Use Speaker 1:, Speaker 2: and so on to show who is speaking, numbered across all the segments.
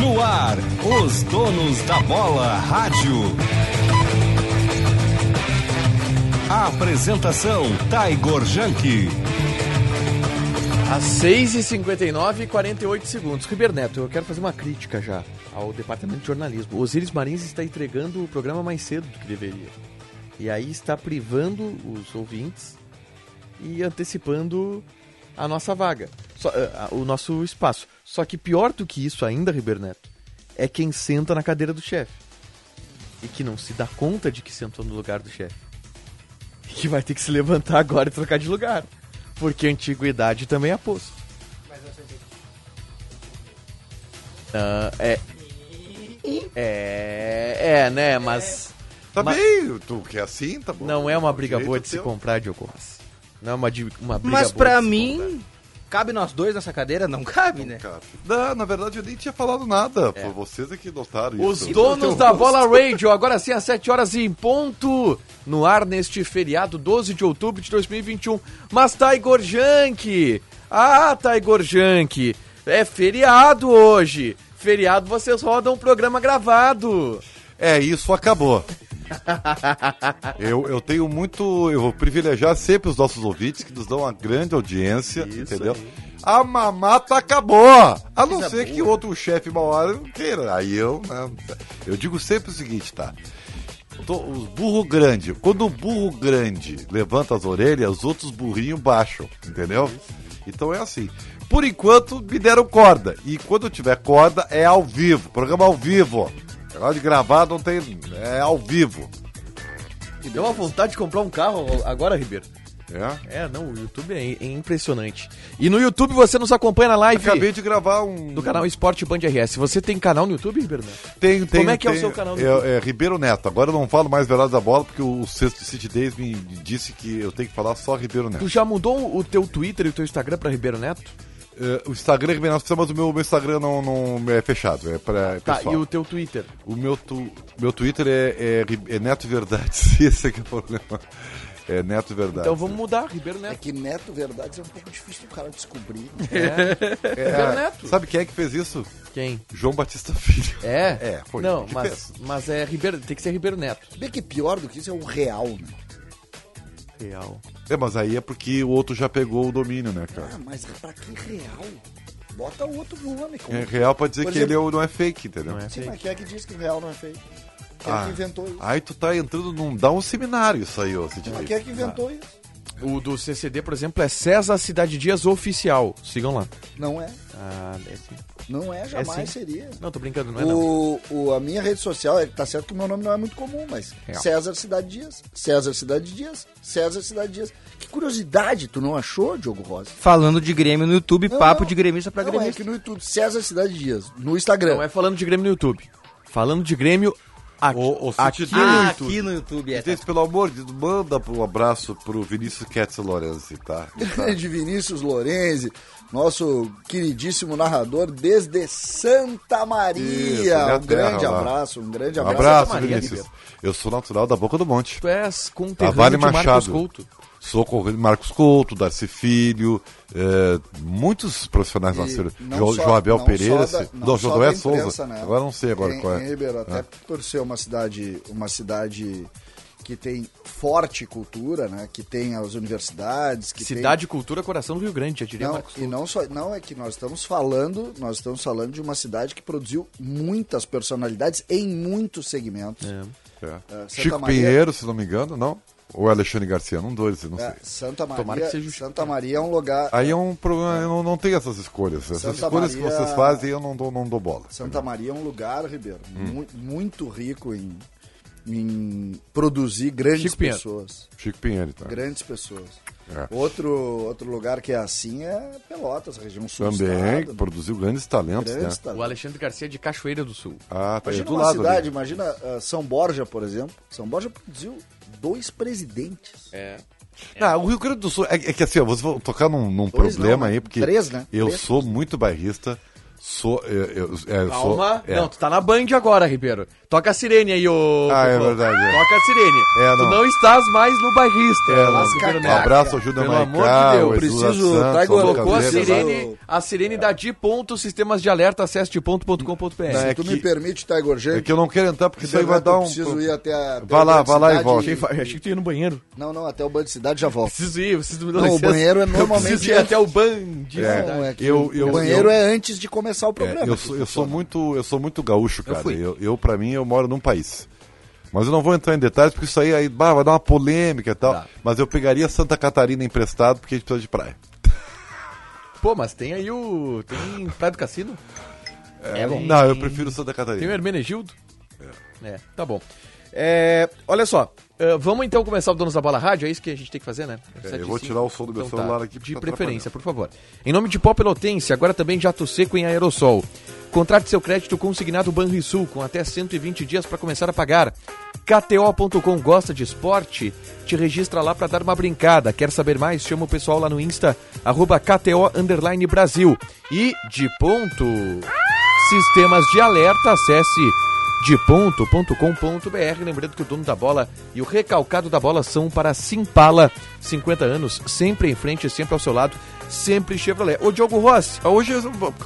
Speaker 1: No ar, os donos da bola rádio. Apresentação Taigor Janke.
Speaker 2: Às 6h59 e 48 segundos. Ribeiro Neto, eu quero fazer uma crítica já ao departamento de jornalismo. O Osiris Marins está entregando o programa mais cedo do que deveria. E aí está privando os ouvintes e antecipando a nossa vaga, só, ah, o nosso espaço. Só que pior do que isso ainda, Ribeiro Neto, é quem senta na cadeira do chefe. E que não se dá conta de que sentou no lugar do chefe. E que vai ter que se levantar agora e trocar de lugar. Porque a antiguidade também é posto. Ah, é. É. É, né? Mas.
Speaker 3: Tá
Speaker 2: Mas-
Speaker 3: bem, tu que é assim, tá bom.
Speaker 2: Não é uma
Speaker 3: O
Speaker 2: briga
Speaker 3: jeito
Speaker 2: boa
Speaker 3: é
Speaker 2: de se
Speaker 3: teu.
Speaker 2: comprar, Diogo. Não é uma, di- uma briga
Speaker 4: Mas
Speaker 2: boa de
Speaker 4: pra
Speaker 2: se
Speaker 4: mim, cabe nós dois nessa cadeira? Não cabe, né?
Speaker 3: Cara, Não, na verdade eu nem tinha falado nada. Foi vocês é que notaram
Speaker 2: Os
Speaker 3: isso.
Speaker 2: donos da Bola Radio, agora sim às 7 horas em ponto, no ar neste feriado 12 de outubro de 2021. Mas Taigor Jank, ah, Taigor Jank, é feriado hoje. Feriado vocês rodam um programa gravado.
Speaker 3: É, isso acabou. eu, eu tenho muito. Eu vou privilegiar sempre os nossos ouvintes que nos dão uma grande audiência, entendeu? A mamata acabou! A não ser que outro chefe uma hora queira. Aí eu, né? Eu digo sempre o seguinte, tá? Tô- Os burro grande, quando o burro grande levanta as orelhas, os outros burrinhos baixam, entendeu? Então é assim. Por enquanto me deram corda. E quando eu tiver corda, é ao vivo. Programa ao vivo. Negócio de gravar não tem. É ao vivo.
Speaker 2: Me deu uma vontade de comprar um carro agora, Ribeiro.
Speaker 3: É?
Speaker 2: É, não, o YouTube é é impressionante. E no YouTube você nos acompanha na live
Speaker 3: Acabei de gravar um.
Speaker 2: do canal Esporte Band RS. Você tem canal no YouTube, Ribeiro? Neto?
Speaker 3: Tem, tem,
Speaker 2: Como é que é o
Speaker 3: tem-
Speaker 2: seu canal no YouTube?
Speaker 3: É, é Ribeiro Neto. Agora eu não falo mais Velado da Bola, porque o sexto City Days me disse que eu tenho que falar só Ribeiro Neto.
Speaker 2: Tu já mudou o teu Twitter e o teu Instagram pra Ribeiro Neto?
Speaker 3: É, o Instagram é Ribeiro Neto, mas o meu, meu Instagram não, não é fechado. É pra, é
Speaker 2: Tá,
Speaker 3: pessoal.
Speaker 2: e o teu Twitter?
Speaker 3: O meu, tu, meu Twitter é, é, Ri- é Neto Verdades. Esse é que é o problema. É Neto Verdades.
Speaker 2: Então vamos mudar, Ribeiro
Speaker 5: É
Speaker 2: Neto.
Speaker 5: que Neto Verdades é um pouco difícil do cara descobrir.
Speaker 3: É,
Speaker 2: Neto.
Speaker 3: Sabe quem é que fez isso?
Speaker 2: Quem?
Speaker 3: João Batista Filho.
Speaker 2: É?
Speaker 3: É, foi
Speaker 2: Não,
Speaker 3: ele que
Speaker 2: mas, mas é Ribeiro, tem que ser Ribeiro Neto.
Speaker 5: Bem que pior do que isso é o real, né?
Speaker 2: Real.
Speaker 3: É, mas aí é porque o outro já pegou o domínio, né, cara?
Speaker 5: Ah, mas pra que real? Bota outro nome. Como...
Speaker 3: É real pra dizer
Speaker 5: Por
Speaker 3: que ele é o- não é fake, entendeu?
Speaker 2: Não é
Speaker 5: Sim,
Speaker 2: fake.
Speaker 5: mas quem é que diz que o real não é fake? Quem é
Speaker 3: Ah,
Speaker 5: que inventou isso?
Speaker 3: Aí tu tá entrando num. Dá um seminário isso aí, ô Cid.
Speaker 5: Mas
Speaker 3: Davis.
Speaker 5: quem é que inventou isso?
Speaker 2: O do CCD, por exemplo, é César Cidade Dias Oficial. Sigam lá.
Speaker 5: Não é.
Speaker 2: Ah, é sim.
Speaker 5: Não é, jamais
Speaker 2: sim.
Speaker 5: seria.
Speaker 2: Não, tô brincando, não é não.
Speaker 5: O, o- a minha rede social, é, tá certo que o meu nome não é muito comum, mas
Speaker 2: Real.
Speaker 5: César Cidade Dias, César Cidade Dias, César Cidade Dias. Que curiosidade, tu não achou, Diogo Rosa?
Speaker 4: Falando de Grêmio no YouTube,
Speaker 5: Não,
Speaker 4: papo
Speaker 5: não.
Speaker 4: de gremista pra
Speaker 5: não, é
Speaker 4: gremista.
Speaker 5: que no YouTube, César Cidade Dias, no Instagram.
Speaker 2: Não é falando de Grêmio no YouTube. Falando de Grêmio aqui,
Speaker 3: Ô, ô,
Speaker 2: aqui
Speaker 6: é
Speaker 3: Cid
Speaker 2: no
Speaker 3: Davis.
Speaker 4: Ah,
Speaker 2: YouTube.
Speaker 4: aqui no YouTube,
Speaker 6: Tá
Speaker 4: é.
Speaker 3: Gente, pelo amor de Deus, manda um abraço pro Vinícius Ketzel Lorenzi, tá?
Speaker 5: grande Vinícius Lorenzi, nosso queridíssimo narrador desde Santa
Speaker 3: Isso, minha
Speaker 5: Maria. um
Speaker 3: terra
Speaker 5: grande
Speaker 3: lá.
Speaker 5: abraço, um grande
Speaker 3: Um
Speaker 5: abraço.
Speaker 3: abraço,
Speaker 2: Maria,
Speaker 3: Vinícius.
Speaker 2: Ribeiro.
Speaker 3: Eu sou natural da Boca do Monte.
Speaker 2: Tu és conterrâneo
Speaker 3: Tavares
Speaker 2: de Marcos
Speaker 3: Machado.
Speaker 2: Couto.
Speaker 3: Sou correndo Marcos Couto, Darcy Filho, eh, muitos profissionais
Speaker 5: E
Speaker 3: nasceram.
Speaker 5: não
Speaker 3: Jo,
Speaker 5: só-
Speaker 3: João Abel
Speaker 5: não
Speaker 3: Pereira,
Speaker 5: só da-
Speaker 3: se- não,
Speaker 5: só
Speaker 3: João Noé
Speaker 5: da imprensa,
Speaker 3: Souza.
Speaker 5: né?
Speaker 3: Agora não sei agora
Speaker 5: em,
Speaker 3: qual é.
Speaker 5: Em Ribeirão, até
Speaker 3: É.
Speaker 5: por ser uma cidade, uma cidade que tem forte cultura, né? Que tem as universidades, que
Speaker 2: Cidade, cultura, coração do Rio Grande, já
Speaker 5: tem...
Speaker 2: diria
Speaker 5: Não,
Speaker 2: Marcos
Speaker 5: e não só não é que nós estamos falando, nós estamos falando de uma cidade que produziu muitas personalidades em muitos segmentos.
Speaker 3: É.
Speaker 5: Santa
Speaker 3: Chico
Speaker 5: Maria-
Speaker 3: Pinheiro, se não me engano, não? Ou Alexandre Garcia, não dois, eu não
Speaker 5: É,
Speaker 3: sei.
Speaker 5: Santa
Speaker 2: Tomara que seja
Speaker 5: Maria,
Speaker 2: o Chico.
Speaker 5: Santa Maria é um lugar
Speaker 3: Aí é um problema, eu não, não tenho essas escolhas. Essas
Speaker 5: Santa
Speaker 3: escolhas que
Speaker 5: Maria-
Speaker 3: vocês fazem, eu não dou, não dou bola.
Speaker 5: Santa Maria é um lugar, Ribeiro,
Speaker 3: Hum.
Speaker 5: mu- muito rico em, em produzir grandes
Speaker 2: Chico Pinheiro.
Speaker 5: pessoas.
Speaker 3: Chico Pinheiro, tá?
Speaker 5: Grandes pessoas.
Speaker 3: É.
Speaker 5: Outro, outro lugar que é assim é Pelotas, região sul do
Speaker 3: Também,
Speaker 5: estado, né?
Speaker 3: produziu grandes talentos,
Speaker 5: Grandes
Speaker 3: né?
Speaker 5: talentos.
Speaker 2: O Alexandre Garcia de Cachoeira do Sul.
Speaker 3: Ah, tá aí
Speaker 5: Imagina
Speaker 3: do
Speaker 5: uma
Speaker 3: lado
Speaker 5: cidade,
Speaker 3: ali.
Speaker 5: imagina ah, São Borja, por exemplo. São Borja produziu dois presidentes.
Speaker 2: É.
Speaker 3: Ah, o Rio Grande do Sul. É, é que assim, ó, vocês vão tocar num, num
Speaker 5: Dois
Speaker 3: problema
Speaker 5: não, né?
Speaker 3: aí, porque
Speaker 5: Três, né?
Speaker 3: eu
Speaker 5: Três.
Speaker 3: sou muito bairrista. Sou. Eu, eu- é, eu sou
Speaker 2: Calma.
Speaker 3: é.
Speaker 2: Não, tu tá na Band agora, Ribeiro. Toca a sirene aí, ô.
Speaker 3: Ah, é
Speaker 2: Popô.
Speaker 3: verdade, é.
Speaker 2: Toca a sirene.
Speaker 3: É,
Speaker 2: Tu
Speaker 3: não.
Speaker 2: não estás mais no bairrista.
Speaker 3: É, não.
Speaker 2: Nosso
Speaker 3: Um
Speaker 2: Bernardo.
Speaker 3: abraço ao Júlio
Speaker 2: Pelo amor
Speaker 3: Maicá,
Speaker 2: de Deus,
Speaker 3: o Edu
Speaker 5: preciso-
Speaker 3: Santos,
Speaker 5: trago-
Speaker 3: Saulo
Speaker 2: Colocou a
Speaker 5: Cabeça,
Speaker 3: Cabetas.
Speaker 2: sirene,
Speaker 5: o-
Speaker 2: a sirene da Di ponto, sistemas de alerta, acesse de ponto.com.br.
Speaker 3: Não, é
Speaker 5: tu
Speaker 3: que-
Speaker 5: me permite, Tiger G.
Speaker 3: É que eu não quero entrar porque isso aí vai dar um.
Speaker 5: preciso ir até a.
Speaker 3: Vai lá, vai lá e volta.
Speaker 5: Quem fa-
Speaker 2: Achei que tu ia no banheiro.
Speaker 5: Não, não, até o banho de cidade já volto.
Speaker 2: Preciso ir, preciso me dar
Speaker 5: Não, o
Speaker 2: licença.
Speaker 5: banheiro é normalmente.
Speaker 2: Eu preciso ir até o ban de
Speaker 3: É.
Speaker 2: cidade.
Speaker 5: Não, é que
Speaker 3: Eu-
Speaker 5: o-
Speaker 3: eu-
Speaker 5: o banheiro
Speaker 3: eu-
Speaker 5: é antes de começar o programa.
Speaker 3: É, eu, sou, eu sou muito, eu sou muito gaúcho, cara.
Speaker 4: fui.
Speaker 3: Eu, eu para mim, eu moro num país. Mas eu não vou entrar em detalhes, porque isso aí, aí bah, vai dar uma polêmica e tal.
Speaker 2: Tá.
Speaker 3: Mas eu pegaria Santa Catarina emprestado, porque a gente precisa de praia.
Speaker 2: Pô, mas tem aí o. Tem Praia do Cassino? É
Speaker 3: Não, eu prefiro Santa
Speaker 2: Tem o
Speaker 3: Catarina.
Speaker 2: Hermenegildo? É. tá bom. É, olha só, eh, vamos então começar o Donos da Bola Rádio, é isso que a gente tem que fazer, né? Sete e
Speaker 3: É, vou
Speaker 2: cinco. Então
Speaker 3: tirar o som do meu celular aqui, porque
Speaker 2: De
Speaker 3: tá
Speaker 2: preferência, por favor. Em nome de Pó Pelotense, agora também Jato Seco em Aerosol. Contrate seu crédito consignado Banrisul, com até 120 dias para começar a pagar. KTO.com gosta de esporte? Te registra lá para dar uma brincada. Quer saber mais? Chama o pessoal lá no Insta, arroba KTO Underline Brasil. E de ponto sistemas de alerta, acesse deponto.com.br. Lembrando que o dono da bola e o recalcado da bola são para Simpala, 50 anos, sempre em frente, sempre ao seu lado, sempre Chevrolet. Ô Diogo Rossi,
Speaker 3: Hoje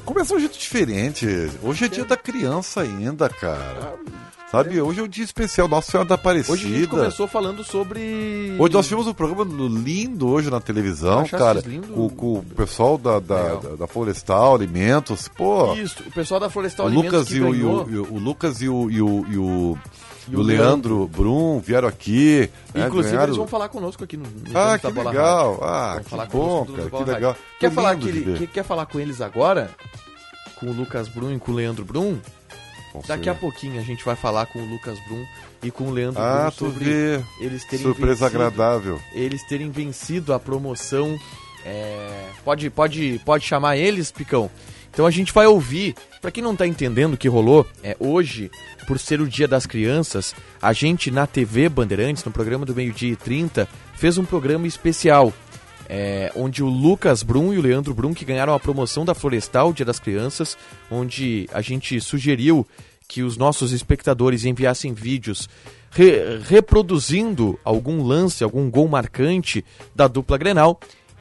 Speaker 3: começou um jeito diferente. Hoje é dia da criança ainda, cara. Sabe, hoje é um dia especial, Nossa Senhora da Aparecida.
Speaker 2: Ah, hoje a gente começou falando sobre.
Speaker 3: Hoje nós tivemos um programa no- lindo hoje na televisão,
Speaker 2: Achaste
Speaker 3: cara.
Speaker 2: lindo?
Speaker 3: Com, com o pessoal da, da,
Speaker 2: Legal.
Speaker 3: da, da Florestal, Alimentos. Pô,
Speaker 2: Isso, o pessoal da Florestal
Speaker 3: o Lucas,
Speaker 2: que
Speaker 3: e o, e
Speaker 2: ganhou.
Speaker 3: o, e o- o Lucas e o, e o, e o,
Speaker 2: E
Speaker 3: e o
Speaker 2: o
Speaker 3: Leandro Brum vieram aqui. né,
Speaker 2: Inclusive,
Speaker 3: ganharam-
Speaker 2: eles vão falar conosco aqui no, no
Speaker 3: Ah,
Speaker 2: Donos
Speaker 3: que
Speaker 2: Bola
Speaker 3: legal.
Speaker 2: Rádio.
Speaker 3: Ah,
Speaker 2: Vão
Speaker 3: que
Speaker 2: falar
Speaker 3: bom,
Speaker 2: conosco no Donos
Speaker 3: cara,
Speaker 2: da Bola
Speaker 3: que
Speaker 2: Rádio.
Speaker 3: legal.
Speaker 2: Quer
Speaker 3: Que
Speaker 2: falar,
Speaker 3: lindo
Speaker 2: que,
Speaker 3: de
Speaker 2: ele-
Speaker 3: ver.
Speaker 2: que- quer falar com eles agora? Com o Lucas Brum e com o Leandro Brum?
Speaker 3: Vão
Speaker 2: Daqui
Speaker 3: ser.
Speaker 2: a pouquinho a gente vai falar com o Lucas Brum e com o Leandro
Speaker 3: Ah,
Speaker 2: Brum
Speaker 3: tu vê.
Speaker 2: eles terem
Speaker 3: Surpresa
Speaker 2: vencido,
Speaker 3: agradável.
Speaker 2: Eles terem vencido a promoção. é, pode, pode, pode chamar eles, Picão. Então a gente vai ouvir. Pra quem não tá entendendo o que rolou, é hoje, por ser o Dia das Crianças, a gente na TV Bandeirantes, no programa do meio-dia e 30, fez um programa especial. É, onde o Lucas Brum e o Leandro Brum que ganharam a promoção da Florestal Dia das Crianças, onde a gente sugeriu que os nossos espectadores enviassem vídeos re- reproduzindo algum lance, algum gol marcante da dupla Grenal.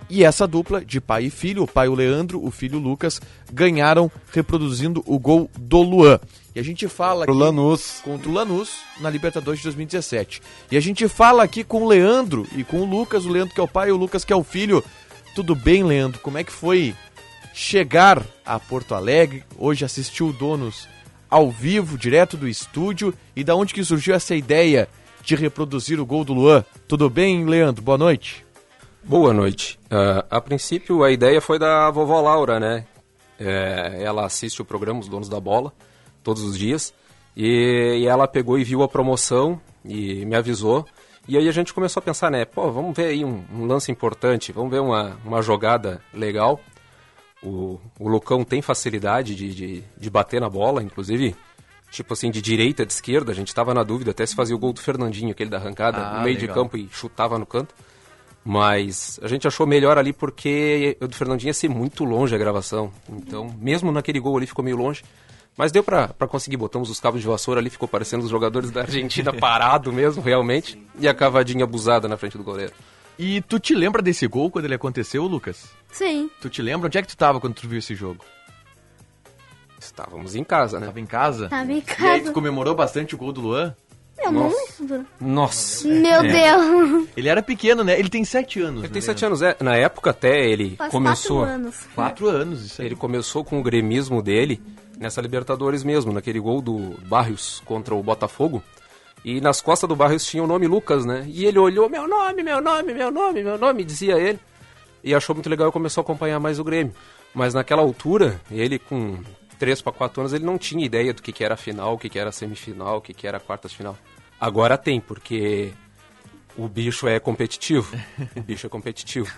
Speaker 2: E essa dupla de pai e filho, o pai o Leandro, o filho o Lucas, ganharam reproduzindo o gol do Luan. E a gente fala
Speaker 3: Pro Lanús.
Speaker 2: contra o Lanús na Libertadores de 2017. E a gente fala aqui com o Leandro e com o Lucas, o Leandro que é o pai e o Lucas que é o filho. Tudo bem, Leandro? Como é que foi chegar a Porto Alegre? Hoje assistiu o Donos ao vivo, direto do estúdio. E da onde que surgiu essa ideia de reproduzir o gol do Luan? Tudo bem, Leandro? Boa noite.
Speaker 7: Boa noite. Ah, a princípio, a ideia foi da vovó Laura, né? É, ela assiste o programa Os Donos da Bola todos os dias e, e ela pegou e viu a promoção e me avisou. E aí a gente começou a pensar, né? Pô, vamos ver aí um, um lance importante, vamos ver uma, uma jogada legal. O, o Lucão tem facilidade de, de, de bater na bola, inclusive, tipo assim, de direita, de esquerda. A gente tava na dúvida até se fazia o gol do Fernandinho, aquele da arrancada,
Speaker 2: Ah,
Speaker 7: no meio de
Speaker 2: legal.
Speaker 7: campo e chutava no canto. Mas a gente achou melhor ali porque o do Fernandinho ia ser muito longe a gravação. Então, mesmo naquele gol ali ficou meio longe. Mas deu pra pra conseguir. Botamos os cabos de vassoura ali, ficou parecendo os jogadores da Argentina parado mesmo, realmente. E a cavadinha abusada na frente do goleiro.
Speaker 2: E tu te lembra desse gol quando ele aconteceu, Lucas?
Speaker 8: Sim.
Speaker 2: Tu te lembra? Onde é que tu tava quando tu viu esse jogo?
Speaker 7: Estávamos em casa, né?
Speaker 2: Tava em casa?
Speaker 8: Tava em
Speaker 2: E aí tu
Speaker 8: casa.
Speaker 2: comemorou bastante o gol do Luan?
Speaker 8: Eu não lembro.
Speaker 7: Nossa!
Speaker 8: É um Meu Deus.
Speaker 2: Ele era pequeno, né? Ele tem 7 anos.
Speaker 7: Ele
Speaker 2: né,
Speaker 7: tem
Speaker 2: Leandro?
Speaker 7: sete anos, é. Na época até ele
Speaker 8: Faz
Speaker 7: começou.
Speaker 8: quatro anos. Um
Speaker 2: Quatro anos, isso é aí.
Speaker 7: Ele começou com o gremismo dele nessa Libertadores mesmo, naquele gol do Barrios contra o Botafogo. E nas costas do Barrios tinha o nome Lucas, né? E ele olhou, meu nome, meu nome, meu nome, meu nome, dizia ele. E achou muito legal e começou a acompanhar mais o Grêmio. Mas naquela altura, ele com 3 para 4 anos, ele não tinha ideia do que, que era a final, o que, que era a semifinal, o que, que era a quartas de final. Agora tem, porque o bicho é competitivo. O bicho é competitivo.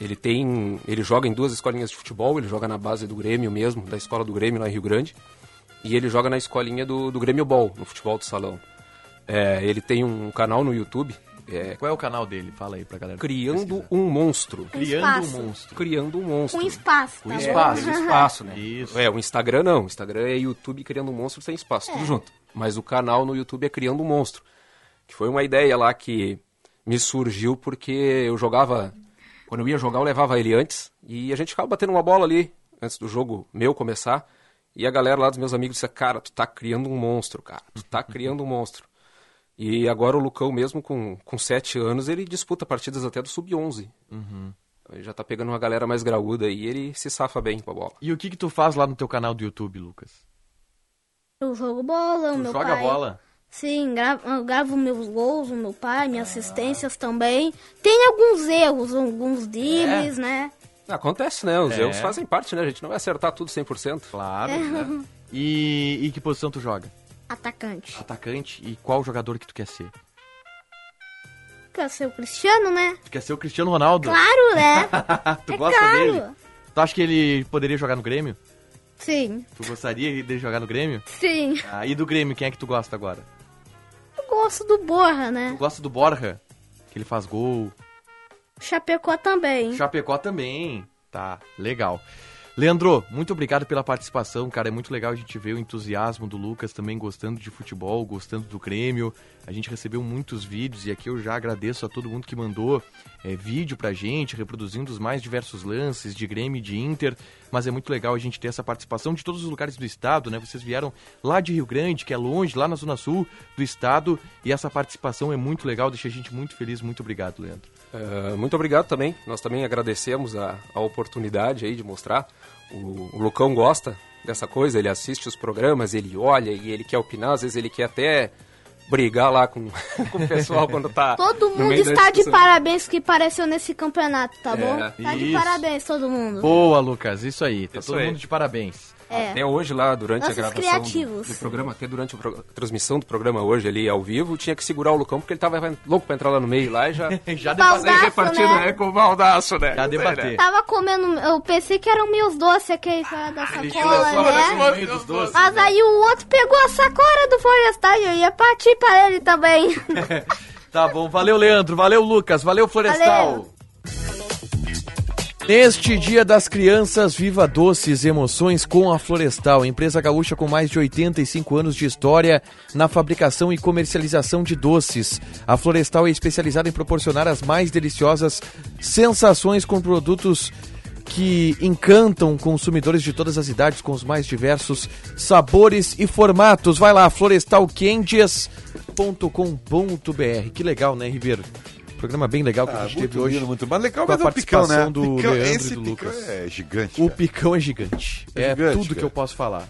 Speaker 7: Ele tem. Ele joga em duas escolinhas de futebol, ele joga na base do Grêmio mesmo, da escola do Grêmio lá em Rio Grande. E ele joga na escolinha do, do Grêmio Ball, no futebol do salão. É, ele tem um canal no YouTube, é,
Speaker 2: Qual é o canal dele? Fala aí pra galera.
Speaker 7: Criando um Monstro.
Speaker 2: Criando um
Speaker 8: Espaço.
Speaker 2: monstro.
Speaker 7: Criando um
Speaker 8: Com
Speaker 7: Monstro. É,
Speaker 8: espaço. tá
Speaker 2: Com
Speaker 8: bom?
Speaker 2: espaço.
Speaker 7: espaço, né?
Speaker 2: Isso.
Speaker 7: É, o Instagram não. O Instagram é YouTube Criando um Monstro um sem espaço, tudo junto. Mas o canal no YouTube é Criando um Monstro. Que foi uma ideia lá que me surgiu porque eu jogava. Quando eu ia jogar, eu levava ele antes. E a gente ficava batendo uma bola ali, antes do jogo meu começar. E a galera lá dos meus amigos disse: Cara, tu tá criando um monstro, cara. Tu tá criando um monstro. E agora o Lucão, mesmo com, com 7 anos, ele disputa partidas até do sub-11. Ele já tá pegando uma galera mais graúda e ele se safa bem com a bola.
Speaker 2: E o que que tu faz lá no teu canal do YouTube, Lucas?
Speaker 8: Eu jogo bola, o
Speaker 2: Tu
Speaker 8: meu
Speaker 2: joga
Speaker 8: pai.
Speaker 2: bola?
Speaker 8: Sim, gra- eu gravo meus gols, o meu pai, minhas assistências também. Tem alguns erros, alguns dribles, né?
Speaker 7: Acontece, né? Os
Speaker 2: É.
Speaker 7: erros fazem parte, né? A gente não vai acertar tudo 100%.
Speaker 2: Claro. né? E, e que posição tu joga?
Speaker 8: Atacante.
Speaker 2: Atacante e qual jogador que tu quer ser?
Speaker 8: Quer ser o Cristiano, né?
Speaker 2: Tu quer ser o Cristiano Ronaldo?
Speaker 8: Claro, né?
Speaker 2: Tu
Speaker 8: é
Speaker 2: gosta
Speaker 8: claro.
Speaker 2: dele? Tu acha que ele poderia jogar no Grêmio?
Speaker 8: Sim,
Speaker 2: Tu gostaria dele jogar no Grêmio?
Speaker 8: sim.
Speaker 2: Ah, e do Grêmio, quem é que tu gosta agora?
Speaker 8: Eu gosto do Borra,
Speaker 2: Tu
Speaker 8: né?
Speaker 2: gosta do Borja? Que ele faz gol.
Speaker 8: Chapecó também.
Speaker 2: Chapecó também. Tá, legal. Leandro, muito obrigado pela participação, cara. É muito legal a gente ver o entusiasmo do Lucas também gostando de futebol, gostando do Grêmio. A gente recebeu muitos vídeos e aqui eu já agradeço a todo mundo que mandou eh, vídeo pra gente, reproduzindo os mais diversos lances de Grêmio e de Inter. Mas é muito legal a gente ter essa participação de todos os lugares do estado, né? Vocês vieram lá de Rio Grande, que é longe, lá na Zona Sul do estado, e essa participação é muito legal, deixa a gente muito feliz. Muito obrigado, Leandro.
Speaker 7: Eh, muito obrigado também. Nós também agradecemos a, a oportunidade aí de mostrar. O, o Lucão gosta dessa coisa, ele assiste os programas, ele olha e ele quer opinar, às vezes ele quer até brigar lá com, com o pessoal quando tá.
Speaker 8: Todo
Speaker 7: no
Speaker 8: mundo
Speaker 7: meio da
Speaker 8: está de
Speaker 7: discussão.
Speaker 8: parabéns que apareceu nesse campeonato, tá
Speaker 7: É,
Speaker 8: bom? Tá de
Speaker 2: isso.
Speaker 8: parabéns todo mundo.
Speaker 2: Boa, Lucas, isso aí. Tá
Speaker 7: Isso
Speaker 2: todo
Speaker 7: aí.
Speaker 2: mundo de parabéns.
Speaker 8: É.
Speaker 7: Até hoje lá, durante
Speaker 8: Nossos
Speaker 7: a gravação do,
Speaker 8: criativos.
Speaker 7: do programa, até durante a pro- transmissão do programa hoje ali ao vivo, tinha que segurar o Lucão porque ele tava louco pra entrar lá no meio lá e já...
Speaker 2: Já
Speaker 8: Baldaço,
Speaker 7: Aí repartindo,
Speaker 8: né?
Speaker 7: né? Com o baldaço, né?
Speaker 2: Já
Speaker 7: Não sei,
Speaker 2: debater.
Speaker 7: né?
Speaker 8: Tava comendo, eu pensei que eram meus doces
Speaker 7: Ah,
Speaker 8: aquele fora da sacola, né? Mas aí o outro pegou a sacola do florestal e eu ia partir pra ele também.
Speaker 2: Tá bom, valeu Leandro, valeu Lucas, valeu Florestal.
Speaker 8: Valeu.
Speaker 2: Neste Dia das Crianças, viva doces e emoções com a Florestal, empresa gaúcha com mais de 85 anos de história na fabricação e comercialização de doces. A Florestal é especializada em proporcionar as mais deliciosas sensações com produtos que encantam consumidores de todas as idades com os mais diversos sabores e formatos. Vai lá, florestalcandies.com.br. Que legal, né, Ribeiro? Programa bem legal que
Speaker 3: Ah,
Speaker 2: a gente teve
Speaker 3: muito
Speaker 2: hoje.
Speaker 3: lindo, muito Mas legal,
Speaker 2: com a
Speaker 3: mas é o picão, né?
Speaker 2: participação do
Speaker 3: Picão-
Speaker 2: Leandro e
Speaker 3: esse
Speaker 2: do
Speaker 3: picão
Speaker 2: Lucas.
Speaker 3: é gigante.
Speaker 2: O
Speaker 3: cara.
Speaker 2: picão é gigante.
Speaker 3: É
Speaker 2: É,
Speaker 3: gigante,
Speaker 2: tudo que
Speaker 3: cara.
Speaker 2: eu posso falar.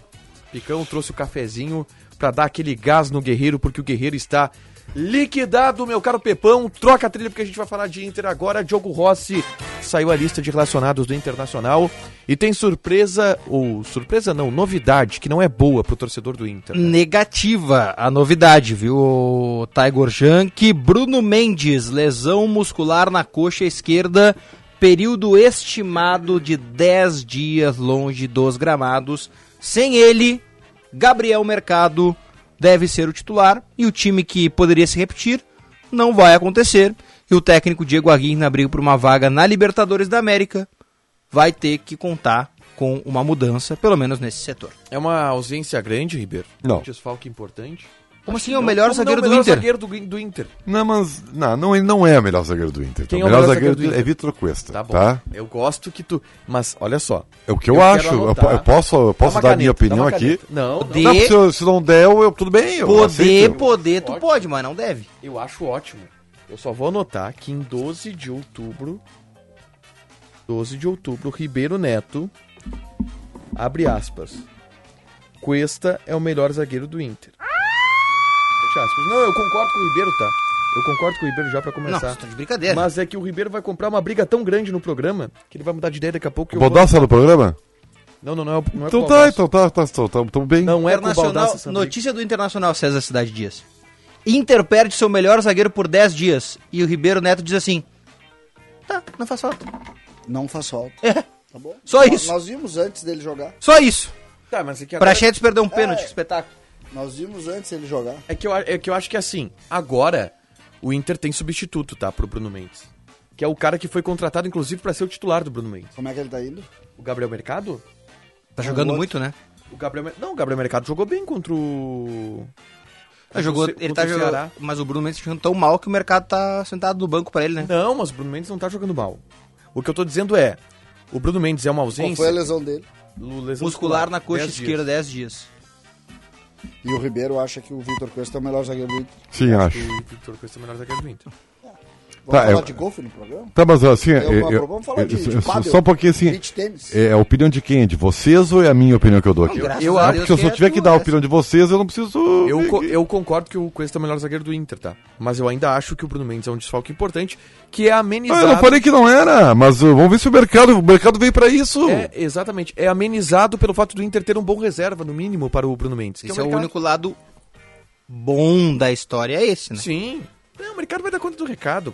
Speaker 2: Picão trouxe o cafezinho pra dar aquele gás no guerreiro, porque o guerreiro está liquidado, meu caro Pepão. Troca a trilha porque a gente vai falar de Inter agora. Diogo Rossi saiu a lista de relacionados do Internacional e tem surpresa, ou surpresa não, novidade que não é boa pro torcedor do Inter. né?
Speaker 4: Negativa a novidade, viu, o Tiger Junk? Bruno Mendes, lesão muscular na coxa esquerda, período estimado de 10 dias longe dos gramados. Sem ele, Gabriel Mercado deve ser o titular e o time que poderia se repetir não vai acontecer. E o técnico Diego Aguirre, na briga por uma vaga na Libertadores da América, vai ter que contar com uma mudança, pelo menos nesse setor.
Speaker 2: É uma ausência grande, Ribeiro?
Speaker 3: Não.
Speaker 2: Um desfalque importante?
Speaker 4: Como assim é o melhor
Speaker 2: Como não,
Speaker 4: zagueiro
Speaker 2: o
Speaker 4: do
Speaker 2: melhor
Speaker 4: Inter?
Speaker 2: zagueiro do, do Inter.
Speaker 3: Não, mas não, não, ele não é o melhor zagueiro do Inter. então.
Speaker 2: Quem é
Speaker 3: o
Speaker 2: o
Speaker 3: melhor
Speaker 2: melhor
Speaker 3: zagueiro
Speaker 2: zagueiro do
Speaker 3: é
Speaker 2: Inter?
Speaker 3: Vitor Cuesta,
Speaker 2: Tá
Speaker 3: tá?
Speaker 2: bom. Eu gosto que tu... Mas, olha só.
Speaker 3: É o que eu,
Speaker 2: Eu quero
Speaker 3: acho. Eu,
Speaker 2: anotar.
Speaker 3: po- eu posso, eu posso
Speaker 2: Dá uma
Speaker 3: dar a minha
Speaker 2: caneta, dá
Speaker 3: opinião
Speaker 2: uma
Speaker 3: aqui.
Speaker 2: caneta. Não, não,
Speaker 4: De-
Speaker 3: Não, se, eu- se não der, eu, tudo bem. Eu
Speaker 4: Poder,
Speaker 3: aceito.
Speaker 4: poder, tu pode, mas não deve.
Speaker 2: eu acho ótimo. Eu só vou anotar que em 12 de outubro, 12 de outubro, Ribeiro Neto, abre aspas, Cuesta é o melhor zagueiro do Inter. Fecha aspas. Não, eu concordo com o Ribeiro, tá? Eu concordo com o Ribeiro já pra
Speaker 4: Não, você
Speaker 2: começar.
Speaker 4: tá de brincadeira.
Speaker 2: Mas é que o Ribeiro vai comprar uma briga tão grande no programa que ele vai mudar de ideia daqui a pouco. e eu vou-
Speaker 3: Bodoça no programa?
Speaker 2: Não, não, não. é o- Não é
Speaker 3: Então
Speaker 2: com o
Speaker 3: tá,
Speaker 2: Baldassi.
Speaker 3: então tá, tá, então tá, tamo bem.
Speaker 2: Não é com o
Speaker 4: Internacional,
Speaker 2: Baldassi essa briga.
Speaker 4: notícia do Internacional, César Cidade Dias. Inter perde seu melhor zagueiro por 10 dias. E o Ribeiro Neto diz assim: Tá, não faz falta.
Speaker 5: Não faz falta. Tá bom?
Speaker 4: Só
Speaker 5: Nó-
Speaker 4: isso.
Speaker 5: Nós vimos antes dele jogar.
Speaker 4: Só isso.
Speaker 2: Tá, mas é que agora-
Speaker 4: Prachetes perdeu um pênalti, que espetáculo.
Speaker 5: Nós vimos antes ele jogar.
Speaker 2: É que, eu, a- é que eu acho que assim, agora o Inter tem substituto, tá? Pro Bruno Mendes. Que é o cara que foi contratado, inclusive, pra ser o titular do Bruno Mendes.
Speaker 5: Como é que ele tá indo?
Speaker 2: O Gabriel Mercado?
Speaker 4: Tá jogando muito, né?
Speaker 2: O Gabriel... Mer- Não, o Gabriel Mercado jogou bem contra o...
Speaker 4: Ah, jogou,
Speaker 2: contra o Ce-
Speaker 4: ele
Speaker 2: contra
Speaker 4: tá
Speaker 2: o
Speaker 4: jogando,
Speaker 2: Ceará.
Speaker 4: mas o Bruno Mendes tá jogando tão mal que o mercado tá sentado no banco pra ele, né?
Speaker 2: Não, mas o Bruno Mendes não tá jogando mal. O que eu tô dizendo é, o Bruno Mendes é uma
Speaker 5: Qual
Speaker 2: ausência...
Speaker 5: foi a lesão dele?
Speaker 2: Lu- lesão
Speaker 4: Muscular na coxa
Speaker 2: 10 dias.
Speaker 4: esquerda 10 dias.
Speaker 5: E o Ribeiro acha que o Vitor Cuesta é o melhor zagueiro do Inter.
Speaker 3: Sim, acho.
Speaker 2: O Victor Costa é o melhor zagueiro do Inter.
Speaker 5: Vamos
Speaker 3: Tá,
Speaker 5: falar
Speaker 3: eu-
Speaker 5: de golfe no programa?
Speaker 3: Tá, mas assim,
Speaker 5: Tem alguma
Speaker 3: eu- eu-
Speaker 5: problema? É Vamos falar de-
Speaker 3: eu-
Speaker 5: de
Speaker 3: eu-
Speaker 5: pádel,
Speaker 3: só um pouquinho assim,
Speaker 5: Beach tênis.
Speaker 3: é a opinião de quem? É De vocês ou é a minha opinião que eu dou aqui?
Speaker 4: graças
Speaker 3: eu,
Speaker 4: a
Speaker 3: acho
Speaker 4: Deus
Speaker 3: porque
Speaker 4: que
Speaker 3: se eu
Speaker 4: é
Speaker 3: tiver
Speaker 4: a
Speaker 3: que
Speaker 4: tua,
Speaker 3: dar a
Speaker 4: essa.
Speaker 3: opinião de vocês, eu não preciso...
Speaker 2: Eu, co- eu concordo que o Cuesta é o melhor zagueiro do Inter, tá? Mas eu ainda acho que o Bruno Mendes é um desfalque importante, que é
Speaker 3: Não,
Speaker 2: amenizado...
Speaker 3: Ah, eu não falei que não era, mas uh, vamos ver se o mercado, o mercado veio pra isso.
Speaker 2: É, exatamente. É amenizado pelo fato do Inter ter um bom reserva, no mínimo, para o Bruno Mendes. que um
Speaker 4: Esse é o
Speaker 2: mercado.
Speaker 4: único lado bom da história, é esse, né?
Speaker 2: Sim. Não, o mercado vai dar conta do recado.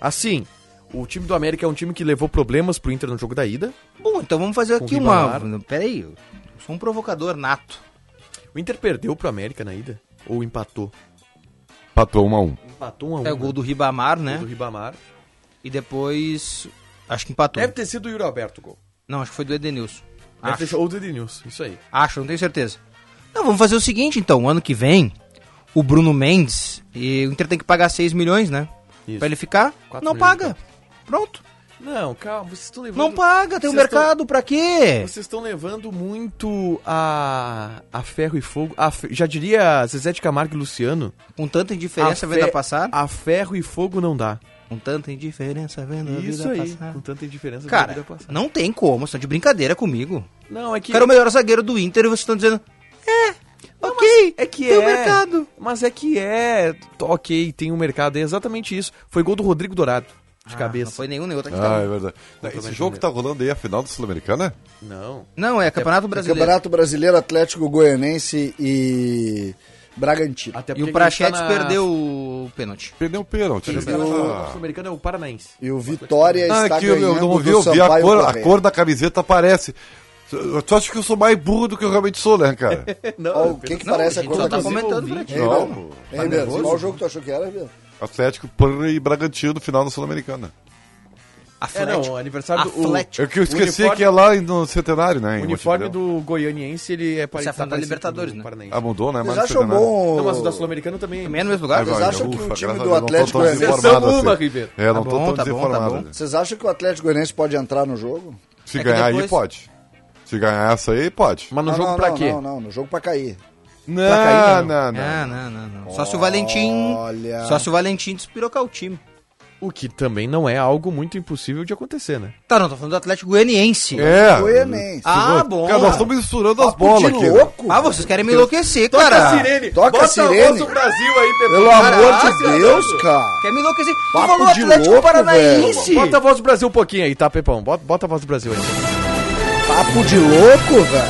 Speaker 2: Assim, o time do América é um time que levou problemas pro Inter no jogo da ida.
Speaker 4: Bom, então vamos fazer
Speaker 2: Com
Speaker 4: aqui uma.
Speaker 2: Ribamar.
Speaker 4: Peraí, eu sou um provocador nato.
Speaker 2: O Inter perdeu pro América na ida. Ou empatou.
Speaker 3: Patou um a um.
Speaker 2: Empatou um a um.
Speaker 4: É o gol do Ribamar,
Speaker 2: né?
Speaker 4: né?
Speaker 2: do Ribamar.
Speaker 4: E depois. Acho que empatou.
Speaker 2: Deve ter sido o Yuri Alberto o gol.
Speaker 4: Não, acho que foi do Edenilson.
Speaker 2: Deve ter
Speaker 4: Acho.
Speaker 2: sido ou do Edenilson, isso aí.
Speaker 4: Acho, não tenho certeza. Não, vamos fazer o seguinte então, ano que vem, o Bruno Mendes, e o Inter tem que pagar 6 milhões, né?
Speaker 2: Isso.
Speaker 4: Pra ele ficar,
Speaker 2: Quatro
Speaker 4: não
Speaker 2: milhões,
Speaker 4: paga. Pronto.
Speaker 2: Não, calma, vocês estão levando...
Speaker 4: Não paga, tem o
Speaker 2: Vocês
Speaker 4: mercado, pra quê?
Speaker 2: Vocês estão levando muito a, a ferro e fogo. a fe- já diria Zezé de Camargo e Luciano.
Speaker 4: Com tanta indiferença
Speaker 2: a
Speaker 4: vendo a
Speaker 2: fe-
Speaker 4: passar.
Speaker 2: A ferro e fogo não dá.
Speaker 4: Com tanta indiferença vendo a
Speaker 2: Isso
Speaker 4: vida
Speaker 2: aí.
Speaker 4: passar.
Speaker 2: Com tanta indiferença.
Speaker 4: Cara, não tem como, estão de brincadeira comigo.
Speaker 2: não é que.
Speaker 4: O cara é o melhor zagueiro do Inter e vocês estão dizendo, é, ok,
Speaker 2: É que
Speaker 4: tem
Speaker 2: é.
Speaker 4: o mercado.
Speaker 2: Mas é que é. t- Ok, tem um mercado. É exatamente isso. Foi gol do Rodrigo Dourado. De
Speaker 4: Ah,
Speaker 2: cabeça.
Speaker 4: Não foi nenhum nem outro que
Speaker 3: Ah,
Speaker 4: tava-
Speaker 3: é verdade. Esse jogo que tá rolando aí, a final do Sul-Americana? né?
Speaker 2: Não.
Speaker 4: Não, é Campeonato Brasileiro.
Speaker 5: Campeonato Brasileiro Atlético Goianense e Bragantino.
Speaker 2: Até
Speaker 4: E o
Speaker 2: porque a gente tá
Speaker 4: Prachetes perdeu o pênalti.
Speaker 3: Perdeu um pênalti.
Speaker 2: Quem está
Speaker 3: Ah.
Speaker 2: na final do Sul-Americano é o Paranaense.
Speaker 5: E o Vitória
Speaker 3: Ah,
Speaker 5: está
Speaker 3: aqui eu,
Speaker 5: ganhando
Speaker 3: eu não ouvi,
Speaker 5: do
Speaker 3: eu vi a
Speaker 5: Sampaio
Speaker 3: cor, a
Speaker 5: Correia.
Speaker 3: cor da camiseta aparece. Tu acha que eu sou mais burro do que eu realmente sou, né, cara?
Speaker 2: Não,
Speaker 5: Ó, o que que parece a
Speaker 4: gente
Speaker 5: cor
Speaker 4: só
Speaker 5: da
Speaker 4: tá
Speaker 5: camiseta?
Speaker 4: comentando pra ti.
Speaker 5: Hein,
Speaker 3: Não, tá
Speaker 5: Belo?
Speaker 3: pô.
Speaker 5: Hein, Belo? Qual jogo tu achou que era, Belo?
Speaker 3: Atlético Pan e Bragantino, final da Sul-Americana.
Speaker 2: É,
Speaker 4: Atlético.
Speaker 2: não, aniversário do. O,
Speaker 4: Atlético.
Speaker 3: Eu que eu esqueci
Speaker 2: uniforme-
Speaker 3: que é lá no centenário, né?
Speaker 2: o
Speaker 3: em
Speaker 2: uniforme
Speaker 3: Montevideo.
Speaker 2: do goianiense, ele é parecido.
Speaker 4: Isso é a final da
Speaker 2: parecido com o
Speaker 4: Libertadores, né?
Speaker 2: Paranaense.
Speaker 3: Ah, mudou, né?
Speaker 5: Vocês
Speaker 3: Mas no
Speaker 5: acham
Speaker 3: centenário.
Speaker 5: bom...
Speaker 2: Não, mas o da Sul-Americana também.
Speaker 4: Também é no mesmo lugar?
Speaker 3: Aí vai,
Speaker 5: acham
Speaker 3: né?
Speaker 5: que o
Speaker 3: Ufa,
Speaker 5: time
Speaker 3: graças
Speaker 5: do
Speaker 3: a Deus, não tô
Speaker 5: Atlético
Speaker 3: tão
Speaker 5: é- Exceção
Speaker 3: desinformado assim.
Speaker 2: uma, Ribeiro.
Speaker 3: É, não
Speaker 4: Tá
Speaker 3: tô
Speaker 4: bom,
Speaker 3: tão
Speaker 4: tá bom, tá
Speaker 3: desinformado.
Speaker 4: bom.
Speaker 3: né?
Speaker 5: Vocês acham que o Atlético Goianense pode entrar no jogo?
Speaker 3: Se
Speaker 4: É que
Speaker 3: ganhar aí,
Speaker 4: depois-
Speaker 3: pode. Se ganhar essa aí, pode.
Speaker 2: Mas no
Speaker 5: Não,
Speaker 2: jogo
Speaker 5: não,
Speaker 2: pra
Speaker 5: não,
Speaker 2: quê?
Speaker 5: Não, não, no jogo pra cair.
Speaker 3: Não,
Speaker 2: cair,
Speaker 3: não,
Speaker 4: Ah, não, não, não. Só se o Valentim.
Speaker 5: Olha.
Speaker 4: Só se o Valentim despirocar o time.
Speaker 2: O que também não é algo muito impossível de acontecer, né?
Speaker 4: Tá, não, tô falando do Atlético Goianiense.
Speaker 3: É.
Speaker 5: Goianense.
Speaker 4: Ah, bom.
Speaker 3: Cara, nós estamos misturando as bolas
Speaker 5: de
Speaker 3: aqui. né?
Speaker 5: louco.
Speaker 4: Ah, vocês querem me enlouquecer, cara.
Speaker 5: Toca a sirene.
Speaker 2: Brasil aí, Pepe.
Speaker 5: Pelo amor de
Speaker 4: Caraca,
Speaker 5: Deus, cara.
Speaker 4: Quer me enlouquecer? Tu
Speaker 5: Papo
Speaker 4: falou
Speaker 5: de
Speaker 4: Atlético
Speaker 5: louco,
Speaker 4: Paranaense.
Speaker 2: Bota a voz do Brasil um pouquinho aí, tá, Pepão? Bota, bota a voz do Brasil aí.
Speaker 5: Papo de louco, velho.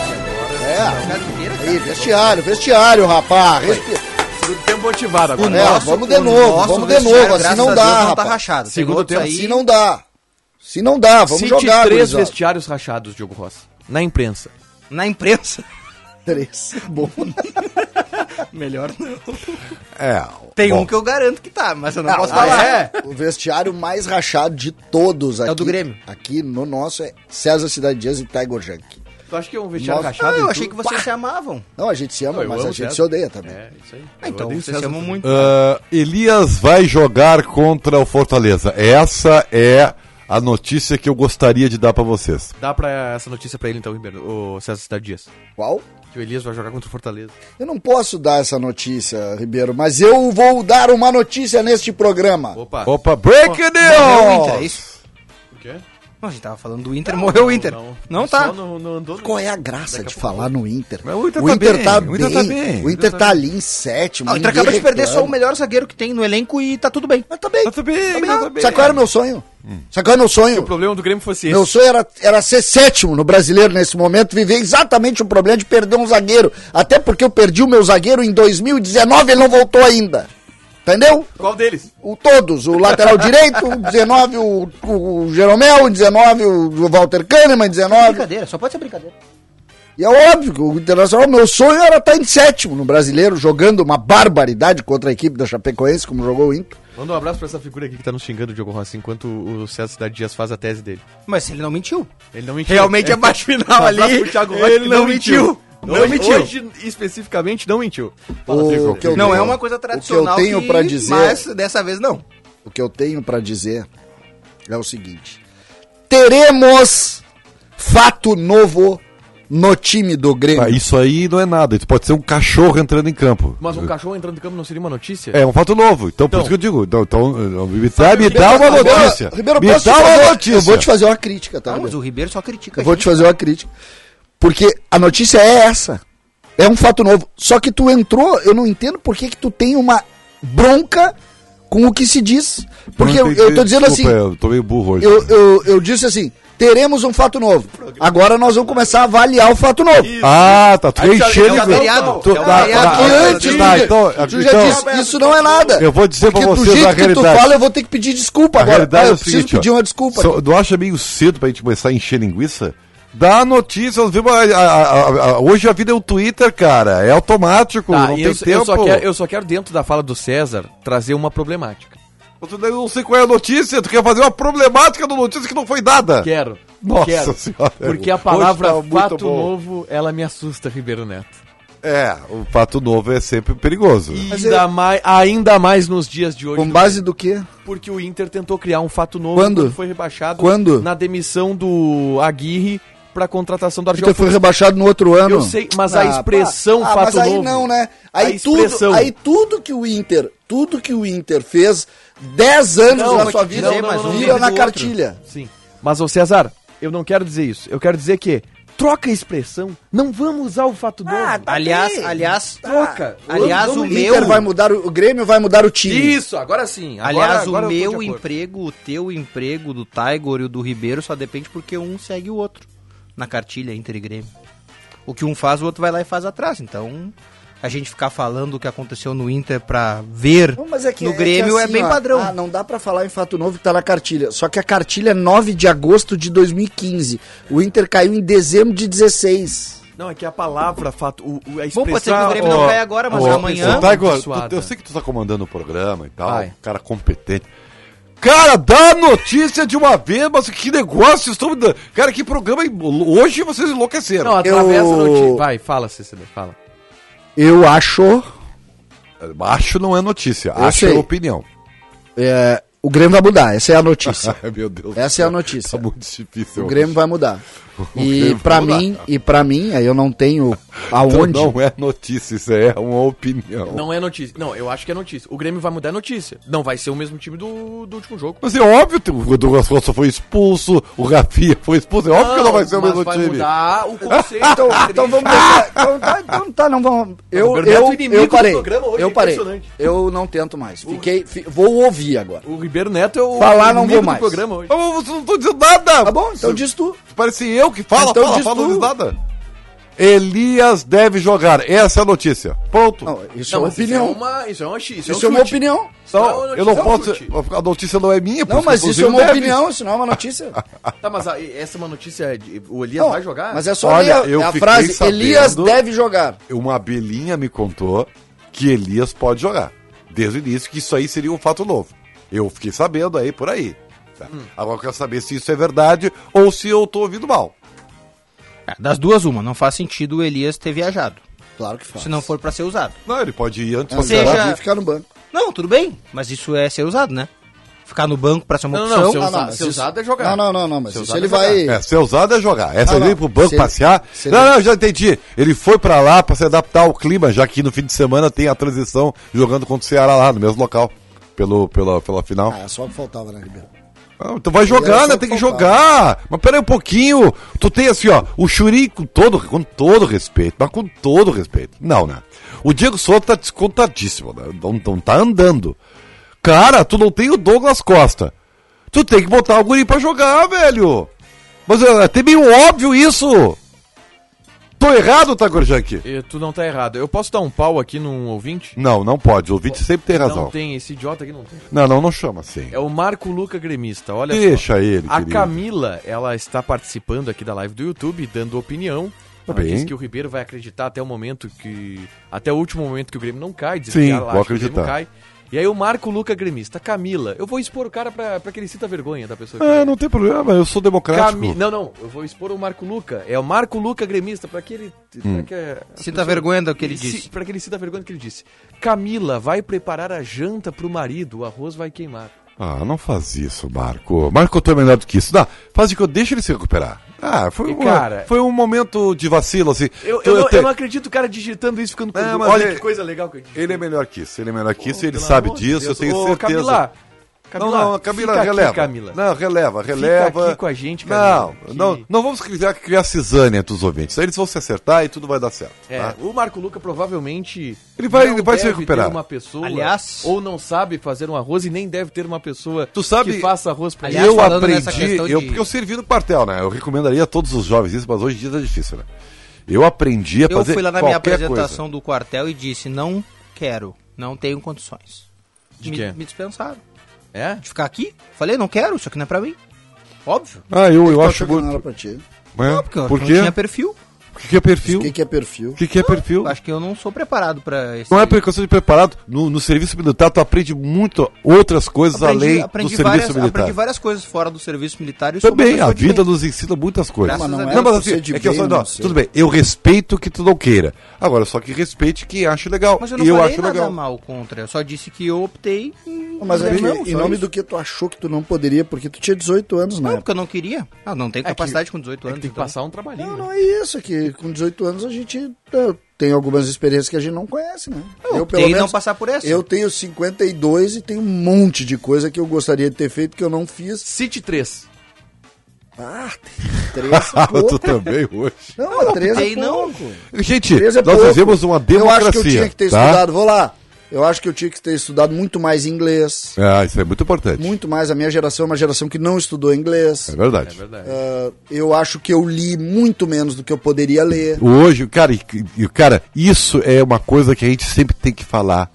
Speaker 5: É.
Speaker 4: Brincadeira, cara.
Speaker 5: Aí, vestiário, vestiário, rapaz. Respira.
Speaker 2: Segundo tempo motivado
Speaker 5: O
Speaker 2: agora.
Speaker 5: É, vamos de
Speaker 4: o
Speaker 5: novo,
Speaker 4: nosso
Speaker 5: vamos de
Speaker 4: vestiário,
Speaker 5: novo, assim
Speaker 4: graças
Speaker 5: não
Speaker 4: a
Speaker 5: dá,
Speaker 4: Deus, Não tá
Speaker 5: rapaz.
Speaker 4: rachado. Tem
Speaker 2: Segundo
Speaker 4: outros
Speaker 2: tempo,
Speaker 4: aí.
Speaker 5: Se Assim não dá. Se não dá, vamos
Speaker 2: Cite
Speaker 5: jogar,
Speaker 2: três
Speaker 5: gurizada.
Speaker 2: vestiários rachados, Diogo Rossi. Na imprensa.
Speaker 4: Na imprensa.
Speaker 5: Três. Bom.
Speaker 4: Melhor não.
Speaker 3: É.
Speaker 4: Tem
Speaker 3: bom.
Speaker 4: um que eu garanto que tá, mas eu não, posso
Speaker 5: ah,
Speaker 4: falar.
Speaker 5: é? O vestiário mais rachado de todos aqui.
Speaker 4: o do Grêmio.
Speaker 5: Aqui no nosso é César Cidade Dias e Tiger Junk.
Speaker 2: Tu acha que é um vestiário
Speaker 5: Nossa,
Speaker 2: rachado?
Speaker 4: Ah,
Speaker 2: em
Speaker 4: eu
Speaker 2: tu?
Speaker 4: achei que vocês se amavam.
Speaker 5: Não, a gente se ama,
Speaker 2: eu
Speaker 5: mas a
Speaker 2: amo
Speaker 5: gente
Speaker 2: César.
Speaker 5: se odeia também.
Speaker 2: É, isso aí.
Speaker 4: Ah, então,
Speaker 2: Eu odeio
Speaker 4: vocês se
Speaker 2: César.
Speaker 4: amam muito.
Speaker 3: Ah, Elias vai jogar contra o Fortaleza. Essa é a notícia que eu gostaria de dar pra vocês.
Speaker 2: Dá pra essa notícia pra ele então, Ribeiro, o César Cidade Dias.
Speaker 5: Qual?
Speaker 2: Que o Elias vai jogar contra o Fortaleza.
Speaker 5: Eu não posso dar essa notícia, Ribeiro, mas eu vou dar uma notícia neste programa.
Speaker 2: Opa.
Speaker 3: Opa, break
Speaker 4: Morreu o Inter, é
Speaker 3: news!
Speaker 4: isso?
Speaker 2: Por quê?
Speaker 4: Não, a gente tava falando do Inter, morreu o Inter. Não, tá.
Speaker 2: Só não, não andou...
Speaker 5: Qual é a graça de falar no Inter?
Speaker 3: Mas o Inter
Speaker 5: o
Speaker 3: tá
Speaker 5: Inter
Speaker 3: bem,
Speaker 5: tá
Speaker 3: o Inter
Speaker 5: bem.
Speaker 3: tá bem.
Speaker 5: O Inter tá ali em sétimo.
Speaker 4: Ah, o Inter
Speaker 5: ninguém
Speaker 4: acabou de perder
Speaker 5: reclama.
Speaker 4: só o melhor zagueiro que tem no elenco e tá tudo bem.
Speaker 5: Mas tá bem.
Speaker 3: Tá bem, tá bem.
Speaker 5: Sabe qual era o meu sonho?
Speaker 3: Hum.
Speaker 5: Sabe qual era o meu
Speaker 2: O
Speaker 5: sonho?
Speaker 2: problema do Grêmio fosse esse.
Speaker 5: Meu sonho era, era ser sétimo no brasileiro nesse momento, viver exatamente o problema de perder um zagueiro. Até porque eu perdi o meu zagueiro em 2019 ele não voltou ainda. Entendeu?
Speaker 2: Qual deles?
Speaker 5: O, todos, o lateral direito, o 19, o, o, o Jeromel, o 19, o Walter Kahneman, 19.
Speaker 4: Tá Brincadeira, só pode ser brincadeira.
Speaker 5: E é óbvio que o Internacional, meu sonho era estar em sétimo no brasileiro, jogando uma barbaridade contra a equipe da Chapecoense, como jogou o Inter.
Speaker 2: Manda um abraço pra essa figura aqui que tá nos xingando, Diogo Rossi, enquanto o César Cidade Dias faz a tese dele.
Speaker 4: Mas ele não mentiu.
Speaker 2: Ele não mentiu.
Speaker 4: Realmente é a abaixo final
Speaker 2: Abraço
Speaker 4: ali.
Speaker 2: pro Thiago Rocha,
Speaker 4: Ele
Speaker 2: que
Speaker 4: não mentiu.
Speaker 2: Não,
Speaker 5: Não mentiu.
Speaker 2: Hoje, especificamente, não mentiu.
Speaker 5: O
Speaker 2: Zico.
Speaker 5: que eu-
Speaker 4: Não
Speaker 5: tenho-
Speaker 4: é uma coisa
Speaker 5: o que eu
Speaker 4: tradicional
Speaker 5: tenho pra dizer-
Speaker 4: mas dessa vez não.
Speaker 5: O que eu tenho pra dizer é o seguinte: teremos fato novo no time do Grêmio.
Speaker 3: Ah, isso aí não é nada. Isso pode ser um cachorro entrando em campo.
Speaker 2: Mas um cachorro entrando em campo não seria uma notícia?
Speaker 3: É um fato novo. Então,
Speaker 2: Então.
Speaker 3: por isso que eu digo. Então, então, me dá, me dá uma
Speaker 5: Ribeiro,
Speaker 3: notícia.
Speaker 5: Ribeiro,
Speaker 3: me
Speaker 5: posso
Speaker 3: dá
Speaker 5: te fazer-
Speaker 3: uma
Speaker 5: Eu
Speaker 3: notícia.
Speaker 5: vou te fazer uma crítica, tá? Ribeiro?
Speaker 4: mas o Ribeiro só critica.
Speaker 5: Eu vou te fazer uma crítica. Porque a notícia é essa. É um fato novo. Só que tu entrou, eu não entendo por que, que tu tem uma bronca com o que se diz. Porque eu, eu tô dizendo assim,
Speaker 3: Desculpa, eu tô meio burro hoje.
Speaker 5: eu, eu, eu disse assim, teremos um fato novo. Agora nós vamos começar a avaliar o fato novo.
Speaker 3: Ah, tá. Tu
Speaker 2: Aí já-
Speaker 3: enchendo.
Speaker 2: é o
Speaker 4: feriado,
Speaker 3: Tu-
Speaker 4: é o
Speaker 3: tá,
Speaker 4: feriado.
Speaker 3: tá,
Speaker 5: Aqui
Speaker 4: Ah,
Speaker 5: antes,
Speaker 3: tá,
Speaker 5: tu-
Speaker 3: então,
Speaker 5: tu já
Speaker 3: então-
Speaker 5: disse, isso não é nada.
Speaker 3: Eu vou dizer pra
Speaker 5: Porque do
Speaker 3: vocês
Speaker 5: jeito
Speaker 3: a
Speaker 5: que
Speaker 3: realidade.
Speaker 5: tu fala, eu vou ter que pedir desculpa
Speaker 3: A
Speaker 5: agora. Ah,
Speaker 3: realidade é
Speaker 5: eu
Speaker 3: o
Speaker 5: preciso
Speaker 3: seguinte, ó.
Speaker 5: pedir uma desculpa.
Speaker 3: Só- não acha meio cedo pra gente começar a encher linguiça? Dá notícia, nós vimos, a- a- a- a- hoje a vida é o Twitter, cara, é automático,
Speaker 2: Tá,
Speaker 3: não tem
Speaker 2: eu,
Speaker 3: tempo.
Speaker 2: eu só quero, eu só quero, dentro da fala do César, trazer uma problemática.
Speaker 3: Tu- Eu não sei qual é a notícia, tu quer fazer uma problemática da notícia que não foi dada.
Speaker 2: Quero.
Speaker 3: Nossa
Speaker 2: quero.
Speaker 3: Senhora.
Speaker 2: Porque a
Speaker 3: Hoje
Speaker 2: palavra
Speaker 3: tá muito
Speaker 2: fato
Speaker 3: bom.
Speaker 2: novo, ela me assusta, Ribeiro Neto.
Speaker 3: É, o fato novo é sempre perigoso.
Speaker 2: E
Speaker 5: Mas
Speaker 2: ainda,
Speaker 5: eu-
Speaker 2: mais, ainda mais nos dias de hoje.
Speaker 5: Com
Speaker 2: do
Speaker 5: base do quê?
Speaker 2: porque o Inter tentou criar um fato novo
Speaker 5: Quando?
Speaker 2: foi rebaixado
Speaker 5: Quando?
Speaker 2: na demissão do Aguirre pra contratação do
Speaker 5: Peter
Speaker 2: Argel.
Speaker 5: foi rebaixado no outro ano.
Speaker 2: Eu sei, mas a
Speaker 5: Ah,
Speaker 2: expressão
Speaker 5: pá. mas
Speaker 2: fato
Speaker 5: aí
Speaker 2: novo.
Speaker 5: não, né? Aí
Speaker 2: A
Speaker 5: tudo,
Speaker 2: expressão.
Speaker 5: aí tudo que o Inter, tudo que o Inter fez 10 anos
Speaker 2: Não,
Speaker 5: na
Speaker 2: vou
Speaker 5: sua
Speaker 2: te
Speaker 5: vida,
Speaker 2: dizer, mas um
Speaker 5: vira
Speaker 2: teve
Speaker 5: na
Speaker 4: do
Speaker 5: cartilha.
Speaker 2: Sim. Mas ô César, eu não quero dizer isso. Eu quero dizer que troca a expressão, não vamos usar o fato
Speaker 5: Ah,
Speaker 2: novo.
Speaker 5: tá
Speaker 4: Aliás, aliás,
Speaker 2: Troca.
Speaker 4: aliás, o
Speaker 5: O
Speaker 4: meu,
Speaker 5: Inter vai mudar, o o Grêmio vai mudar o time.
Speaker 2: Isso, agora sim. Agora-
Speaker 4: aliás,
Speaker 2: agora
Speaker 4: o
Speaker 2: eu tô de
Speaker 4: meu
Speaker 2: acordo.
Speaker 4: emprego, o teu emprego, do Tiger e o do Ribeiro só depende porque um segue o outro na cartilha Inter e Grêmio. O que um faz, o outro vai lá e faz atrás. Então, a gente ficar falando o que aconteceu no Inter pra ver
Speaker 5: Não, mas é que-
Speaker 4: no
Speaker 5: é que
Speaker 4: Grêmio é,
Speaker 5: assim,
Speaker 4: bem
Speaker 5: ó,
Speaker 4: padrão.
Speaker 5: Ah, não dá pra falar em fato novo que tá na cartilha. Só que a cartilha é 9 de agosto de 2015. O Inter caiu em dezembro de 16.
Speaker 2: Não, é que a palavra fato, o, o- a expressão...
Speaker 4: Bom, pode ser que o Grêmio não caia agora, mas
Speaker 3: Ô,
Speaker 4: amanhã.
Speaker 3: ô, Taigo, tu-
Speaker 2: suada.
Speaker 3: eu sei que tu tá comandando o programa e tal,
Speaker 2: é Vai.
Speaker 3: um cara competente. Cara, dá notícia de uma vez, mas que negócio, estamos... da- Cara, que programa, em- hoje vocês enlouqueceram.
Speaker 2: Não, atravessa
Speaker 5: Eu-
Speaker 2: a notícia. Vai, fala, Cícero, fala.
Speaker 5: Eu acho.
Speaker 3: Acho não é notícia,
Speaker 5: Eu
Speaker 3: acho
Speaker 5: sei.
Speaker 3: é opinião.
Speaker 5: é, o Grêmio vai mudar, essa é a notícia.
Speaker 3: Ai, meu Deus. do
Speaker 5: Essa é a
Speaker 3: céu.
Speaker 5: notícia.
Speaker 3: Tá muito difícil.
Speaker 5: O Grêmio vai mudar. E
Speaker 3: Grêmio
Speaker 5: pra
Speaker 3: vai mudar.
Speaker 5: mim, e para mim, aí eu não tenho
Speaker 3: Então
Speaker 5: aonde.
Speaker 3: não é notícia, isso é uma opinião.
Speaker 2: Não é notícia. Não, eu acho que é notícia. O Grêmio vai mudar a notícia. Não vai ser o mesmo time do, do último jogo.
Speaker 3: Mas é óbvio, que o Douglas Costa foi expulso, o Rafinha foi expulso, é óbvio que não vai ser o
Speaker 2: mas
Speaker 3: mesmo
Speaker 2: vai
Speaker 3: time.
Speaker 2: mudar o conceito.
Speaker 5: Então, então vamos deixar. Então tá, então tá, não vamos. Eu,
Speaker 2: Roberto,
Speaker 5: eu,
Speaker 2: o inimigo
Speaker 5: eu
Speaker 2: do
Speaker 5: parei.
Speaker 2: programa hoje
Speaker 5: Eu
Speaker 2: é
Speaker 5: parei.
Speaker 2: impressionante.
Speaker 5: Eu não tento mais. Fiquei, fi- vou ouvir agora.
Speaker 2: O Ribeiro Neto é o
Speaker 5: Falar não vou
Speaker 2: inimigo
Speaker 5: mais.
Speaker 2: do programa hoje.
Speaker 3: Ah, mas Vocês não estão dizendo nada.
Speaker 5: Tá bom? Então diz tu.
Speaker 3: Parece eu que fala,
Speaker 5: Então
Speaker 3: fala,
Speaker 5: diz
Speaker 3: fala,
Speaker 5: tu.
Speaker 3: não diz nada. Elias deve jogar. Essa é a notícia. Ponto.
Speaker 5: Não, isso
Speaker 2: Não,
Speaker 5: é uma
Speaker 2: mas
Speaker 5: opinião.
Speaker 2: Isso é uma, isso é uma, isso
Speaker 5: Isso é uma opinião.
Speaker 3: Então,
Speaker 2: não,
Speaker 3: eu não
Speaker 2: notícia é um
Speaker 3: posso.
Speaker 2: chute.
Speaker 3: A notícia não é minha, por
Speaker 5: Não,
Speaker 3: isso que
Speaker 5: mas
Speaker 3: eu
Speaker 5: isso é uma
Speaker 3: deve.
Speaker 5: opinião, isso não é uma notícia.
Speaker 2: Tá, mas a- essa é uma notícia. de- O Elias
Speaker 5: Não,
Speaker 2: vai jogar?
Speaker 5: Mas é só
Speaker 3: Olha,
Speaker 5: ler
Speaker 3: eu
Speaker 5: a
Speaker 3: fiquei
Speaker 5: frase.
Speaker 3: sabendo-
Speaker 5: Elias deve jogar.
Speaker 3: Uma abelhinha me contou que Elias pode jogar. Desde o início, que isso aí seria um fato novo. Eu fiquei sabendo aí por aí. tá?
Speaker 5: Hum.
Speaker 3: Agora eu quero saber se isso é verdade ou se eu tô ouvindo mal.
Speaker 4: É, Das duas, uma. Não faz sentido o Elias ter viajado.
Speaker 5: Claro que faz.
Speaker 4: Se não for pra ser usado.
Speaker 3: Não, ele pode ir antes.
Speaker 5: Não,
Speaker 3: pode
Speaker 4: seja-
Speaker 3: jogar.
Speaker 5: pode ficar no banco.
Speaker 4: Não, tudo bem. Mas isso é ser usado, né? Ficar no banco pra ser uma
Speaker 2: Não, não,
Speaker 4: opção.
Speaker 2: seu-
Speaker 5: Ah,
Speaker 2: usar-
Speaker 5: mas
Speaker 2: se usar é jogar.
Speaker 5: Não, não, não, não, mas
Speaker 2: Se
Speaker 5: isso
Speaker 2: usar
Speaker 5: ele
Speaker 2: é jogar.
Speaker 5: vai.
Speaker 3: É, ser usado é jogar. Essa
Speaker 5: Ah,
Speaker 3: ele
Speaker 5: não.
Speaker 3: ir pro banco
Speaker 5: Se ele-
Speaker 3: passear.
Speaker 5: se ele-
Speaker 3: não, não, já entendi. Ele foi pra lá pra se adaptar ao clima, já que no fim de semana tem a transição jogando contra o Ceará lá, no mesmo local. Pelo, pela, pela final.
Speaker 5: Ah, é só o que faltava, né, Ribeiro?
Speaker 3: Ah, então vai
Speaker 5: era só
Speaker 3: jogar, né? Tem que jogar. Mas pera aí um pouquinho. Tu tem assim, ó, o Churi com todo, com todo respeito, mas com todo respeito. Não, né? O Diego Souza tá descontadíssimo, né? Não, não tá andando. Cara, tu não tem o Douglas Costa. Tu tem que botar o guri pra jogar, velho. Mas é até meio óbvio isso. Tô errado, tá, Tagorjank?
Speaker 2: Eh, Tu não tá errado. Eu posso dar um pau aqui num ouvinte?
Speaker 3: Não, não pode. O ouvinte sempre tem
Speaker 2: Não
Speaker 3: razão.
Speaker 2: tem, esse idiota aqui não tem.
Speaker 3: Não, não, não chama assim.
Speaker 2: É o Marco Luca Gremista, olha
Speaker 3: Deixa ele,
Speaker 2: A
Speaker 3: querido.
Speaker 2: Camila, ela está participando aqui da live do YouTube, dando opinião. Ela
Speaker 3: Bem.
Speaker 2: diz que o Ribeiro vai acreditar até o momento que. Até o último momento que o Grêmio não cai. Diz
Speaker 3: Sim,
Speaker 2: que ela
Speaker 3: vou
Speaker 2: acha que o Grêmio
Speaker 3: acreditar.
Speaker 2: cai. E aí eu marco o Luca Gremista. Camila, eu vou expor o cara pra, pra que ele sinta vergonha da pessoa. que
Speaker 3: Ah,
Speaker 2: ele-
Speaker 3: não tem problema, eu sou democrático.
Speaker 2: Cami... Não, não, eu vou expor o Marco Luca. É o Marco Luca Gremista, pra que ele.
Speaker 3: Hum.
Speaker 2: Pra que é a-
Speaker 4: Sinta vergonha do que ele
Speaker 2: se-
Speaker 4: disse.
Speaker 2: Pra que ele sinta vergonha do que ele disse. Camila vai preparar a janta pro marido, o arroz vai queimar.
Speaker 3: Ah, não faz isso, Marco. Marco, eu tô melhor do que isso. Dá, faz de que eu deixo ele se recuperar. Ah, foi,
Speaker 2: E,
Speaker 3: um,
Speaker 2: cara-
Speaker 3: foi um momento de vacilo, assim.
Speaker 2: Eu, eu,
Speaker 3: Então,
Speaker 2: não,
Speaker 3: te-
Speaker 2: eu não acredito o cara digitando isso ficando com
Speaker 3: É, mas
Speaker 2: Olha
Speaker 3: ele-
Speaker 2: que coisa legal que eu disse.
Speaker 3: Ele é melhor que isso, ele é melhor que isso, ele
Speaker 2: Pelo
Speaker 3: sabe
Speaker 2: amor de
Speaker 3: disso, eu
Speaker 2: Deus.
Speaker 3: tenho
Speaker 2: Ô,
Speaker 3: certeza.
Speaker 2: Camila, Camila,
Speaker 3: não, não, Camila,
Speaker 2: fica aqui,
Speaker 3: releva.
Speaker 2: Camila.
Speaker 3: Não, releva, releva.
Speaker 2: aqui com a gente, Camila,
Speaker 3: Não,
Speaker 2: que-
Speaker 3: não, não vamos criar, criar cisânia entre os ouvintes. Aí eles vão se acertar e tudo vai dar certo.
Speaker 2: É,
Speaker 3: tá?
Speaker 2: o Marco Luca provavelmente
Speaker 3: Ele vai-
Speaker 2: não
Speaker 3: ele vai se
Speaker 2: deve
Speaker 3: recuperar.
Speaker 2: ter uma pessoa,
Speaker 4: Aliás-
Speaker 2: ou não sabe fazer um arroz e nem deve ter uma pessoa
Speaker 3: Tu sabe-
Speaker 2: que faça arroz para
Speaker 4: Aliás,
Speaker 3: eu
Speaker 4: falando nessa
Speaker 3: aprendi,
Speaker 4: questão
Speaker 3: eu,
Speaker 4: de-
Speaker 3: porque eu servi no quartel, né? Eu recomendaria a todos os jovens isso, mas hoje em dia tá difícil, né? Eu aprendi a
Speaker 4: Eu
Speaker 3: fazer
Speaker 4: fui lá na minha
Speaker 3: qualquer coisa.
Speaker 4: apresentação do quartel e disse: não quero, não tenho condições.
Speaker 2: De
Speaker 4: me,
Speaker 2: quê?
Speaker 4: me dispensaram.
Speaker 2: É?
Speaker 4: De ficar aqui? Falei, não quero, isso aqui não é pra mim. Óbvio.
Speaker 3: Ah, eu, eu
Speaker 4: Então,
Speaker 5: Tu
Speaker 3: acho
Speaker 5: achou que não
Speaker 3: muito.
Speaker 5: era pra ti?
Speaker 3: É,
Speaker 4: Não, porque eu
Speaker 3: Por
Speaker 4: não
Speaker 3: quê?
Speaker 4: tinha perfil.
Speaker 3: O que que é perfil?
Speaker 5: O
Speaker 3: O
Speaker 5: que, que é perfil?
Speaker 3: que que é perfil?
Speaker 4: Eu acho que eu não sou preparado pra esse.
Speaker 3: Não é precaução de preparado. No, no serviço militar, tu aprende muito outras coisas além do serviço
Speaker 4: várias,
Speaker 3: militar.
Speaker 4: aprendi várias coisas fora do serviço militar. e sou uma
Speaker 3: Também,
Speaker 4: pessoa
Speaker 3: a
Speaker 4: de
Speaker 3: vida
Speaker 4: bem.
Speaker 3: nos ensina muitas coisas.
Speaker 4: Graças a Deus.
Speaker 3: mas
Speaker 5: tu
Speaker 3: assim,
Speaker 5: ser
Speaker 3: é
Speaker 5: de
Speaker 3: que eu
Speaker 5: bem,
Speaker 3: só,
Speaker 5: não
Speaker 3: não,
Speaker 5: sei.
Speaker 3: tudo bem, eu respeito que tu não queira. Agora, só que respeite que ache legal.
Speaker 4: Mas eu não falei
Speaker 3: acho
Speaker 4: nada
Speaker 3: legal.
Speaker 4: mal contra. Eu só disse que eu optei em...
Speaker 5: Mas é
Speaker 4: Não,
Speaker 5: que,
Speaker 4: não,
Speaker 5: em
Speaker 4: só
Speaker 5: nome
Speaker 4: isso.
Speaker 5: do que tu achou que tu não poderia, porque tu tinha 18 anos,
Speaker 4: Não,
Speaker 5: né?
Speaker 4: porque eu não queria. Ah, não tenho capacidade com 18
Speaker 2: É
Speaker 4: anos.
Speaker 2: que tem que
Speaker 4: então.
Speaker 2: passar um trabalhinho.
Speaker 5: Não,
Speaker 2: né?
Speaker 5: não é isso, é que com 18 anos a gente tá, tem algumas experiências que a gente não conhece, né?
Speaker 4: Eu optei em não passar por essa.
Speaker 5: Eu tenho 52 e tem um monte de coisa que eu gostaria de ter feito que eu não fiz.
Speaker 2: Cite 3.
Speaker 5: Ah, tem três é
Speaker 3: Ah,
Speaker 5: pouco.
Speaker 3: tu também hoje.
Speaker 5: Não, três é
Speaker 4: optei não.
Speaker 5: pouco.
Speaker 3: Gente,
Speaker 5: Três é
Speaker 3: nós
Speaker 5: pouco.
Speaker 3: vivemos uma democracia.
Speaker 5: Eu acho que eu tinha que ter
Speaker 3: tá?
Speaker 5: estudado, vou lá. Eu acho que eu tinha que ter estudado muito mais inglês.
Speaker 3: Ah, isso é muito importante.
Speaker 5: Muito mais. A minha geração é uma geração que não estudou inglês.
Speaker 3: É verdade.
Speaker 2: Verdade.
Speaker 5: Ah, eu acho que eu li muito menos do que eu poderia ler.
Speaker 3: Hoje, cara, e- e, cara, isso é uma coisa que a gente sempre tem que falar.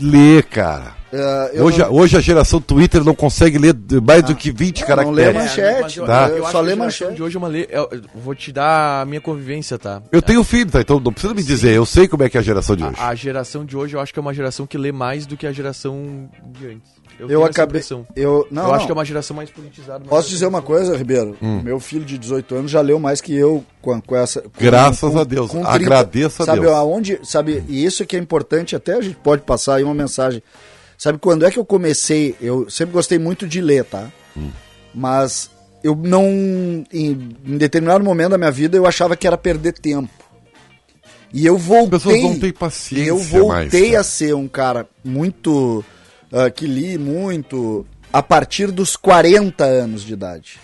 Speaker 3: Ler, cara.
Speaker 5: Ah, eu Ah,
Speaker 3: Hoje, a- hoje a geração Twitter não consegue ler d- mais do que 20
Speaker 5: não lê
Speaker 3: caracteres.
Speaker 5: manchete,
Speaker 2: mas eu,
Speaker 3: tá.
Speaker 2: eu
Speaker 5: Só
Speaker 2: acho que a
Speaker 5: lê
Speaker 2: geração
Speaker 5: manchete.
Speaker 2: de hoje é uma lei. Eu, eu vou te dar a minha convivência, tá?
Speaker 3: Eu tenho filho, tá? Então não precisa me dizer, eu sei como é que é a geração
Speaker 5: Ah,
Speaker 3: de hoje.
Speaker 2: A geração de hoje eu acho que é uma geração que lê mais do que a geração de antes. tenho
Speaker 5: Eu
Speaker 2: essa
Speaker 5: acabei.
Speaker 2: é impressão.
Speaker 5: Eu, não,
Speaker 2: eu
Speaker 5: não.
Speaker 2: acho que é uma geração mais politizada.
Speaker 5: Posso dizer uma coisa, Ribeiro?
Speaker 3: Hum.
Speaker 5: Meu filho de 18 anos já leu mais que eu com, com essa. com-
Speaker 3: Graças
Speaker 5: com-
Speaker 3: a Deus.
Speaker 5: com
Speaker 3: Agradeço a
Speaker 5: sabe
Speaker 3: Deus.
Speaker 5: Aonde, sabe, e isso que é importante, até a gente pode passar aí uma mensagem. Sabe quando é que eu comecei? Eu sempre gostei muito de ler, tá?
Speaker 3: Hum.
Speaker 5: Mas eu não. Em, em determinado momento da minha vida eu achava que era perder tempo. E eu voltei.
Speaker 3: pessoas não têm paciência
Speaker 5: E eu
Speaker 3: mais,
Speaker 5: voltei
Speaker 3: cara.
Speaker 5: a ser um cara muito. ah, que li muito a partir dos 40 anos de idade.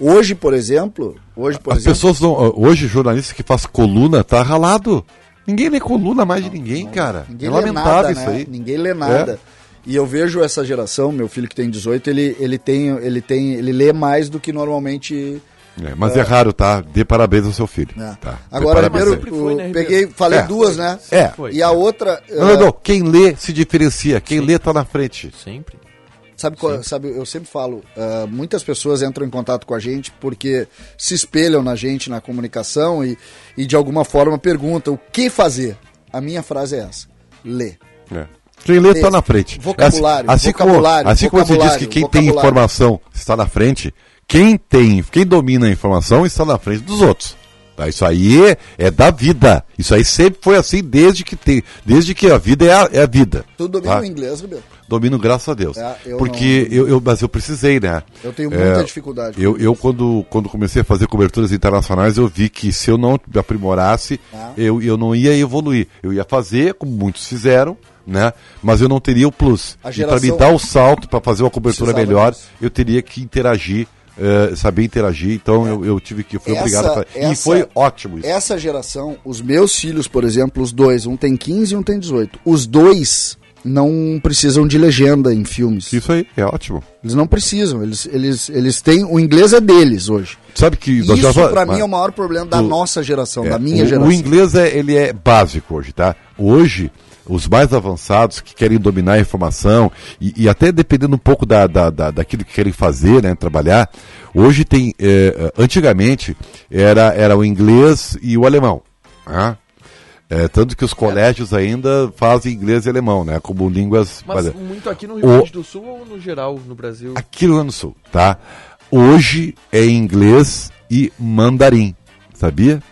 Speaker 5: Hoje, por exemplo. Hoje, por
Speaker 3: As
Speaker 5: exemplo.
Speaker 3: pessoas não. ah, Hoje, jornalista que faz coluna tá ralado. Ninguém lê coluna mais de ninguém, cara.
Speaker 5: Ninguém
Speaker 3: é
Speaker 5: lê
Speaker 3: lamentável
Speaker 5: nada,
Speaker 3: isso
Speaker 5: né?
Speaker 3: aí. É.
Speaker 5: Ninguém lê nada. E eu vejo essa geração, meu filho que tem 18, ele, ele tem, ele tem, ele lê mais do que normalmente.
Speaker 3: É, mas é. raro, tá? Dê parabéns ao seu filho.
Speaker 5: né?
Speaker 3: Tá? Dê
Speaker 5: Agora, primeiro,
Speaker 3: parabéns a ele.
Speaker 2: sempre foi, né,
Speaker 5: eu
Speaker 2: Ribeiro?
Speaker 5: peguei, falei
Speaker 3: É.
Speaker 5: duas, né?
Speaker 3: É.
Speaker 2: Foi.
Speaker 5: E a outra,
Speaker 3: Não,
Speaker 5: ah,
Speaker 3: não, não. Quem lê se diferencia. Quem lê tá na frente.
Speaker 2: Sempre.
Speaker 5: sabe, qual- sabe, eu sempre falo, ah, muitas pessoas entram em contato com a gente porque se espelham na gente na comunicação e, e de alguma forma perguntam o que fazer. A minha frase é essa: lê.
Speaker 3: É. Quem lê está na frente.
Speaker 5: Vocabulário,
Speaker 3: Assim, assim
Speaker 5: vocabulário,
Speaker 3: como, assim como você diz
Speaker 5: vocabulário,
Speaker 3: que quem tem
Speaker 5: vocabulário.
Speaker 3: informação está na frente, quem tem, quem domina a informação está na frente dos outros. Tá? Isso aí é, é da vida. Isso aí sempre foi assim desde que tem, desde que a vida é a, é a vida.
Speaker 5: Tu domina
Speaker 3: tá?
Speaker 5: o inglês, Ribeiro?
Speaker 3: Domino, graças a Deus.
Speaker 5: É, eu
Speaker 3: Porque eu, eu- mas eu precisei, né?
Speaker 5: Eu tenho muita dificuldade.
Speaker 3: Eu, eu quando, quando comecei a fazer coberturas internacionais, eu vi que se eu não me aprimorasse,
Speaker 5: Tá.
Speaker 3: eu, eu não ia evoluir. Eu ia fazer, como muitos fizeram, né? Mas eu não teria o plus.
Speaker 5: A
Speaker 3: E para me
Speaker 5: geração-
Speaker 3: dar o salto, para fazer uma cobertura
Speaker 5: Precisava
Speaker 3: melhor,
Speaker 5: disso.
Speaker 3: eu teria que interagir, eh, saber interagir. Então eu, eu tive que. Fui
Speaker 5: Essa-
Speaker 3: obrigado a fazer. E
Speaker 5: essa- é-
Speaker 3: foi ótimo isso.
Speaker 5: Essa geração, os meus filhos, por exemplo, os dois, um tem 15 e um tem 18. Os dois não precisam de legenda em filmes.
Speaker 3: Isso aí é ótimo.
Speaker 5: Eles não precisam, eles, eles, eles têm. O inglês é deles hoje.
Speaker 3: Sabe que. nós já
Speaker 5: Isso,
Speaker 3: fal-
Speaker 5: pra
Speaker 3: mas-
Speaker 5: mim, é o maior problema da
Speaker 3: do-
Speaker 5: nossa geração,
Speaker 3: É,
Speaker 5: da minha
Speaker 3: o,
Speaker 5: geração.
Speaker 3: O inglês é, ele é básico hoje, tá? Hoje, os mais avançados que querem dominar a informação e, e até dependendo um pouco da, da, da- daquilo que querem fazer, né, trabalhar, hoje tem, eh, eh, antigamente, era, era o inglês e o alemão, né? É, tanto que os colégios ainda fazem inglês e alemão, né? Como línguas.
Speaker 2: Mas
Speaker 3: olha,
Speaker 2: muito aqui no Rio
Speaker 3: o-
Speaker 2: Grande do Sul ou no geral, no Brasil?
Speaker 3: Aqui no Rio Grande do Sul, tá? Hoje é inglês e mandarim, sabia?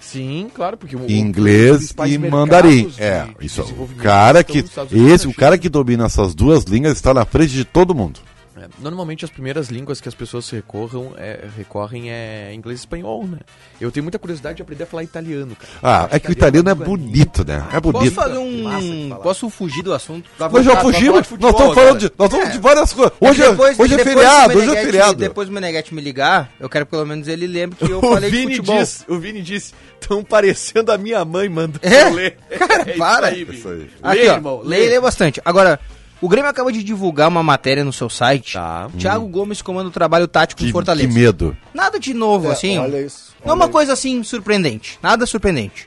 Speaker 2: Sim, claro, porque o
Speaker 3: Inglês e mandarim. É, isso. O cara que esse, o
Speaker 2: né,
Speaker 3: cara que domina essas duas línguas está na frente de todo mundo.
Speaker 2: É, Normalmente as primeiras línguas que as pessoas recorram é, recorrem é inglês e espanhol, né? Eu tenho muita curiosidade de aprender a falar italiano, cara.
Speaker 3: Ah, é que o italiano é bonito, né? É
Speaker 4: Posso
Speaker 3: bonito.
Speaker 4: fazer
Speaker 2: Massa de
Speaker 4: um.
Speaker 2: falar.
Speaker 4: Posso fugir do assunto?
Speaker 3: Nós já fugimos, nós estamos
Speaker 4: né?
Speaker 3: falando de, nós estamos de várias coisas. Hoje é,
Speaker 4: Depois-
Speaker 3: hoje é
Speaker 4: depois
Speaker 3: feriado,
Speaker 4: que o
Speaker 3: hoje é
Speaker 4: Meneghetti-
Speaker 3: feriado.
Speaker 4: Depois do Meneghete me ligar, eu quero que pelo menos ele lembre que eu
Speaker 2: o
Speaker 4: falei de
Speaker 2: Vini
Speaker 4: futebol.
Speaker 2: disse, o Vini disse, estão parecendo a minha mãe, manda
Speaker 4: É?
Speaker 2: eu ler.
Speaker 4: Cara,
Speaker 2: isso
Speaker 4: para.
Speaker 2: aí, Vini.
Speaker 3: Isso aí.
Speaker 4: Aqui,
Speaker 2: Lê,
Speaker 4: ó,
Speaker 2: irmão,
Speaker 4: leia,
Speaker 2: lê.
Speaker 4: leia bastante. Agora, o Grêmio acaba de divulgar uma matéria no seu site.
Speaker 2: Tá.
Speaker 4: Thiago Gomes comanda o trabalho tático
Speaker 3: Que,
Speaker 4: em Fortaleza.
Speaker 3: que medo.
Speaker 4: Nada de novo,
Speaker 5: É,
Speaker 4: assim.
Speaker 5: olha isso,
Speaker 4: não é uma coisa assim surpreendente. Nada surpreendente.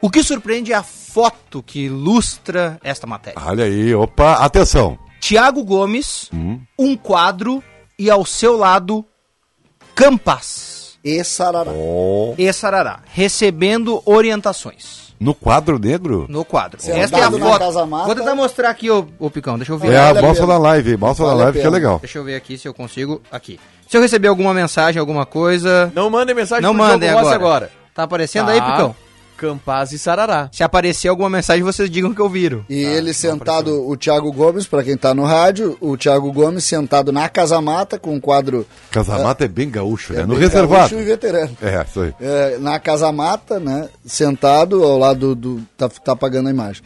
Speaker 4: O que surpreende é a foto que ilustra esta
Speaker 2: Ah.
Speaker 4: matéria.
Speaker 3: Olha aí, opa, atenção.
Speaker 4: Tiago Gomes,
Speaker 2: Hum?
Speaker 4: um quadro e ao seu lado, Campas
Speaker 5: E sarará.
Speaker 2: Oh.
Speaker 3: Ó,
Speaker 4: e Sarará, recebendo orientações
Speaker 3: no quadro negro?
Speaker 4: no quadro.
Speaker 5: Sentado
Speaker 4: Esta é a
Speaker 5: um na
Speaker 4: foto.
Speaker 5: Casa Mata.
Speaker 4: Vou tentar mostrar aqui, ô, ô Picão, deixa eu ver.
Speaker 3: É,
Speaker 5: Vale a
Speaker 3: mostra
Speaker 5: pena.
Speaker 3: na live, aí, mostra
Speaker 5: Vale
Speaker 3: na
Speaker 5: a
Speaker 3: live que é
Speaker 5: pena.
Speaker 3: legal.
Speaker 4: Deixa eu ver aqui se eu consigo. Aqui. Se eu receber alguma mensagem, alguma coisa.
Speaker 2: Não mandem mensagem
Speaker 4: Não
Speaker 2: pro
Speaker 4: mandem
Speaker 2: Diogo Rossi
Speaker 4: agora.
Speaker 2: agora.
Speaker 4: Tá aparecendo
Speaker 2: Tá.
Speaker 4: aí, Picão?
Speaker 2: Campaz e Sarará.
Speaker 4: Se aparecer alguma mensagem, vocês digam que eu viro.
Speaker 5: E ele sentado, o Thiago Gomes, pra quem tá no rádio, o Thiago Gomes sentado na Casa Mata com um quadro
Speaker 3: Casamata é bem gaúcho, né? No
Speaker 5: bem gaúcho
Speaker 3: reservado.
Speaker 5: e veterano.
Speaker 3: É, isso aí.
Speaker 5: É, na Casa Mata, né? Sentado ao lado do. Tá, tá apagando a imagem.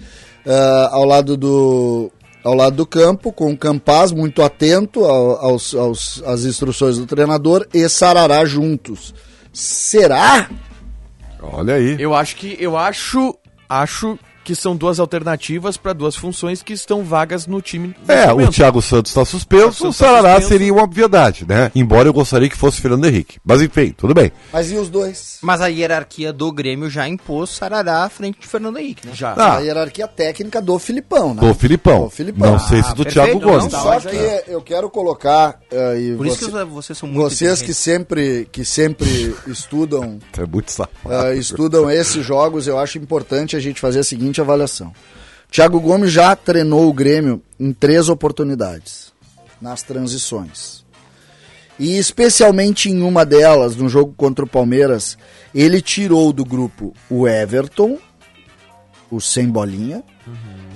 Speaker 5: É, ao lado do. Ao lado do campo, com o Campaz muito atento ao- aos, aos- às instruções do treinador e Sarará juntos. Será?
Speaker 3: Olha aí.
Speaker 2: Eu acho que eu acho acho que são duas alternativas para duas funções que estão vagas no time. nesse
Speaker 3: É, o
Speaker 2: momento.
Speaker 3: Thiago Santos está suspenso,
Speaker 2: Tá
Speaker 3: o
Speaker 2: suspenso.
Speaker 3: Sarará seria uma obviedade, né? Embora eu gostaria que fosse Fernando Henrique. Mas enfim, tudo bem.
Speaker 5: Mas e os dois?
Speaker 4: Mas a hierarquia do Grêmio já impôs Sarará à frente de Fernando Henrique, né?
Speaker 2: já.
Speaker 3: Ah,
Speaker 5: A hierarquia técnica do Filipão, né?
Speaker 3: do Filipão.
Speaker 5: Do Filipão. Ah,
Speaker 3: Não sei se do
Speaker 4: perfeito,
Speaker 3: Thiago
Speaker 4: não,
Speaker 3: Gomes.
Speaker 4: tá
Speaker 5: Só que eu quero colocar. eh, e
Speaker 4: Por isso
Speaker 5: você-
Speaker 4: que os- vocês são muito
Speaker 5: vocês que
Speaker 4: inteligentes.
Speaker 5: sempre, que sempre estudam
Speaker 3: É muito safado.
Speaker 5: Ah, estudam esses jogos, eu acho importante a gente fazer a seguinte avaliação. Thiago Gomes já treinou o Grêmio em três oportunidades nas transições. E especialmente em uma delas, no jogo contra o Palmeiras, ele tirou do grupo o Everton, o sem bolinha,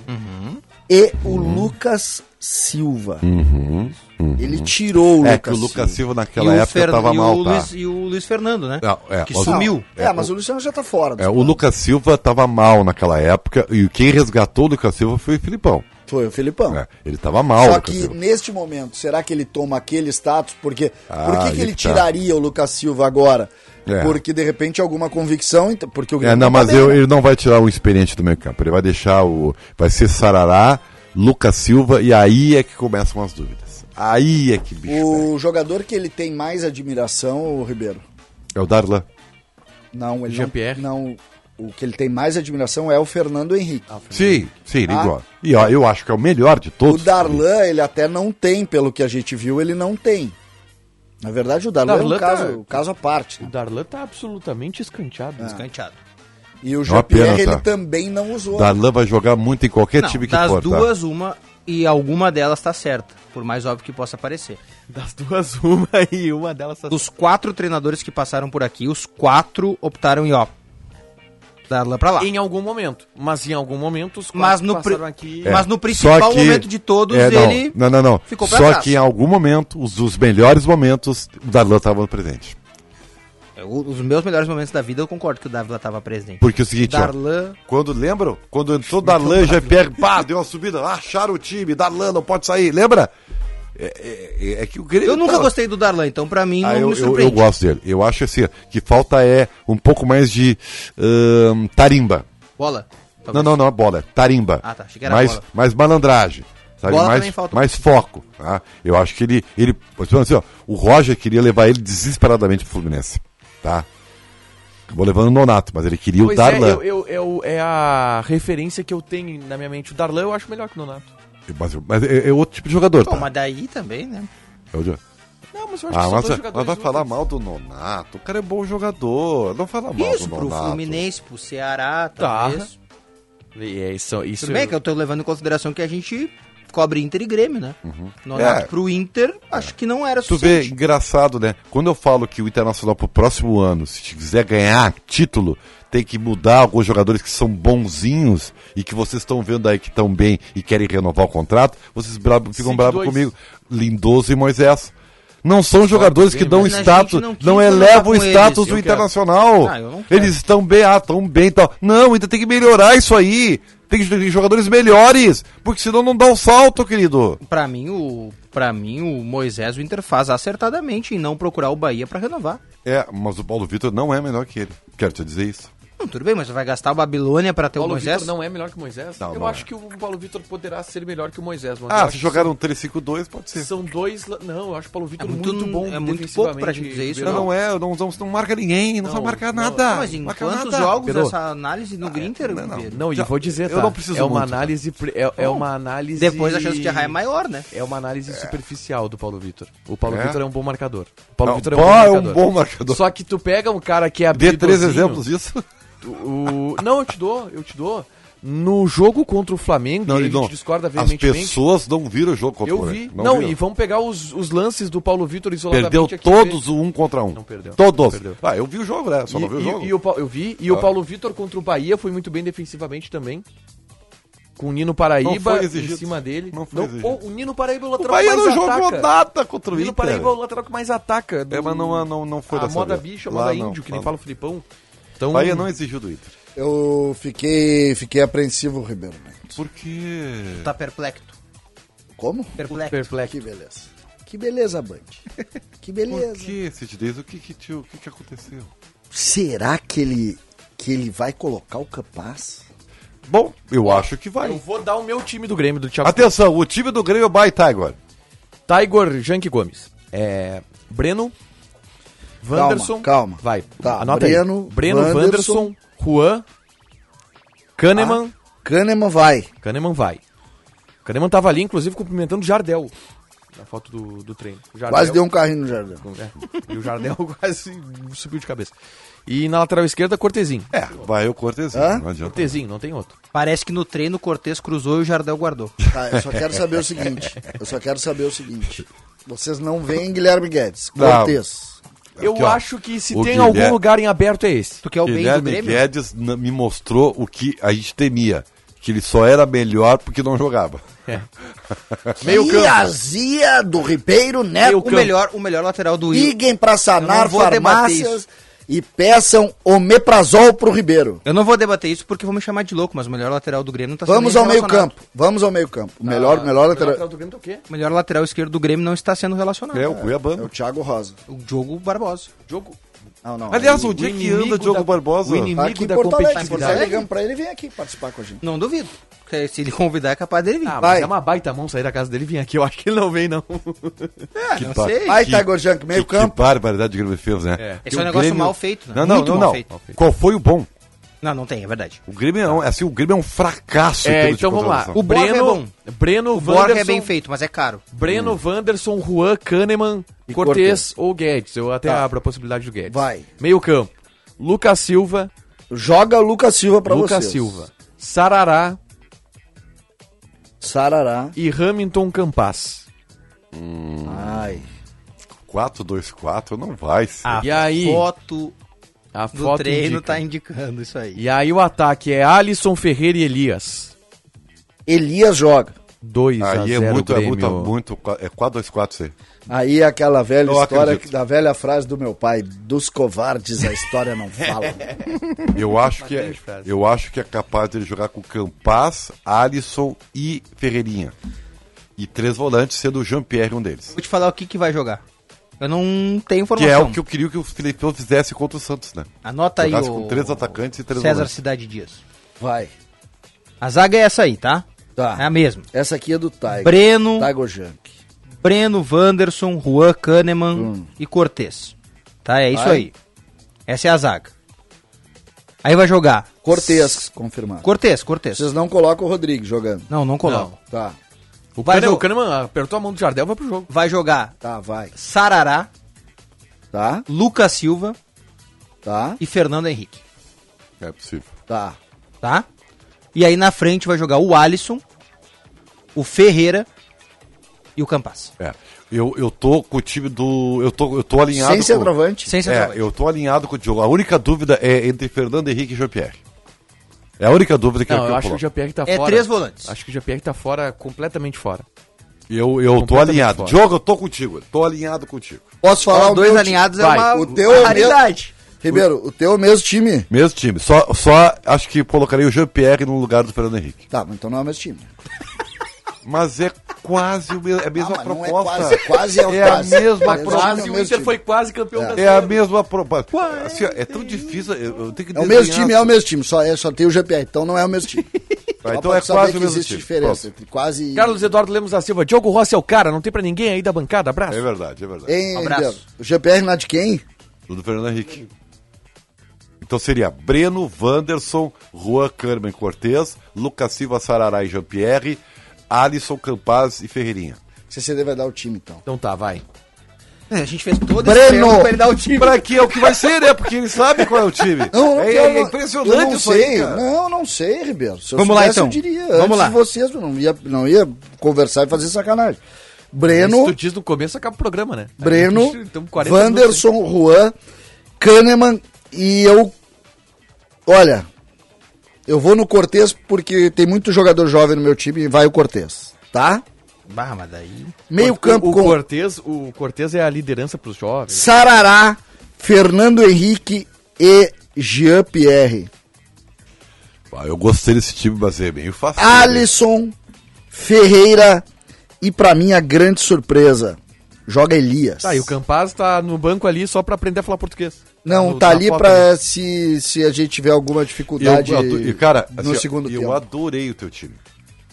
Speaker 3: Uhum.
Speaker 5: e o Lucas Silva.
Speaker 3: Uhum.
Speaker 5: Ele tirou o
Speaker 3: É que o
Speaker 5: Lucas
Speaker 3: Lucas
Speaker 5: Silva.
Speaker 3: Silva naquela
Speaker 4: e o,
Speaker 3: época
Speaker 4: Fer...
Speaker 3: estava
Speaker 4: e,
Speaker 3: mal,
Speaker 4: o
Speaker 3: tá?
Speaker 4: Luiz... e o Luiz Fernando, né?
Speaker 3: Não, é,
Speaker 4: que
Speaker 3: mas o-
Speaker 4: sumiu.
Speaker 5: É, mas o Luciano já tá fora. dos
Speaker 3: É, o
Speaker 5: planos.
Speaker 3: Lucas Silva estava mal naquela época e quem resgatou o Lucas Silva foi o Filipão.
Speaker 5: Foi o Filipão.
Speaker 3: né? Ele estava mal, o
Speaker 5: Só
Speaker 3: Lucas
Speaker 5: que
Speaker 3: Silva.
Speaker 5: neste momento, será que ele toma aquele status? Porque por
Speaker 3: Ah,
Speaker 5: que, que
Speaker 3: aí
Speaker 5: ele
Speaker 3: que tá.
Speaker 5: tiraria o Lucas Silva agora?
Speaker 3: É.
Speaker 5: Porque de repente alguma convicção, então- porque o
Speaker 3: É,
Speaker 5: Grêmio
Speaker 3: não,
Speaker 5: tá
Speaker 3: mas
Speaker 5: bem,
Speaker 3: eu-
Speaker 5: né?
Speaker 3: ele não vai tirar o experiente do meio campo. Ele vai deixar o. Vai ser Sarará, Lucas Silva, e aí é que começam as dúvidas. Aí é que bicho. pega.
Speaker 5: o jogador que ele tem mais admiração, o Ribeiro.
Speaker 3: É o Darlan.
Speaker 5: Não, ele
Speaker 2: Jean-Pierre?
Speaker 5: não, não. O que ele tem mais admiração é o Fernando Henrique.
Speaker 3: Sim, sim,
Speaker 5: Ah.
Speaker 3: igual. E ó, eu acho que é o melhor de
Speaker 5: o
Speaker 3: todos.
Speaker 5: Darlan, ele até não tem, pelo que a gente viu, ele não tem. Na verdade, o Darlan, é
Speaker 2: Darlan
Speaker 5: um
Speaker 2: tá-
Speaker 5: caso, um caso à parte.
Speaker 2: O
Speaker 3: É
Speaker 5: né?
Speaker 2: Darlan tá absolutamente
Speaker 4: Ah.
Speaker 2: escanteado.
Speaker 4: Escanteado.
Speaker 5: E o
Speaker 3: É uma pena,
Speaker 5: Jean-Pierre, ele
Speaker 3: tá?
Speaker 5: também não usou.
Speaker 3: Darlan vai jogar muito em qualquer
Speaker 4: Não,
Speaker 3: time que
Speaker 4: das
Speaker 3: for. tá?
Speaker 4: duas, uma e alguma delas tá certa, por mais óbvio que possa parecer.
Speaker 2: Das duas, uma e uma delas tá...
Speaker 4: Dos quatro treinadores que passaram por aqui, os quatro optaram em ó, Darlan pra lá.
Speaker 2: Em algum momento. Mas em algum momento os
Speaker 4: Mas
Speaker 2: quatro
Speaker 4: no, pri-
Speaker 2: passaram aqui...
Speaker 4: mas
Speaker 3: É,
Speaker 4: no
Speaker 3: só
Speaker 4: principal
Speaker 3: que-
Speaker 4: momento de todos,
Speaker 3: é, não,
Speaker 4: ele
Speaker 3: Não, não, não.
Speaker 4: ficou pra
Speaker 3: Só
Speaker 4: trás.
Speaker 3: que em algum momento, os, os melhores momentos, o Darlan estava presente.
Speaker 4: Eu- os É um meus melhores momentos da vida, eu concordo que o Dávila tava presidente.
Speaker 3: Porque é o seguinte, ó,
Speaker 4: Darlan.
Speaker 3: Quando, lembram? Quando entrou Darlan, Jean-Pierre, pá, deu uma subida, acharam o time, Darlan não pode sair, lembra? É, é- é- é que o Grêmio
Speaker 4: Eu nunca
Speaker 3: tava-
Speaker 4: gostei do Darlan, então pra mim
Speaker 3: Ah, eu,
Speaker 4: não me
Speaker 3: eu- eu
Speaker 4: surpreende.
Speaker 3: gosto dele. Eu acho assim, que falta é um pouco mais de ahn, tarimba.
Speaker 4: Bola. talvez.
Speaker 3: Não, não, não, a bola, é tarimba.
Speaker 4: Tá Ah, tá, achei que era
Speaker 3: mais,
Speaker 4: bola.
Speaker 3: mais malandragem. Sabe?
Speaker 4: Bola também
Speaker 3: mais,
Speaker 4: falta. um
Speaker 3: mais foco. Tá? Eu acho que ele. ele por exemplo, assim, ó, o Roger queria levar ele desesperadamente pro Fluminense. Tá? Acabou levando o Nonato, mas ele queria o
Speaker 2: Pois é,
Speaker 3: Darlan.
Speaker 2: eu, eu- eu- é a referência que eu tenho na minha mente. O Darlan eu acho melhor que o Nonato.
Speaker 3: Mas, mas é, é outro tipo de jogador,
Speaker 4: Bom,
Speaker 3: tá?
Speaker 4: mas daí também, né?
Speaker 3: É outro-
Speaker 2: Não, mas eu acho
Speaker 3: Ah,
Speaker 2: que são
Speaker 3: mas,
Speaker 2: dois
Speaker 3: mas
Speaker 2: jogadores
Speaker 3: vai falar
Speaker 2: úteis.
Speaker 3: mal do Nonato. O cara é bom jogador. Tá Não fala mal
Speaker 4: Isso,
Speaker 3: do
Speaker 4: pro
Speaker 3: Nonato.
Speaker 4: Fluminense, pro Ceará,
Speaker 2: Tá.
Speaker 4: talvez.
Speaker 2: E é isso, isso
Speaker 4: Tudo bem que eu tô levando em consideração que a gente cobre Inter e Grêmio, né? Nonato
Speaker 3: É.
Speaker 4: pro Inter, acho que não era
Speaker 3: Tu vê,
Speaker 4: suficiente.
Speaker 3: engraçado, né? Quando eu falo que o Internacional pro próximo ano, se quiser ganhar título, tem que mudar alguns jogadores que são bonzinhos e que vocês estão vendo aí que estão bem e querem renovar o contrato, vocês brabo, ficam
Speaker 2: Cite
Speaker 3: bravos
Speaker 2: dois.
Speaker 3: comigo. Lindoso e Moisés. Não são jogadores que dão
Speaker 4: mas a
Speaker 3: status,
Speaker 4: gente não quis
Speaker 3: não
Speaker 4: renovar
Speaker 3: elevam o
Speaker 4: com
Speaker 3: status
Speaker 4: eles,
Speaker 3: do
Speaker 4: eu
Speaker 2: quero.
Speaker 3: Internacional.
Speaker 4: Ah, eu não quero.
Speaker 3: Eles estão bem, ah, estão bem e tal. Não, ainda tem que melhorar isso aí. Tem que ter jogadores melhores, porque senão não dá o salto, querido.
Speaker 4: Pra mim, o, pra mim, o Moisés o Inter faz acertadamente em não procurar o Bahia pra renovar.
Speaker 3: É, mas o Paulo Vitor não é melhor que ele. Quero te dizer isso.
Speaker 4: Não, tudo bem, mas vai gastar o Babilônia pra ter
Speaker 2: Paulo
Speaker 4: o Moisés?
Speaker 2: Vitor não é melhor que o Moisés?
Speaker 3: Não,
Speaker 2: eu
Speaker 3: não
Speaker 2: acho
Speaker 3: é.
Speaker 2: que o Paulo Vitor poderá ser melhor que o Moisés, mas eu
Speaker 3: Ah,
Speaker 2: acho
Speaker 3: se assim.
Speaker 2: que
Speaker 3: jogaram 3-5-2, pode
Speaker 2: são-
Speaker 3: ser.
Speaker 2: São dois. la- Não, eu acho o Paulo Vitor
Speaker 4: É
Speaker 2: muito,
Speaker 4: muito-
Speaker 2: bom.
Speaker 4: é muito pouco pra
Speaker 2: defensivamente,
Speaker 4: gente dizer isso,
Speaker 3: Não,
Speaker 2: Ribeiro.
Speaker 3: não é, não, não, não marca ninguém, não,
Speaker 2: Não,
Speaker 3: vai marcar
Speaker 2: não,
Speaker 3: nada.
Speaker 4: Não, mas em
Speaker 3: marca
Speaker 4: quantos
Speaker 3: nada.
Speaker 4: jogos
Speaker 3: Peru,
Speaker 4: essa análise no Inter?
Speaker 3: não, Ah, é, não.
Speaker 4: Vitor?
Speaker 2: Não, e
Speaker 3: Já-
Speaker 2: vou dizer,
Speaker 3: eu
Speaker 2: tá?
Speaker 3: não preciso
Speaker 2: é uma
Speaker 3: muito, tá?
Speaker 2: análise pre- é, é uma análise
Speaker 4: Depois a chance de errar é maior, né?
Speaker 2: É uma análise superficial do Paulo Vitor. O Paulo
Speaker 3: É?
Speaker 2: Vitor é um bom marcador. O Paulo
Speaker 3: Não,
Speaker 2: Vitor
Speaker 3: bom, é um bom marcador.
Speaker 2: Só que tu pega um cara que é
Speaker 3: Dê três
Speaker 2: habilidosinho,
Speaker 3: exemplos disso.
Speaker 2: O... Não, eu te dou, eu te dou. No jogo contra o Flamengo, e aí a gente discorda
Speaker 3: as
Speaker 2: veementemente.
Speaker 3: pessoas né? não viram o jogo contra o
Speaker 2: Eu vi.
Speaker 3: Flamengo,
Speaker 2: Não,
Speaker 3: viram.
Speaker 2: e vamos pegar os, os lances do Paulo Vitor isoladamente.
Speaker 3: Perdeu
Speaker 2: aqui,
Speaker 3: todos o um contra um.
Speaker 2: Não perdeu,
Speaker 3: Todos.
Speaker 2: não perdeu.
Speaker 3: Ah, eu vi o jogo, né?
Speaker 2: E,
Speaker 3: Só não vi o
Speaker 2: e-
Speaker 3: jogo.
Speaker 2: e o Pa- eu vi. E o
Speaker 3: Ah.
Speaker 2: Paulo Vitor contra o Bahia foi muito bem defensivamente também. Com o Nino Paraíba
Speaker 3: foi
Speaker 2: em
Speaker 3: exigido.
Speaker 2: cima dele.
Speaker 3: Não foi exigido.
Speaker 2: pô, o Nino Paraíba é o
Speaker 3: O
Speaker 2: lateral
Speaker 3: Bahia
Speaker 2: que
Speaker 3: não
Speaker 2: mais
Speaker 3: jogou
Speaker 2: ataca.
Speaker 3: nada contra
Speaker 2: O
Speaker 3: o
Speaker 2: Nino
Speaker 3: Inter.
Speaker 2: Paraíba é o lateral que mais ataca.
Speaker 3: É, mas não, não, não foi
Speaker 2: a
Speaker 3: dessa
Speaker 2: moda
Speaker 3: vez.
Speaker 2: bicha, a
Speaker 3: Lá
Speaker 2: moda
Speaker 3: não,
Speaker 2: índio, que nem
Speaker 3: lá
Speaker 2: fala o
Speaker 3: não.
Speaker 2: Filipão. Então,
Speaker 3: O Bahia não exigiu do Inter.
Speaker 5: Eu fiquei, fiquei apreensivo, Ribeiro. Neto.
Speaker 3: Por quê?
Speaker 4: Tá perplexo.
Speaker 5: Como?
Speaker 4: Perplexo.
Speaker 5: Que
Speaker 2: perplexo.
Speaker 5: beleza. Que beleza, Band. Que
Speaker 3: Por
Speaker 5: beleza.
Speaker 3: que, Sidney? O que que, te- o que que aconteceu?
Speaker 5: Será que ele, que ele vai colocar o capaz?
Speaker 3: Bom, eu acho que vai.
Speaker 2: Eu vou dar o meu time do Grêmio, do Thiago
Speaker 3: Atenção, o time do Grêmio vai tá agora.
Speaker 2: Tiger Jank Gomes. É. Breno. Wanderson.
Speaker 5: calma.
Speaker 2: Vai.
Speaker 5: Tá,
Speaker 2: anota
Speaker 5: Breno,
Speaker 2: aí. Breno, Wanderson,
Speaker 5: Wanderson, Ah.
Speaker 2: Juan. Kahneman.
Speaker 5: Kahneman vai.
Speaker 2: Kahneman vai. Kahneman tava ali, inclusive, cumprimentando o Jardel. Na foto do, do treino. O Jardel-
Speaker 5: Quase deu um carrinho no jardim.
Speaker 2: É, e o Jardel quase subiu de cabeça. E na lateral esquerda, Cortezinho.
Speaker 3: É, vai o Cortezinho,
Speaker 5: Hã?
Speaker 3: não adianta.
Speaker 2: Cortezinho, não tem outro.
Speaker 4: Parece que no treino o Cortez cruzou e o Jardel guardou.
Speaker 5: Tá, eu só quero saber o seguinte. Eu só quero saber o seguinte. Vocês não veem Guilherme Guedes.
Speaker 3: Não.
Speaker 5: Cortez.
Speaker 2: Eu
Speaker 3: Aqui, ó.
Speaker 2: acho que se
Speaker 3: O
Speaker 2: tem
Speaker 3: Guilherme-
Speaker 2: algum lugar em aberto é esse.
Speaker 4: Tu quer o bem do
Speaker 3: Guilherme
Speaker 4: Grêmio?
Speaker 3: Guedes n- me mostrou o que a gente temia, que ele só era melhor porque não jogava.
Speaker 2: Meio
Speaker 5: que
Speaker 2: campo.
Speaker 5: azia do Ribeiro
Speaker 2: Meio
Speaker 5: Neto.
Speaker 4: É O melhor, o melhor lateral do Inter.
Speaker 5: Liguem pra
Speaker 4: Eu não
Speaker 5: sanar
Speaker 4: vou debater
Speaker 5: farmácias
Speaker 4: isso.
Speaker 5: e peçam omeprazol pro Ribeiro.
Speaker 4: Eu não vou debater isso porque vão me chamar de louco, mas o melhor lateral do Grêmio não tá sendo
Speaker 5: Vamos
Speaker 4: nem
Speaker 5: ao meio
Speaker 4: relacionado.
Speaker 5: campo. Vamos ao meio campo. O melhor,
Speaker 2: Ah,
Speaker 5: melhor lateral
Speaker 2: lateral do Grêmio tá o quê?
Speaker 4: O melhor lateral esquerdo do Grêmio não está sendo relacionado.
Speaker 3: É, o
Speaker 5: é o
Speaker 3: Cuiabano.
Speaker 5: Thiago Rosa.
Speaker 4: O Diogo Barbosa.
Speaker 2: Jogo.
Speaker 5: Não, não.
Speaker 3: Aliás,
Speaker 5: aí-
Speaker 3: o dia que
Speaker 2: inimigo
Speaker 3: anda Diogo
Speaker 2: da-
Speaker 3: Barbosa...
Speaker 2: o inimigo-
Speaker 5: tá aqui em
Speaker 2: da
Speaker 5: Porto Alegre. Se
Speaker 2: competitividade.
Speaker 5: quiser, ligamos pra ele, vem aqui participar com a gente.
Speaker 4: Não duvido. Se se ele convidar, é capaz dele vir.
Speaker 2: Ah, mas
Speaker 5: Vai.
Speaker 2: é uma baita mão sair da casa dele e vir aqui. Eu acho que ele não vem, não.
Speaker 3: que
Speaker 4: não
Speaker 3: par-
Speaker 4: sei.
Speaker 5: Vai,
Speaker 3: que-
Speaker 5: Tiger Junk, tá, meio
Speaker 3: que-
Speaker 5: campo.
Speaker 3: Que barbaridade o Grêmio fez, né?
Speaker 2: É.
Speaker 4: Esse
Speaker 3: E
Speaker 4: é um
Speaker 3: o
Speaker 4: negócio mal feito, né?
Speaker 3: Não, não,
Speaker 4: Muito
Speaker 3: não,
Speaker 4: mal
Speaker 3: não.
Speaker 4: feito.
Speaker 3: Qual foi o bom?
Speaker 4: Não, não tem, é verdade.
Speaker 3: O Grêmio é, um- assim, o Grêmio é um fracasso. em
Speaker 2: É,
Speaker 3: termos de
Speaker 2: então vamos lá.
Speaker 3: contratação.
Speaker 2: O
Speaker 4: O Borja é
Speaker 2: Breno,
Speaker 4: bom.
Speaker 2: Breno,
Speaker 4: O
Speaker 2: Wanderson,
Speaker 4: Borja é bem feito, mas é caro.
Speaker 2: Breno, Wanderson, Juan, Kahneman,
Speaker 5: E
Speaker 2: Cortez ou Guedes. Eu até
Speaker 5: Tá.
Speaker 2: abro a possibilidade do Guedes.
Speaker 5: Vai.
Speaker 2: Meio campo. Lucas Silva,
Speaker 5: Joga o Lucas Silva pra
Speaker 2: Lucas
Speaker 5: vocês.
Speaker 2: Silva, Sarará
Speaker 5: Sarará.
Speaker 2: e Hamilton Campas.
Speaker 5: Ai.
Speaker 3: 4-2-4 não vai ser.
Speaker 4: A
Speaker 2: E aí?
Speaker 4: foto
Speaker 2: A
Speaker 4: do
Speaker 2: foto
Speaker 4: treino
Speaker 2: indica.
Speaker 4: tá indicando isso aí.
Speaker 2: E aí o ataque é Alisson Ferreira e Elias.
Speaker 5: Elias joga.
Speaker 2: 2 a 0
Speaker 3: Aí é muito, é
Speaker 2: Grêmio.
Speaker 3: muito, muito. É 4-2-4 isso aí.
Speaker 5: Aí é aquela velha
Speaker 3: Eu
Speaker 5: história,
Speaker 3: acredito.
Speaker 5: que- da velha frase do meu pai, dos covardes a história não fala.
Speaker 3: Eu acho que é, eu acho que é capaz dele jogar com Campas, Alisson e Ferreirinha. E três volantes, sendo o Jean-Pierre um deles.
Speaker 4: Vou te falar o que, que vai jogar. Eu não tenho
Speaker 3: Que é
Speaker 4: informação.
Speaker 3: o que eu queria que o Filipão fizesse contra o Santos, né?
Speaker 2: Tá
Speaker 4: Anota aí
Speaker 3: Jogasse
Speaker 4: o
Speaker 3: com três atacantes e três
Speaker 4: César
Speaker 3: volantes.
Speaker 4: Cidade Dias.
Speaker 5: Vai.
Speaker 4: A zaga é essa aí, tá?
Speaker 5: Tá.
Speaker 4: É a mesma.
Speaker 5: Essa aqui é do Tiger.
Speaker 4: Breno,
Speaker 5: Tiger Junk.
Speaker 4: Breno, Wanderson, Juan, Kahneman e Cortez. Tá, é isso
Speaker 5: Vai.
Speaker 4: aí. Essa é a zaga. Aí vai jogar.
Speaker 5: Cortez, confirmado.
Speaker 4: Cortez, Cortez.
Speaker 5: Vocês não colocam o Rodrigues jogando.
Speaker 4: Não, não coloco.
Speaker 5: Tá.
Speaker 2: O
Speaker 4: Vai
Speaker 2: Kahneman,
Speaker 4: jo-
Speaker 2: o Kahneman apertou a mão do Jardel, vai pro jogo.
Speaker 4: Vai jogar
Speaker 5: Tá, vai.
Speaker 4: Sarará,
Speaker 5: Tá,
Speaker 4: Lucas Silva
Speaker 5: tá,
Speaker 4: e Fernando Henrique,
Speaker 3: É possível.
Speaker 5: tá.
Speaker 4: tá? E aí na frente vai jogar o Alisson, o Ferreira e o Campas.
Speaker 3: É. Eu, eu tô com o time do. Eu tô, eu tô alinhado.
Speaker 5: Sem centroavante.
Speaker 4: Sem
Speaker 3: Com... É,
Speaker 4: centroavante.
Speaker 3: eu tô alinhado com o Diogo. A única dúvida é entre Fernando Henrique e Jean-Pierre. É a única dúvida que
Speaker 2: Não, eu
Speaker 3: eu,
Speaker 2: acho que
Speaker 3: eu,
Speaker 2: o Jean-Pierre tá
Speaker 4: É
Speaker 2: fora.
Speaker 4: três volantes.
Speaker 2: Acho que o Jean-Pierre tá fora, completamente fora.
Speaker 3: eu, eu tô
Speaker 2: completamente
Speaker 3: alinhado.
Speaker 2: fora.
Speaker 3: Diogo, eu tô contigo. Tô alinhado contigo.
Speaker 4: Posso falar
Speaker 5: Qual
Speaker 4: dois
Speaker 5: o meu
Speaker 4: alinhados
Speaker 2: time?
Speaker 4: é uma
Speaker 2: Vai,
Speaker 5: o teu é o
Speaker 4: raridade.
Speaker 5: Ribeiro, o teu é o mesmo time.
Speaker 3: Mesmo time. Só, só acho que colocarei o Jean-Pierre no lugar do Fernando Henrique.
Speaker 5: Tá, mas então não é o mesmo time.
Speaker 3: Mas é quase o mesmo, é a mesma
Speaker 5: Ah, mas não é
Speaker 3: proposta.
Speaker 5: quase, quase é o
Speaker 3: a
Speaker 5: quase.
Speaker 3: mesma
Speaker 5: Quase.
Speaker 3: proposta.
Speaker 5: Quase o Inter foi
Speaker 2: quase campeão
Speaker 5: da
Speaker 3: É a mesma proposta. Assim, ó, é tão difícil. Eu, eu tenho que
Speaker 5: É o mesmo
Speaker 3: desenhar
Speaker 5: time, é o mesmo time. Só, é, só tem o GPR, então não é o mesmo time.
Speaker 3: Tá,
Speaker 5: Só
Speaker 3: então
Speaker 5: pra
Speaker 3: é
Speaker 5: tu saber
Speaker 3: quase
Speaker 5: que
Speaker 3: o mesmo
Speaker 5: existe
Speaker 3: time.
Speaker 5: diferença
Speaker 3: Pronto.
Speaker 5: entre quase e-
Speaker 2: Carlos Eduardo Lemos da Silva, Diogo Rossi é o cara, não tem pra ninguém aí da bancada, abraço.
Speaker 3: É verdade, é verdade.
Speaker 5: Hein,
Speaker 4: um Abraço.
Speaker 5: Ribeiro? O GPR não é de quem?
Speaker 3: O do Fernando Henrique. Então seria Breno, Wanderson, Juan Carmen Cortez, Lucas Silva, Sarará e Jean-Pierre, Alisson, Campaz e Ferreirinha.
Speaker 5: CCD vai dar o time, então.
Speaker 2: Então tá, vai.
Speaker 4: É, a gente fez todo esse
Speaker 5: Breno!
Speaker 4: tempo pra ele dar o time.
Speaker 3: Pra que é o que vai ser, né? Porque ele sabe qual é o time.
Speaker 5: Não, não
Speaker 3: é,
Speaker 5: quero,
Speaker 3: é
Speaker 5: não-
Speaker 3: impressionante
Speaker 5: eu não
Speaker 3: isso
Speaker 5: sei,
Speaker 3: aí, cara.
Speaker 5: Não, não sei, Ribeiro. Se eu
Speaker 4: Vamos lá,
Speaker 5: soubesse,
Speaker 4: então.
Speaker 5: Eu diria.
Speaker 4: Vamos
Speaker 5: Antes
Speaker 4: lá.
Speaker 5: de vocês, eu não ia, não ia conversar e fazer sacanagem. Breno,
Speaker 2: Se tu diz no começo, acaba o programa, né? Aí
Speaker 5: Tá Breno,
Speaker 2: a gente- tamo 40 minutos,
Speaker 5: Wanderson, Juan, Kahneman e eu. Olha, eu vou no Cortez porque tem muito jogador jovem no meu time e vai o Cortez, tá?
Speaker 4: Bah, mas daí...
Speaker 5: Meio campo
Speaker 2: o,
Speaker 5: com
Speaker 2: o Cortez, o Cortez é a liderança pros jovens.
Speaker 5: Sarará, Fernando Henrique e Jean-Pierre.
Speaker 3: Ah, eu gostei desse time, mas é meio fácil. né?
Speaker 5: Alisson, Ferreira e pra mim a grande surpresa, joga Elias.
Speaker 2: Tá, e o Campaz tá no banco ali só pra aprender a falar português.
Speaker 5: Não,
Speaker 2: No-
Speaker 5: tá
Speaker 2: na
Speaker 5: ali
Speaker 2: Copa,
Speaker 5: pra se, se a gente tiver alguma
Speaker 3: Eu,
Speaker 5: dificuldade
Speaker 3: ado- e, cara,
Speaker 5: no
Speaker 3: assim, ó,
Speaker 5: segundo
Speaker 3: eu
Speaker 5: tempo.
Speaker 3: adorei o teu time.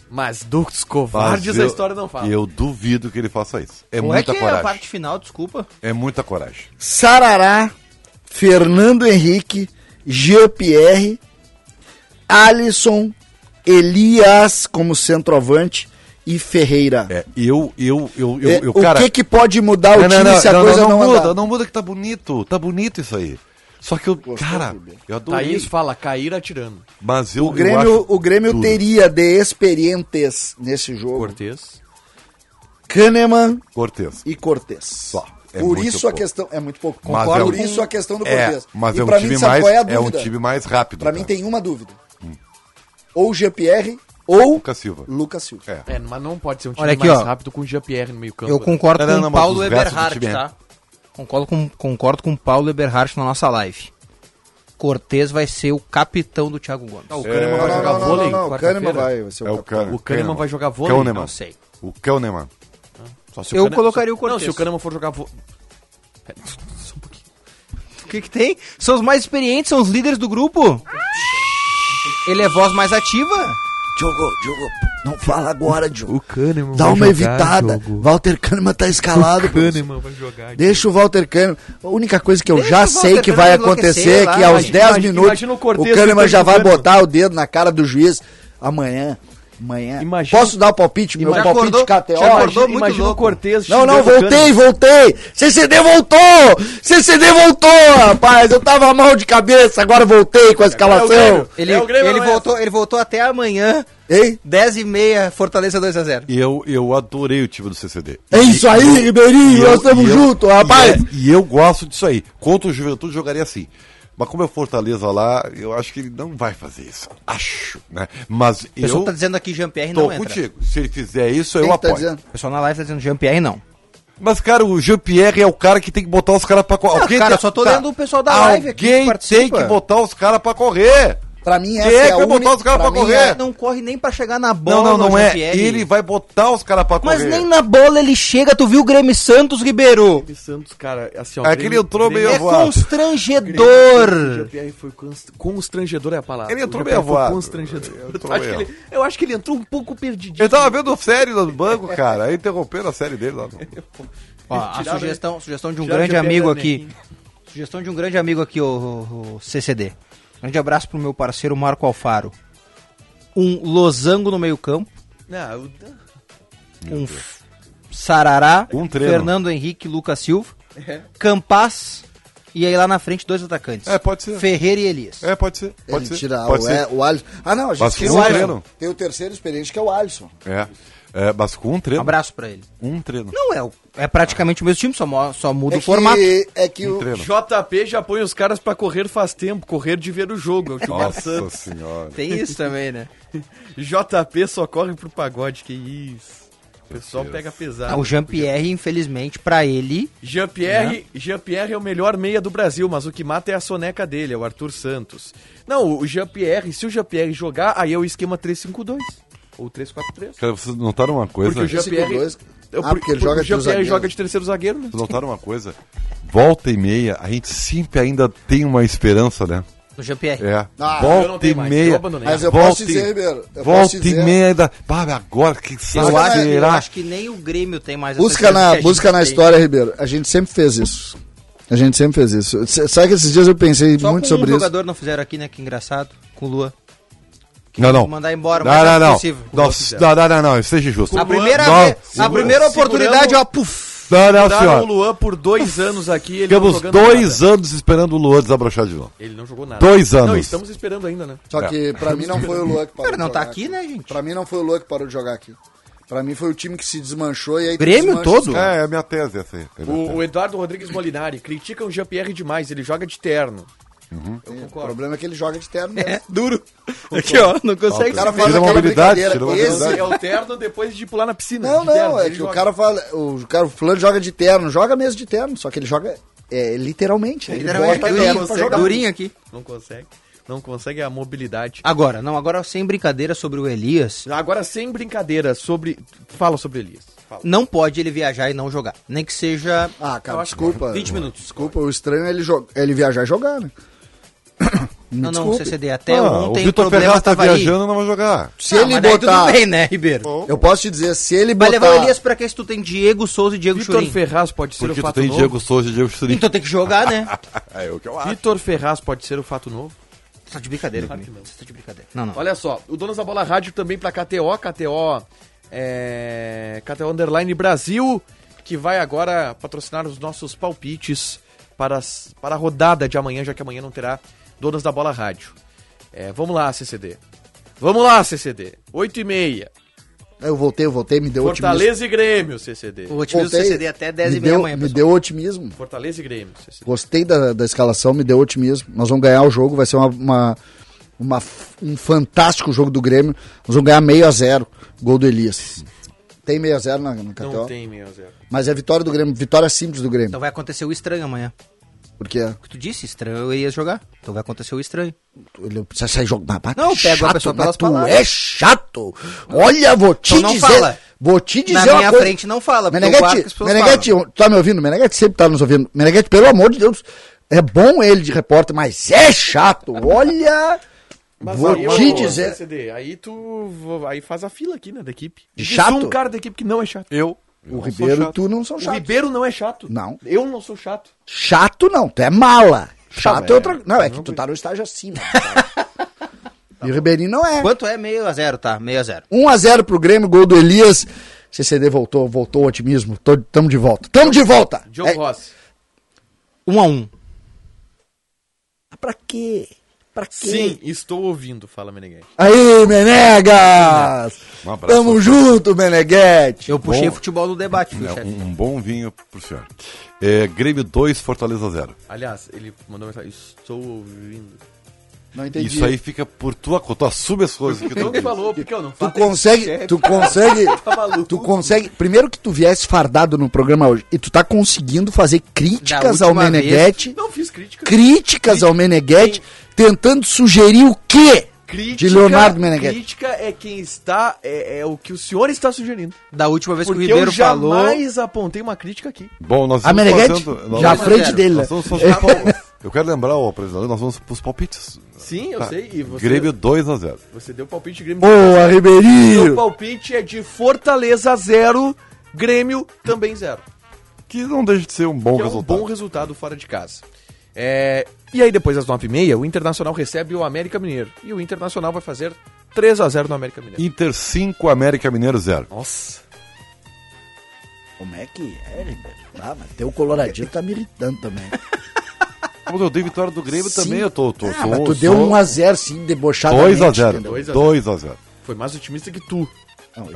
Speaker 2: Mas dos
Speaker 3: Mas
Speaker 2: covardes a
Speaker 3: eu-
Speaker 2: história não fala.
Speaker 3: Eu duvido que ele faça isso. É
Speaker 4: Como é que
Speaker 3: muita
Speaker 4: é a
Speaker 3: coragem.
Speaker 4: parte final, desculpa?
Speaker 3: É muita coragem.
Speaker 5: Sarará, Fernando Henrique, Jean-Pierre, Alisson, Elias como centroavante e Ferreira.
Speaker 3: É, eu, eu, eu, eu,
Speaker 5: É,
Speaker 3: eu
Speaker 5: o
Speaker 3: cara.
Speaker 5: que que pode mudar o time se a coisa não,
Speaker 3: muda,
Speaker 5: andar?
Speaker 3: não muda que tá bonito. Tá bonito isso aí. Só que eu, cara,
Speaker 5: Rubinho?
Speaker 3: eu adorei.
Speaker 2: Thaís fala, cair atirando.
Speaker 3: Mas eu,
Speaker 5: O Grêmio, o Grêmio
Speaker 3: teria.
Speaker 5: teria de experientes nesse jogo
Speaker 2: Cortez.
Speaker 5: Kahneman
Speaker 3: Cortez.
Speaker 5: e Cortez.
Speaker 3: É
Speaker 5: Por
Speaker 3: muito
Speaker 5: isso a
Speaker 3: pouco.
Speaker 5: questão é muito pouco.
Speaker 3: Mas
Speaker 5: Concordo.
Speaker 3: é um-
Speaker 5: Por isso a questão do
Speaker 3: É,
Speaker 5: Cortez.
Speaker 3: mas
Speaker 5: E
Speaker 3: é um
Speaker 5: pra
Speaker 3: time
Speaker 5: mim, sabe
Speaker 3: mais-
Speaker 5: qual é a
Speaker 3: é um
Speaker 5: dúvida?
Speaker 3: time Hum. mais rápido,
Speaker 5: Pra mim
Speaker 3: cara.
Speaker 5: tem uma dúvida. Ou Jean-Pierre ou
Speaker 3: Lucas Silva.
Speaker 5: Lucas Silva.
Speaker 3: É.
Speaker 2: É, mas não pode ser um time
Speaker 4: Olha aqui,
Speaker 2: mais
Speaker 4: ó.
Speaker 2: rápido com o Jean-Pierre no meio campo. É.
Speaker 4: Eu concordo
Speaker 3: Não, não,
Speaker 4: com
Speaker 3: não,
Speaker 4: o
Speaker 3: mas
Speaker 4: Paulo
Speaker 3: os restos do
Speaker 4: Eberhardt,
Speaker 3: time é.
Speaker 4: tá? Concordo com, concordo com o Paulo Eberhardt na nossa live. Cortez vai ser o capitão do Thiago Gomes.
Speaker 2: Ah, o Kahneman vai jogar vôlei quarta-feira?
Speaker 5: vai ser
Speaker 3: É o
Speaker 5: capitão.
Speaker 3: Kahneman.
Speaker 2: O Kahneman vai jogar vôlei?
Speaker 3: Kahneman.
Speaker 4: Não sei.
Speaker 3: O Kahneman.
Speaker 2: Só se
Speaker 4: Eu
Speaker 2: Kahneman-
Speaker 4: colocaria o Cortez.
Speaker 2: Não, se o Kahneman for jogar vôlei...
Speaker 4: O que, que tem? São os mais experientes, são os líderes do grupo. Ele é voz mais ativa.
Speaker 5: Diogo, Diogo, não fala agora, Diogo.
Speaker 2: Kahneman
Speaker 5: Dá uma evitada. Walter Kahneman tá escalado.
Speaker 2: Kahneman vai jogar.
Speaker 5: Deixa o Walter Kahneman. A única coisa que eu
Speaker 4: Deixa
Speaker 5: já
Speaker 4: o
Speaker 5: sei
Speaker 4: Walter
Speaker 5: que vai
Speaker 4: Kahneman
Speaker 5: acontecer é
Speaker 4: enlouquecer
Speaker 5: que
Speaker 4: lá,
Speaker 5: aos
Speaker 4: imagina-
Speaker 5: 10
Speaker 2: imagina-
Speaker 5: minutos
Speaker 2: imagina o Cortez
Speaker 5: o Kahneman
Speaker 2: tentando
Speaker 5: já vai
Speaker 2: o Kahneman.
Speaker 5: botar o dedo na cara do juiz amanhã. Amanhã.
Speaker 2: Imagina-
Speaker 5: Posso dar o palpite? Meu
Speaker 4: Já
Speaker 5: palpite
Speaker 4: acordou-
Speaker 5: KTO.
Speaker 4: já acordou
Speaker 2: Imagina,
Speaker 4: muito
Speaker 2: imagina o
Speaker 4: louco.
Speaker 2: Cortez
Speaker 5: Não, não,
Speaker 2: xingando o
Speaker 5: voltei,
Speaker 2: Kahneman.
Speaker 5: voltei! CCD voltou! CCD voltou, rapaz! Eu tava mal de cabeça, agora voltei com a escalação!
Speaker 4: Ele,
Speaker 2: É, o Grêmio
Speaker 4: ele,
Speaker 2: não é.
Speaker 4: voltou, ele voltou até amanhã,
Speaker 5: Hein?
Speaker 4: 10h30, Fortaleza 2x0.
Speaker 3: Eu, eu adorei o time do CCD.
Speaker 5: É isso aí, Ribeirinho! nós estamos juntos, rapaz!
Speaker 3: E, é- e eu gosto disso aí. Contra o Juventude jogaria assim. Mas como é o Fortaleza lá, eu acho que ele não vai fazer isso. Acho, né? Mas
Speaker 4: O pessoal
Speaker 3: eu
Speaker 4: tá dizendo aqui Jean-Pierre
Speaker 3: tô
Speaker 4: não entra.
Speaker 3: contigo. Se ele fizer isso, eu
Speaker 5: Quem que tá
Speaker 3: apoio.
Speaker 5: dizendo?
Speaker 4: O pessoal na live tá dizendo Jean-Pierre não.
Speaker 3: Mas, cara, o Jean-Pierre é o cara que tem que botar os caras pra correr. Alguém
Speaker 4: cara,
Speaker 3: tem-
Speaker 4: eu só tô lendo o pessoal da
Speaker 3: Alguém
Speaker 4: live aqui que
Speaker 3: tem
Speaker 4: participa.
Speaker 3: que botar os caras pra correr.
Speaker 5: Pra mim, essa
Speaker 3: Quem é
Speaker 5: é
Speaker 3: que
Speaker 5: a
Speaker 3: vai botar
Speaker 5: única-
Speaker 3: os caras
Speaker 5: pra
Speaker 3: pra
Speaker 5: mim,
Speaker 3: correr?
Speaker 5: é-
Speaker 4: Ele não corre nem pra chegar na
Speaker 3: Não,
Speaker 4: bola.
Speaker 3: não, não
Speaker 4: o
Speaker 3: é.
Speaker 4: Jean-Pierre.
Speaker 3: Ele vai botar os caras pra correr.
Speaker 4: Mas nem na bola ele chega, tu viu o Grêmio e Santos, Ribeiro?
Speaker 2: Felipe Santos, cara, assim, ó.
Speaker 3: É que ele entrou meio
Speaker 4: É
Speaker 3: voado.
Speaker 2: O
Speaker 4: constrangedor.
Speaker 2: GPR foi const- constrangedor é a palavra.
Speaker 3: Ele entrou
Speaker 2: O GPR
Speaker 3: meio
Speaker 2: foi
Speaker 3: voado.
Speaker 2: Constrangedor.
Speaker 3: Ele
Speaker 2: Eu
Speaker 3: entrou
Speaker 2: acho, que
Speaker 3: meio.
Speaker 2: ele, eu acho que ele entrou um pouco perdidinho.
Speaker 3: Eu tava vendo a série no banco, cara. Aí interromperam a série dele lá. no-
Speaker 4: Ó, a
Speaker 2: Tiraram
Speaker 4: sugestão, sugestão de um
Speaker 2: tiraram
Speaker 4: grande
Speaker 2: o GPR
Speaker 4: amigo
Speaker 2: da
Speaker 4: aqui.
Speaker 2: Nequim.
Speaker 4: Sugestão de um grande amigo aqui, o, o- o CCD. Grande abraço pro meu parceiro Marco Alfaro. Um losango no meio-campo,
Speaker 2: Não, eu-
Speaker 4: um F- Sarará,
Speaker 3: Um treino.
Speaker 4: Fernando Henrique, Lucas Silva, Campaz e aí lá na frente dois atacantes.
Speaker 3: É, pode ser.
Speaker 4: Ferreira e Elias. Um
Speaker 3: É, pode ser. Pode
Speaker 5: Ele
Speaker 3: ser.
Speaker 5: tira
Speaker 3: pode
Speaker 5: o,
Speaker 3: ser.
Speaker 5: é, o Alisson. Ah, não, a gente
Speaker 3: Mas
Speaker 5: esqueceu
Speaker 3: com
Speaker 5: o
Speaker 3: um
Speaker 5: Alisson.
Speaker 3: treino.
Speaker 5: Tem o terceiro experiente que é o Alisson.
Speaker 3: É. É, mas com um
Speaker 4: Um
Speaker 3: treino.
Speaker 4: abraço pra ele.
Speaker 3: Um treino.
Speaker 4: Não é, o- é praticamente o mesmo time, só, mo- só muda
Speaker 5: é
Speaker 4: o formato.
Speaker 5: Que, é que
Speaker 3: Um
Speaker 5: o,
Speaker 3: treino.
Speaker 2: JP já põe os caras pra correr faz tempo, correr de ver o jogo. É o que o
Speaker 3: Nossa senhora.
Speaker 4: Tem isso também, né?
Speaker 2: JP só corre pro pagode, que isso. O pessoal
Speaker 3: Deus.
Speaker 2: pega
Speaker 4: Ah,
Speaker 2: pesado.
Speaker 4: o Jean-Pierre, infelizmente, pra ele,
Speaker 2: Jean-Pierre Jean -Pierre é o melhor meia do Brasil, mas o que mata é a soneca dele, é o Arthur Santos. Não, o Jean-Pierre, se o Jean-Pierre jogar, aí é o esquema 3-5-2. Ou 3-4-3.
Speaker 3: Cara, vocês notaram uma coisa?
Speaker 2: Porque o Jean-Pierre.
Speaker 5: 3-5-2.
Speaker 2: Eu-
Speaker 5: Ah, porque ele joga
Speaker 2: o
Speaker 5: de
Speaker 2: Jean-Pierre
Speaker 5: zagueiro.
Speaker 2: joga de terceiro zagueiro, né?
Speaker 3: Vocês notaram uma coisa? Volta e meia, a gente sempre ainda tem uma esperança, né?
Speaker 4: o Jean-Pierre.
Speaker 3: É.
Speaker 5: Ah,
Speaker 2: eu não
Speaker 3: volta
Speaker 2: tenho
Speaker 3: e
Speaker 2: mais,
Speaker 3: meia.
Speaker 2: eu abandonei.
Speaker 5: Mas eu posso
Speaker 3: volta
Speaker 5: dizer,
Speaker 3: e,
Speaker 5: Ribeiro. Eu
Speaker 3: volta
Speaker 5: posso dizer.
Speaker 3: e meia ainda. Bah, agora que é sabe
Speaker 4: Eu, acho, eu
Speaker 3: será?
Speaker 4: acho que nem o Grêmio tem mais
Speaker 5: Busca
Speaker 4: certeza que
Speaker 5: na,
Speaker 4: a
Speaker 5: busca
Speaker 4: gente
Speaker 5: na
Speaker 4: tem.
Speaker 5: história, Ribeiro. A gente sempre fez isso. A gente sempre fez isso. S- Sabe que esses dias eu pensei
Speaker 4: Só
Speaker 5: muito
Speaker 4: com
Speaker 5: sobre
Speaker 4: um
Speaker 5: isso.
Speaker 4: jogador não fizeram aqui, né? Que engraçado. Com o Lua.
Speaker 3: Não, não.
Speaker 4: mandar embora,
Speaker 3: não,
Speaker 4: mas
Speaker 3: não,
Speaker 4: é
Speaker 3: não.
Speaker 4: possível.
Speaker 3: Nós- Não, não, não, não, Seja justo.
Speaker 4: A primeira,
Speaker 3: Não,
Speaker 4: vez- a primeira oportunidade, ó, puf.
Speaker 3: Não, não,
Speaker 2: Tiraram o
Speaker 3: senhor.
Speaker 2: Luan por dois anos aqui, ele
Speaker 3: Ficamos
Speaker 2: jogando
Speaker 3: dois
Speaker 2: nada.
Speaker 3: anos esperando o Luan desabrochar de novo.
Speaker 2: Ele não jogou nada.
Speaker 3: Dois
Speaker 2: Não,
Speaker 3: anos.
Speaker 2: estamos esperando ainda, né?
Speaker 5: Só que pra mim não foi o Luan que parou.
Speaker 4: É. Cara, não
Speaker 5: de
Speaker 4: tá
Speaker 5: jogar
Speaker 4: aqui, né, gente?
Speaker 5: Pra mim não foi o Luan que parou de jogar aqui. Pra mim foi o time que se desmanchou e aí.
Speaker 4: Grêmio
Speaker 5: desmancha-
Speaker 4: todo?
Speaker 3: É, é a minha tese essa aí. É a minha
Speaker 2: O,
Speaker 3: tese.
Speaker 2: o Eduardo Rodrigues Molinari critica o Jean-Pierre demais, ele joga de terno. Eu
Speaker 5: O
Speaker 2: concordo.
Speaker 5: problema é que ele joga de terno mesmo.
Speaker 4: É, duro. Aqui, ó, não consegue.
Speaker 5: O cara
Speaker 3: Tira
Speaker 5: faz
Speaker 3: uma
Speaker 5: aquela
Speaker 3: habilidade,
Speaker 5: brincadeira.
Speaker 3: tira uma
Speaker 5: Esse
Speaker 2: Esse é o terno depois de pular na piscina.
Speaker 5: Não,
Speaker 2: de terno,
Speaker 5: não, é
Speaker 2: ele
Speaker 5: que o
Speaker 2: joga.
Speaker 5: cara fala. O cara o fulano joga de terno, joga mesmo de terno, só que ele joga é, literalmente. Ele
Speaker 4: Literalmente,
Speaker 5: bota
Speaker 4: durinho,
Speaker 5: terno pra jogar.
Speaker 4: durinho aqui.
Speaker 2: Não consegue. Não consegue a mobilidade.
Speaker 4: Agora, não, agora sem brincadeira sobre o Elias,
Speaker 2: Agora, sem brincadeira, sobre. Fala sobre Elias. Fala.
Speaker 4: não pode ele viajar e não jogar. Nem que seja
Speaker 5: Ah, cara, desculpa.
Speaker 4: 20 minutos.
Speaker 5: Desculpa, o estranho é ele, jo- é ele viajar e jogar, né? Me
Speaker 4: Não, não,
Speaker 5: desculpe.
Speaker 4: CCD, até
Speaker 3: Ah,
Speaker 4: ontem
Speaker 3: o Vitor
Speaker 4: problema
Speaker 3: Ferraz tá
Speaker 4: tava aí.
Speaker 3: viajando e não vai jogar.
Speaker 5: Se
Speaker 4: Ah,
Speaker 5: ele
Speaker 4: mas daí
Speaker 5: botar.
Speaker 4: tudo bem, né, Ribeiro?
Speaker 5: Eu posso te dizer, se ele
Speaker 4: Vai
Speaker 5: botar.
Speaker 4: levar o Elias pra quem se tu tem Diego Souza e Diego
Speaker 2: Vitor
Speaker 4: Churin.
Speaker 2: Ferraz pode ser
Speaker 3: Porque
Speaker 2: o
Speaker 3: tu
Speaker 2: fato
Speaker 3: tem
Speaker 2: novo.
Speaker 3: Diego Souza e Diego Churinho.
Speaker 4: Então tem que jogar, né?
Speaker 3: É o que eu
Speaker 2: Vitor Ferraz pode ser o fato novo.
Speaker 4: Você tá de brincadeira comigo. Você tá de brincadeira. Não, não.
Speaker 2: Olha só, o Donos da Bola Rádio também pra KTO, KTO, é, KTO Underline Brasil, que vai agora patrocinar os nossos palpites para, as- para a rodada de amanhã, já que amanhã não terá Donos da Bola Rádio. É, vamos lá, CCD. Vamos lá, CCD. 8 e meia.
Speaker 5: Eu voltei, eu voltei, me deu otimismo.
Speaker 2: Fortaleza e Grêmio, CCD.
Speaker 4: O otimismo do
Speaker 5: Voltei.
Speaker 4: CCD até 10
Speaker 5: me
Speaker 4: e meia
Speaker 5: deu,
Speaker 4: amanhã,
Speaker 5: Me
Speaker 4: pessoal.
Speaker 5: deu otimismo.
Speaker 2: Fortaleza e Grêmio, CCD.
Speaker 5: Gostei da, da escalação, me deu otimismo. Nós vamos ganhar o jogo, vai ser uma, uma- uma f- um fantástico jogo do Grêmio. Nós vamos ganhar meio a zero, gol do Elias. Tem meio a zero na, na
Speaker 2: Não
Speaker 5: KTO.
Speaker 2: tem, meu zero.
Speaker 5: Mas é vitória do Grêmio, vitória simples do Grêmio.
Speaker 4: Então vai acontecer o estranho amanhã.
Speaker 5: Porque
Speaker 4: O que tu disse, estranho, eu ia jogar. Então vai acontecer o estranho.
Speaker 5: ele precisa sair jogando. Mas,
Speaker 4: Não,
Speaker 5: tu
Speaker 4: pega a
Speaker 5: chato,
Speaker 4: pessoa
Speaker 5: mas
Speaker 4: pelas
Speaker 5: tu
Speaker 4: palavras.
Speaker 5: é chato. Olha, vou te
Speaker 4: Então não
Speaker 5: dizer.
Speaker 4: fala.
Speaker 5: Vou te dizer
Speaker 4: Na
Speaker 5: uma
Speaker 4: minha
Speaker 5: coisa.
Speaker 4: frente não fala, porque eu guardo o que as
Speaker 5: Meneghete,
Speaker 4: pessoas
Speaker 5: Meneghete, tu tá me ouvindo? Meneghete sempre tá nos ouvindo. Meneghete, pelo amor de Deus, é bom ele de repórter, mas é chato. Olha, vou
Speaker 2: aí eu-
Speaker 5: te dizer.
Speaker 2: CCD, aí tu aí faz a fila aqui, né, da equipe.
Speaker 5: De
Speaker 2: Diz
Speaker 5: chato?
Speaker 2: um cara da equipe que não é chato.
Speaker 3: Eu.
Speaker 5: O Ribeiro e
Speaker 3: chato.
Speaker 5: tu não são
Speaker 2: O
Speaker 5: chato.
Speaker 2: Ribeiro não é chato.
Speaker 5: Não.
Speaker 2: Eu não sou chato.
Speaker 5: Chato não, tu é mala. Chato
Speaker 2: velho.
Speaker 5: é outra. Não, é que tu tá no estágio acima. Tá e o Ribeirinho não é.
Speaker 4: Quanto é? Meio a zero, tá? Meio a zero.
Speaker 5: 1x0 pro Grêmio, gol do Elias. CCD voltou, voltou o otimismo. Tô- tamo de volta. Tamo de volta!
Speaker 2: John
Speaker 5: É,
Speaker 2: Rossi.
Speaker 4: Um a um.
Speaker 5: pra quê? Pra quê?
Speaker 2: Sim, estou ouvindo, fala Meneghete.
Speaker 5: Aí, Menegas!
Speaker 3: Um abraço.
Speaker 5: tamo junto, Meneguete!
Speaker 4: Eu puxei
Speaker 3: Bom.
Speaker 4: futebol no debate, viu,
Speaker 3: É,
Speaker 4: chefe?
Speaker 3: um, um bom vinho pro senhor. É, Grêmio 2, Fortaleza 0.
Speaker 2: Aliás, ele mandou mensagem, estou ouvindo.
Speaker 5: Não entendi.
Speaker 3: Isso aí fica por tua conta. Tu assume as coisas que tu
Speaker 2: Não falou, Picão, não
Speaker 5: Tu
Speaker 2: fala.
Speaker 5: consegue, tu consegue,
Speaker 2: maluco?
Speaker 5: tu consegue. Primeiro que tu viesse fardado no programa hoje e tu tá conseguindo fazer críticas
Speaker 4: Da
Speaker 5: ao
Speaker 4: última
Speaker 5: Meneghete,
Speaker 2: Não fiz crítica.
Speaker 5: críticas ao Meneghete, tentando sugerir o quê?
Speaker 2: Crítica,
Speaker 5: de Leonardo Meneghetti.
Speaker 2: Crítica é quem está, é, é o que o senhor está sugerindo.
Speaker 4: Da última vez que o
Speaker 2: Porque
Speaker 4: Ribeiro
Speaker 2: eu jamais
Speaker 4: falou.
Speaker 2: apontei uma crítica aqui.
Speaker 3: Bom, nós
Speaker 5: A Meneghete,
Speaker 3: nós-
Speaker 5: já à
Speaker 3: nós-
Speaker 5: frente dele.
Speaker 3: nós
Speaker 5: né?
Speaker 3: estamos fazendo- Paulo, Eu quero lembrar o apresentador, nós vamos pros palpites.
Speaker 2: Sim, eu
Speaker 3: Tá.
Speaker 2: sei. E você,
Speaker 3: Grêmio 2 a 0.
Speaker 2: você deu palpite de Grêmio.
Speaker 5: Boa,
Speaker 2: Meu
Speaker 5: Ribeirinho!
Speaker 2: palpite é de Fortaleza 0, Grêmio também 0.
Speaker 3: Que não deixa de ser um bom
Speaker 2: Que é um
Speaker 3: resultado.
Speaker 2: bom resultado fora de casa. É, e aí, depois das 9h30, o Internacional recebe o América Mineiro. E o Internacional vai fazer 3 a 0 no América Mineiro.
Speaker 3: Inter 5, América Mineiro 0.
Speaker 2: Nossa.
Speaker 5: Como é que é, Ribeiro? Ah, mas teu coloradinho tá me irritando também.
Speaker 3: Mas eu dei vitória do Grêmio
Speaker 5: Sim.
Speaker 3: também, eu tô. tô
Speaker 5: ah,
Speaker 3: sou-
Speaker 5: mas tu
Speaker 3: sou
Speaker 5: deu 1x0, sim, debochado.
Speaker 3: 2x0.
Speaker 2: Dois a
Speaker 3: 2x0.
Speaker 2: Foi mais otimista que tu.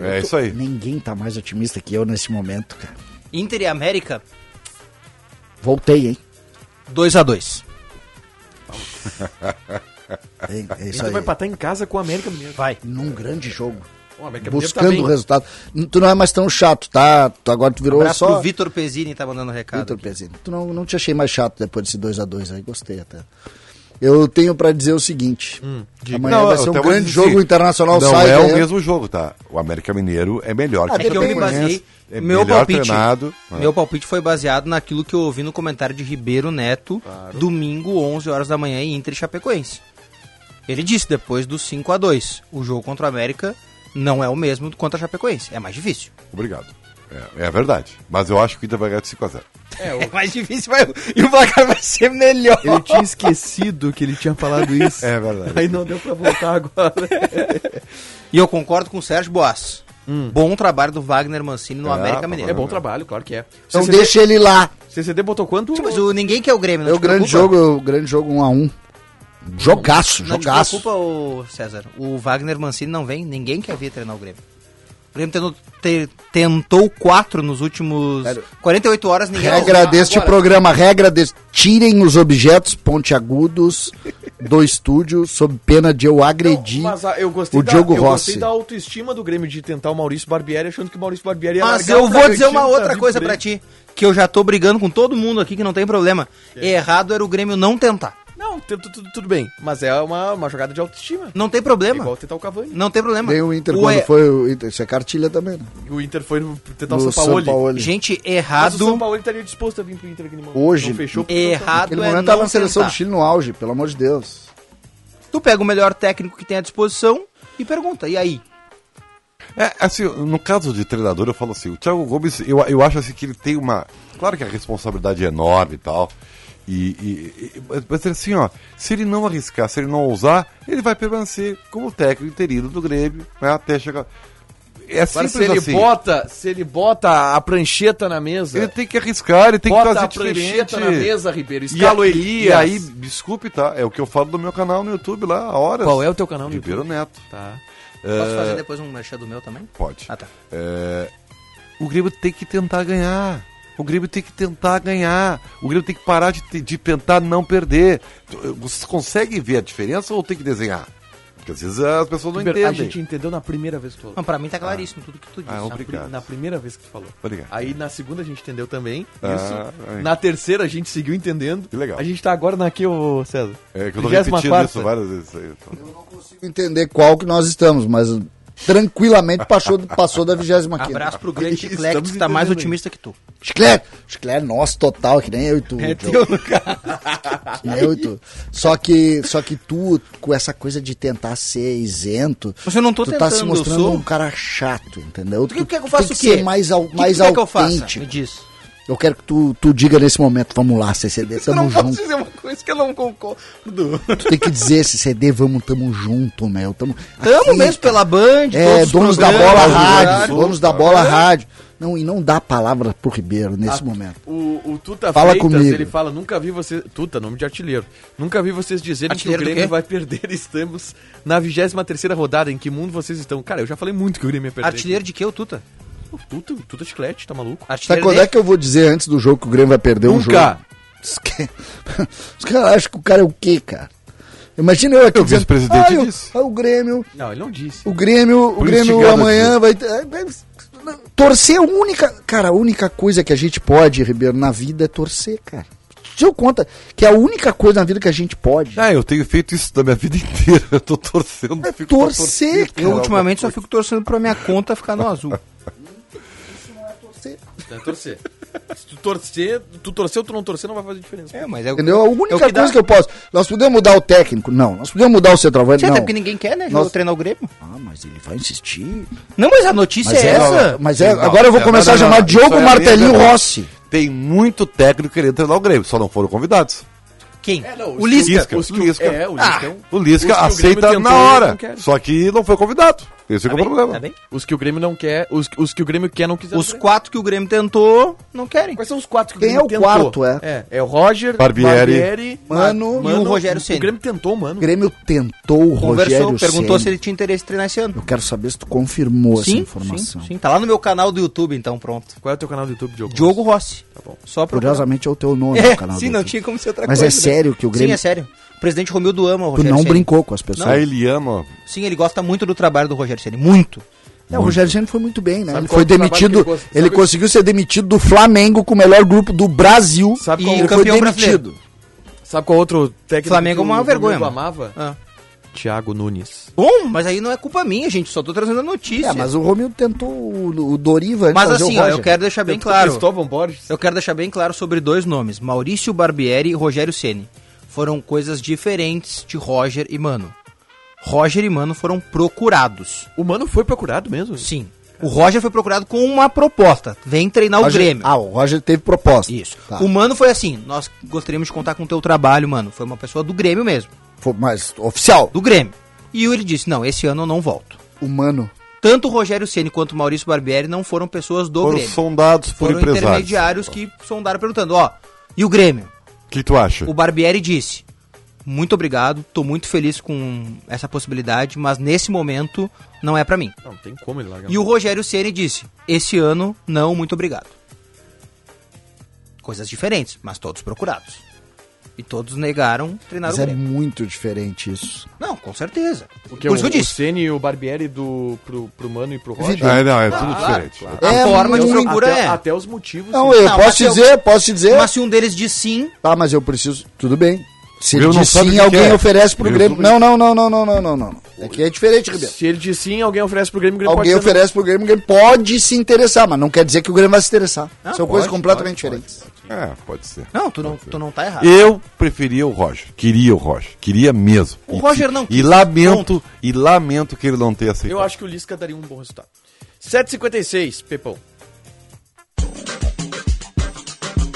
Speaker 3: É isso aí.
Speaker 5: Ninguém tá mais otimista que eu nesse momento, cara.
Speaker 4: Inter e América,
Speaker 5: Voltei, hein?
Speaker 4: 2x2.
Speaker 5: É, é
Speaker 2: A
Speaker 5: isso
Speaker 2: gente
Speaker 5: aí.
Speaker 2: Então vai empatar em casa com o América Mineiro.
Speaker 4: Vai.
Speaker 5: Num grande jogo.
Speaker 2: O América Mineiro tá
Speaker 5: buscando
Speaker 2: bem.
Speaker 5: o resultado. N- Tu não é mais tão chato, tá? Tu, agora tu virou
Speaker 4: Abraço
Speaker 5: só.
Speaker 4: pro Vitor Pezini tá mandando recado.
Speaker 5: Vitor Pezini. Tu não, não te achei mais chato depois desse 2x2 aí, gostei até. Eu tenho pra dizer o seguinte:
Speaker 2: Hum,
Speaker 5: amanhã
Speaker 3: Não,
Speaker 5: vai
Speaker 3: eu
Speaker 5: ser um
Speaker 3: até vou
Speaker 5: grande
Speaker 3: dizer,
Speaker 5: jogo internacional
Speaker 3: Não
Speaker 5: sai
Speaker 3: é o
Speaker 5: ganhando.
Speaker 3: mesmo jogo, tá? O América Mineiro é melhor
Speaker 5: Ah,
Speaker 4: É que eu me baseei.
Speaker 3: É
Speaker 4: meu
Speaker 3: melhor
Speaker 4: palpite.
Speaker 3: treinado.
Speaker 4: Meu palpite foi baseado naquilo que eu ouvi no comentário de Ribeiro Neto, domingo, 11 horas da manhã, em Inter e Chapecoense. Ele disse depois do 5 a 2 o jogo contra o América não é o mesmo contra a Chapecoense. É mais difícil.
Speaker 3: Obrigado. É, é verdade. Mas eu acho que o Inter vai ganhar de 5x0.
Speaker 4: É mais difícil vai- e o placar vai ser melhor.
Speaker 2: Eu tinha esquecido que ele tinha falado isso.
Speaker 3: É verdade.
Speaker 2: Aí não deu pra voltar agora.
Speaker 4: E eu concordo com o Sérgio Boas. Bom trabalho do Wagner Mancini no
Speaker 3: É,
Speaker 4: América
Speaker 2: É
Speaker 4: Mineiro.
Speaker 2: bom trabalho, claro que é.
Speaker 5: Então
Speaker 2: CCD,
Speaker 5: deixa ele lá.
Speaker 2: CCD botou quanto?
Speaker 4: Sim, mas o ninguém quer o Grêmio,
Speaker 5: É o
Speaker 4: te
Speaker 5: grande jogo,
Speaker 4: preocupa?
Speaker 5: é o grande jogo 1x1. Jogaço,
Speaker 4: Não te
Speaker 5: jogaço.
Speaker 4: preocupa, ô César. O Wagner Mancini não vem, ninguém quer vir treinar o Grêmio. O Grêmio tentou, te- tentou quatro nos últimos 48 horas, ninguém
Speaker 5: Regra deste programa, regra deste. Tirem os objetos pontiagudos do estúdio sob pena de eu agredir.
Speaker 2: Mas ah, eu gostei
Speaker 5: o Diogo
Speaker 2: eu gostei
Speaker 5: Rossi.
Speaker 2: da autoestima do Grêmio de tentar o Maurício Barbieri, achando que o Maurício Barbieri ia
Speaker 4: Mas
Speaker 2: largar
Speaker 4: eu
Speaker 2: o
Speaker 4: vou dizer
Speaker 5: tá
Speaker 4: uma
Speaker 2: Bragantino
Speaker 4: outra
Speaker 2: vir pro
Speaker 4: coisa pra
Speaker 2: Grêmio.
Speaker 4: ti, que eu já tô brigando com todo mundo aqui, que não tem problema.
Speaker 5: É.
Speaker 4: Errado era o Grêmio não tentar.
Speaker 2: Não, tu- tu- tu- tudo bem. Mas é uma, uma jogada de autoestima.
Speaker 4: Não tem
Speaker 2: É
Speaker 4: problema.
Speaker 2: igual tentar o Cavani.
Speaker 4: Não tem problema.
Speaker 5: Nem o Inter
Speaker 4: O
Speaker 5: quando
Speaker 4: er-
Speaker 5: foi o Inter. Isso é cartilha também, né?
Speaker 2: O Inter foi no- tentar
Speaker 5: No
Speaker 2: o Então, São Paulo.
Speaker 5: Sampaoli.
Speaker 4: Gente,
Speaker 2: Mas o São
Speaker 4: errado.
Speaker 2: Paulo estaria disposto a vir pro Inter aqui no momento.
Speaker 5: Hoje,
Speaker 2: Não fechou porque não tá-
Speaker 4: Errado
Speaker 5: Aquele
Speaker 4: é
Speaker 5: momento tava
Speaker 4: não
Speaker 5: na seleção
Speaker 4: tentar.
Speaker 5: do Chile no auge, pelo amor de Deus.
Speaker 4: Tu pega o melhor técnico que tem à disposição e pergunta, e aí?
Speaker 3: É, assim, no caso de treinador, eu falo assim, o Thiago Gomes, eu, eu acho assim que ele tem uma. Claro que a responsabilidade é enorme e tal. E, e- e- mas assim, ó, se ele não arriscar, se ele não ousar, ele vai permanecer como técnico interino do Grêmio, né, até chegar. É
Speaker 2: Agora,
Speaker 3: simples
Speaker 2: se ele
Speaker 3: assim.
Speaker 2: bota, se ele bota a prancheta na mesa,
Speaker 3: Ele tem que arriscar, ele tem
Speaker 2: bota
Speaker 3: que fazer
Speaker 2: a
Speaker 3: diferente.
Speaker 2: prancheta na mesa,
Speaker 3: E,
Speaker 2: Ribeiro,
Speaker 3: a,
Speaker 2: escala o
Speaker 3: e,
Speaker 2: Elias.
Speaker 3: e aí, desculpe, tá? É o que eu falo do meu canal no YouTube lá, há horas.
Speaker 2: qual é o teu canal no
Speaker 3: Ribeiro Neto.
Speaker 2: Tá.
Speaker 4: Posso fazer depois um merchan do meu também?
Speaker 3: Pode.
Speaker 4: Ah, tá.
Speaker 3: É, o Grêmio tem que tentar ganhar. O Grêmio tem que tentar ganhar. O Grêmio tem que parar de, te- de tentar não perder. Tu- eh, Vocês conseguem ver a diferença ou tem que desenhar? Porque às vezes as pessoas não
Speaker 2: Ribeiro, a
Speaker 3: entendem.
Speaker 2: gente entendeu na primeira vez que tu falou.
Speaker 4: Não, pra mim tá claríssimo tudo que tu disse.
Speaker 3: Ah,
Speaker 2: Na pri-
Speaker 3: obrigado.
Speaker 2: Na primeira vez que tu falou.
Speaker 3: Obrigado.
Speaker 2: Aí na segunda a gente entendeu também.
Speaker 3: Ah,
Speaker 2: isso.
Speaker 3: aí.
Speaker 2: Na terceira a gente seguiu entendendo.
Speaker 3: Que legal.
Speaker 2: A gente tá agora na que, ô César?
Speaker 3: É que eu tô
Speaker 2: 24ª.
Speaker 3: repetindo isso várias vezes. aí. então.
Speaker 5: consigo entender qual que nós estamos, mas tranquilamente passou, passou da 25 quinta.
Speaker 4: Abraço pro grande
Speaker 2: Estamos
Speaker 4: Chiclete, que tá mais
Speaker 2: entendendo
Speaker 4: otimista que tu.
Speaker 5: Chiclete! Chiclete é nosso total, que nem eu e tu.
Speaker 4: É
Speaker 5: Diogo. Que nem eu e tu. Só que, só que tu, com essa coisa de tentar ser isento,
Speaker 4: Mas eu não tô
Speaker 5: tu
Speaker 4: tentando,
Speaker 5: tá se mostrando
Speaker 4: eu sou.
Speaker 5: um cara chato, entendeu?
Speaker 4: Tu que- quer que eu faça
Speaker 5: tem
Speaker 4: o
Speaker 5: que
Speaker 4: quê?
Speaker 5: ser mais, au,
Speaker 4: O que
Speaker 5: mais
Speaker 4: tu quer que eu faça?
Speaker 5: autêntico. eu,
Speaker 4: Me diz.
Speaker 5: quero que tu, tu diga nesse momento, vamos lá, CCD, tamo junto.
Speaker 4: dizer uma coisa que eu não concordo.
Speaker 5: Tu tem que dizer, CCD, vamos, tamo junto, meu. Tamo,
Speaker 4: Tamo
Speaker 5: aqui, tipo,
Speaker 4: mesmo pela Band,
Speaker 5: É,
Speaker 4: os
Speaker 5: donos da bola
Speaker 4: programas, né? tá
Speaker 5: rádio,
Speaker 4: horário.
Speaker 5: donos da bola rádio. Não, e não dá palavra pro Ribeiro
Speaker 4: Ah,
Speaker 5: nesse momento.
Speaker 2: O, o Tuta
Speaker 5: Fala
Speaker 2: Freitas,
Speaker 5: comigo.
Speaker 2: ele fela, nunca vi vocês... Tuta, nome de artilheiro. Nunca vi vocês dizerem
Speaker 4: Artilheiro do
Speaker 2: que o Grêmio
Speaker 4: quê?
Speaker 2: vai perder. Estamos na 23ª rodada. Em que mundo vocês estão? Cara, eu já falei muito que o Grêmio ia perder.
Speaker 4: Artilheiro de que, o Tuta?
Speaker 2: O Tuta, o Tuta Chiclete, tá maluco?
Speaker 5: Sabe
Speaker 4: Artilheiro
Speaker 5: quando é que eu vou dizer antes do jogo que o Grêmio vai perder um jogo?
Speaker 2: Nunca!
Speaker 5: Os que- Os caras acham que o cara é o quê, cara? Imagina eu aqui.
Speaker 3: o vice-presidente
Speaker 5: ah, eu-
Speaker 3: disse."
Speaker 5: ah, o Grêmio,
Speaker 2: Não, ele não disse.
Speaker 5: o Grêmio, o
Speaker 3: Por
Speaker 5: Grêmio
Speaker 3: instigado
Speaker 5: amanhã vai. ter- é, é, Torcer é a única. Cara, a única coisa que a gente pode, Ribeiro, na vida é torcer, cara. Te deu conta que é a única coisa na vida que a gente pode.
Speaker 3: Ah, eu tenho feito isso da minha vida inteira. Eu tô torcendo.
Speaker 5: É
Speaker 3: fico pra
Speaker 5: torcer,
Speaker 3: torcida,
Speaker 5: cara.
Speaker 4: Eu ultimamente só fico torcendo pra minha conta ficar no azul.
Speaker 2: É torcer. Se tu torcer, tu torcer ou tu não torcer, não vai fazer diferença.
Speaker 4: É, mas é
Speaker 5: Entendeu? A única
Speaker 4: É o
Speaker 5: coisa
Speaker 4: que dá.
Speaker 5: que eu posso. Nós podemos mudar o técnico? Não. Nós podemos mudar o centroavante?
Speaker 4: Certo,
Speaker 5: Não.
Speaker 4: é porque ninguém quer, né?
Speaker 5: Nós-
Speaker 4: treinar o Grêmio.
Speaker 5: Ah, mas ele vai insistir.
Speaker 4: Não, mas a notícia
Speaker 5: Mas
Speaker 4: é,
Speaker 5: é,
Speaker 4: essa.
Speaker 5: mas é,
Speaker 3: Não,
Speaker 5: agora eu vou
Speaker 3: não,
Speaker 5: começar
Speaker 3: não,
Speaker 5: a
Speaker 3: não,
Speaker 5: chamar
Speaker 3: não.
Speaker 5: Diogo
Speaker 3: Isso é a
Speaker 5: Martelinho
Speaker 3: lenda.
Speaker 5: Rossi.
Speaker 3: Tem muito técnico querendo treinar o Grêmio, só não foram convidados.
Speaker 4: Quem? o
Speaker 2: o
Speaker 4: Lisca.
Speaker 3: Lisca.
Speaker 2: Os que o-
Speaker 3: Lisca.
Speaker 2: É, o Lisca é um...
Speaker 3: O Lisca
Speaker 2: Os que o
Speaker 3: aceita
Speaker 2: Grêmio tentou,
Speaker 3: na
Speaker 2: eles
Speaker 3: hora.
Speaker 2: não querem.
Speaker 3: Só que não foi convidado. Esse é
Speaker 4: Tá
Speaker 3: que é o
Speaker 4: bem?
Speaker 3: problema.
Speaker 4: Tá bem?
Speaker 2: Os que o Grêmio não quer, os, os que o Grêmio quer não quiser.
Speaker 4: Os quatro que o Grêmio tentou, não querem.
Speaker 2: Quais são os quatro que
Speaker 5: Quem é o quarto, é?
Speaker 2: é? É o Roger,
Speaker 3: Barbieri,
Speaker 5: Mano,
Speaker 4: e o Rogério Ceni.
Speaker 2: O Grêmio tentou, mano.
Speaker 5: O Grêmio tentou o
Speaker 4: Conversou,
Speaker 5: Rogério
Speaker 4: perguntou
Speaker 5: Ceni.
Speaker 4: se ele tinha interesse em treinar esse ano.
Speaker 5: Eu quero saber se tu confirmou essa informação.
Speaker 4: sim, sim. Tá lá no meu canal do YouTube, então, pronto.
Speaker 2: Qual é o teu canal do YouTube, Diogo?
Speaker 4: Diogo Rossi. Tá bom. Só procurar.
Speaker 5: Curiosamente é o teu nome
Speaker 4: É,
Speaker 5: no canal.
Speaker 4: sim,
Speaker 5: do
Speaker 4: não
Speaker 5: YouTube.
Speaker 4: tinha como ser outra
Speaker 5: Mas
Speaker 4: coisa.
Speaker 5: é sério que o
Speaker 4: Sim,
Speaker 5: Grêmio-
Speaker 4: é sério. O presidente Romildo ama
Speaker 5: Tu
Speaker 4: o Rogério
Speaker 5: não
Speaker 4: Ceni.
Speaker 5: brincou com as pessoas.
Speaker 4: então.
Speaker 3: Aí ele ama.
Speaker 4: Sim, ele gosta muito do trabalho do Rogério Ceni, muito.
Speaker 5: É, o Rogério Ceni foi muito bem, né?
Speaker 2: Sabe
Speaker 5: ele
Speaker 2: qual
Speaker 5: foi
Speaker 2: o trabalho
Speaker 5: demitido,
Speaker 2: que ele cons-
Speaker 5: ele
Speaker 2: sabe-
Speaker 5: conseguiu ser demitido do Flamengo com o melhor grupo do Brasil.
Speaker 2: Sabe
Speaker 4: E
Speaker 2: qual,
Speaker 5: ele foi
Speaker 4: campeão
Speaker 5: demitido.
Speaker 2: sabe qual outro técnico
Speaker 4: Flamengo
Speaker 2: que
Speaker 4: é uma
Speaker 2: o
Speaker 4: vergonha,
Speaker 2: Grêmio
Speaker 4: mano.
Speaker 2: amava?
Speaker 4: Ah.
Speaker 2: Thiago Nunes.
Speaker 4: Bom, mas aí não é culpa minha, gente, só tô trazendo a notícia.
Speaker 5: É, mas o Romildo tentou o, o Doriva antes
Speaker 4: Mas
Speaker 5: de fazer
Speaker 4: assim,
Speaker 5: o
Speaker 4: ó,
Speaker 5: Roger.
Speaker 4: eu quero deixar bem claro.
Speaker 2: Cristóvão Borges.
Speaker 4: Eu quero deixar bem claro sobre dois nomes, Maurício Barbieri e Rogério Ceni. Foram coisas diferentes de Roger e Mano. Roger e Mano foram procurados.
Speaker 2: O mano foi procurado mesmo?
Speaker 4: Sim. O Roger foi procurado com uma proposta. Vem treinar
Speaker 5: Roger-
Speaker 4: é o Grêmio.
Speaker 5: Ah, o Roger teve proposta.
Speaker 4: Isso.
Speaker 5: Tá.
Speaker 4: O Mano foi assim, nós gostaríamos de contar com o teu trabalho, mano. Foi uma pessoa do Grêmio mesmo,
Speaker 5: Foi- mas oficial,
Speaker 4: do Grêmio. E ele disse, não, esse ano eu não volto.
Speaker 5: humano.
Speaker 4: Tanto o Rogério Ceni quanto o Maurício Barbieri não foram pessoas do
Speaker 3: Foram
Speaker 4: Grêmio.
Speaker 3: sondados por
Speaker 4: foram
Speaker 3: empresários.
Speaker 4: intermediários que sondaram perguntando, ó, e o Grêmio?
Speaker 3: O que tu acha?
Speaker 4: O Barbieri disse: Muito obrigado, tô muito feliz com essa possibilidade, mas nesse momento não é pra mim.
Speaker 2: Não, tem como ele largar.
Speaker 4: E o Rogério Ceni disse: Esse ano não, muito obrigado. Coisas diferentes, mas todos procurados. E todos negaram treinar
Speaker 5: Mas
Speaker 4: o
Speaker 5: é
Speaker 4: Grêmio.
Speaker 5: muito diferente isso.
Speaker 4: Não, com certeza.
Speaker 2: Porque
Speaker 4: Por
Speaker 2: o,
Speaker 4: isso eu
Speaker 2: o
Speaker 4: disse.
Speaker 2: Ceni e o Barbieri do, pro, pro Mano e pro Roger.
Speaker 5: Evidente.
Speaker 3: Ah, não, é tudo diferente.
Speaker 5: É
Speaker 4: a forma de
Speaker 5: muito-
Speaker 4: procura
Speaker 2: até,
Speaker 4: é.
Speaker 2: até os motivos.
Speaker 5: Não,
Speaker 2: sim.
Speaker 5: eu
Speaker 4: Não, mas
Speaker 5: posso te
Speaker 4: eu-
Speaker 5: dizer, posso te dizer.
Speaker 4: Mas se um deles diz sim,
Speaker 5: Tá, mas eu preciso. Tudo bem. Se
Speaker 3: O
Speaker 5: ele
Speaker 3: Grêmio não
Speaker 5: diz
Speaker 3: sabe o
Speaker 5: sim,
Speaker 3: que
Speaker 5: alguém
Speaker 3: quer.
Speaker 5: oferece pro
Speaker 3: Ele
Speaker 5: Grêmio.
Speaker 3: tudo bem.
Speaker 5: Não, não, não, não, não, não, não, não. Aqui é diferente, Ribeiro.
Speaker 2: Se ele diz sim, alguém oferece pro Grêmio, o Grêmio
Speaker 5: Alguém
Speaker 2: pode dizer
Speaker 5: oferece pro Grêmio, o Grêmio pode se interessar, mas não quer dizer que o Grêmio vai se interessar.
Speaker 4: Ah,
Speaker 5: São
Speaker 4: pode,
Speaker 5: coisas completamente diferentes.
Speaker 3: É, pode ser.
Speaker 4: não, tu não, tu não tá errado.
Speaker 3: Eu preferia o Roger. Queria o Roger. Queria mesmo.
Speaker 4: O
Speaker 3: E-
Speaker 4: Roger não
Speaker 3: E
Speaker 4: quis.
Speaker 3: lamento, e lamento que ele não tenha
Speaker 2: não.
Speaker 3: aceitado.
Speaker 2: Eu acho que o Lisca daria um bom resultado. 7,56, Pepão.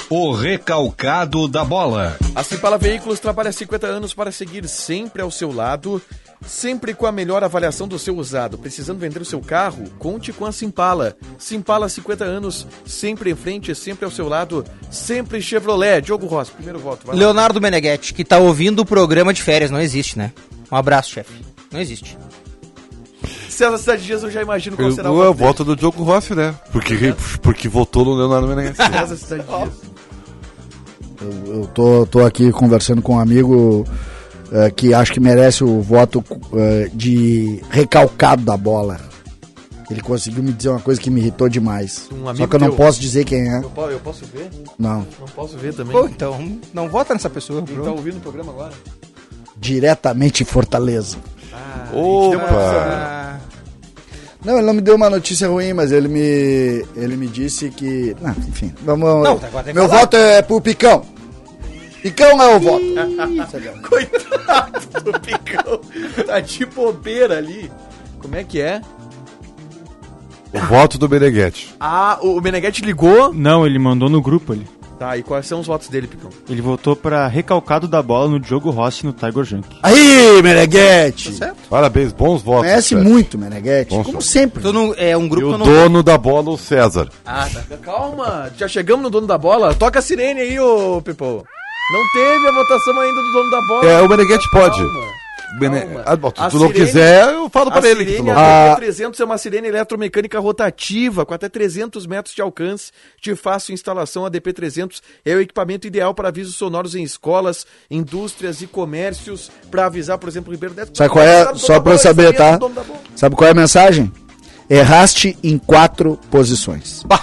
Speaker 1: O recalcado da bola.
Speaker 2: A Cipala Assim, Veículos trabalha há 50 anos para seguir sempre ao seu lado, sempre com a melhor avaliação do seu usado. Precisando vender o seu carro? Conte com a Simpala. Simpala 50 anos, sempre em frente, sempre ao seu lado, sempre Chevrolet. Diogo Rossi, primeiro voto. vai lá.
Speaker 4: Leonardo Meneghetti, que tá ouvindo o programa de férias, não existe, né? Um abraço, chefe. Não existe.
Speaker 2: César Cidade Dias, eu já imagino qual
Speaker 3: Eu,
Speaker 4: é
Speaker 2: será
Speaker 3: eu,
Speaker 2: voto dele.
Speaker 3: voto do Diogo Rossi, né? Porque, porque votou no Leonardo Menezes.
Speaker 2: César Cidade Dias.
Speaker 5: Eu, eu tô, tô aqui conversando com um amigo eh, que acho que merece o voto eh, de recalcado da bola. Ele conseguiu me dizer uma coisa que me irritou demais.
Speaker 2: Um amigo
Speaker 5: Só que eu não
Speaker 2: teu?
Speaker 5: posso dizer quem é.
Speaker 2: Eu, po- eu posso ver?
Speaker 5: Não.
Speaker 2: Não posso ver também.
Speaker 4: Pô, então, não vota nessa pessoa.
Speaker 2: Quem tá ouvindo o programa agora?
Speaker 5: Diretamente em Fortaleza.
Speaker 1: é
Speaker 3: Opa!
Speaker 5: Não, ele não me deu uma notícia ruim, mas ele me, ele me disse que. Não, enfim, vamos.
Speaker 2: tá,
Speaker 4: Não, agora tem que
Speaker 5: meu
Speaker 4: falar.
Speaker 5: voto é pro Picão. Picão é o voto.
Speaker 2: Coitado do Picão. Tá de bobeira ali. Como é que é?
Speaker 3: O voto do Meneghetti.
Speaker 2: Ah, o o Meneghetti ligou.
Speaker 9: Não, ele mandou no grupo ali.
Speaker 2: Tá, e quais são os votos dele, Picão?
Speaker 9: Ele voltou pra recalcado da bola no Diogo Rossi no Tiger Junk.
Speaker 5: Aí,
Speaker 2: Tá
Speaker 5: Meneghete!
Speaker 3: Parabéns, bons votos.
Speaker 5: Conhece
Speaker 3: Fred.
Speaker 5: muito, Meneghete,
Speaker 3: Bom,
Speaker 5: como
Speaker 3: cara.
Speaker 5: sempre.
Speaker 4: Tu não, é um
Speaker 3: E
Speaker 4: grupo que
Speaker 3: o
Speaker 4: eu não
Speaker 3: dono da bola, o César.
Speaker 2: Calma, já chegamos no dono da bola. Toca a sirene aí, ô Pipo. Não teve a votação ainda do dono da bola.
Speaker 3: É, o Meneghetti pode. Bene...
Speaker 2: calma.
Speaker 3: Ah, bom, se
Speaker 2: A
Speaker 3: tu não
Speaker 2: sirene-
Speaker 3: quiser, eu falo
Speaker 2: A
Speaker 3: pra ele que tu
Speaker 2: sirene
Speaker 3: não
Speaker 5: Ah.
Speaker 2: ATP 300 é uma sirene eletromecânica rotativa com até 300 metros de alcance de fácil instalação. A DP300 é o equipamento ideal para avisos sonoros em escolas, indústrias e comércios para avisar, por exemplo, o Ribeiro Neto.
Speaker 5: Sabe qual é?
Speaker 2: Sabe o dono
Speaker 5: Só
Speaker 2: da
Speaker 5: pra eu
Speaker 2: bola,
Speaker 5: saber,
Speaker 2: esse aí é
Speaker 5: tá?
Speaker 2: o dono da bola.
Speaker 5: Sabe qual é a mensagem? Erraste em quatro posições.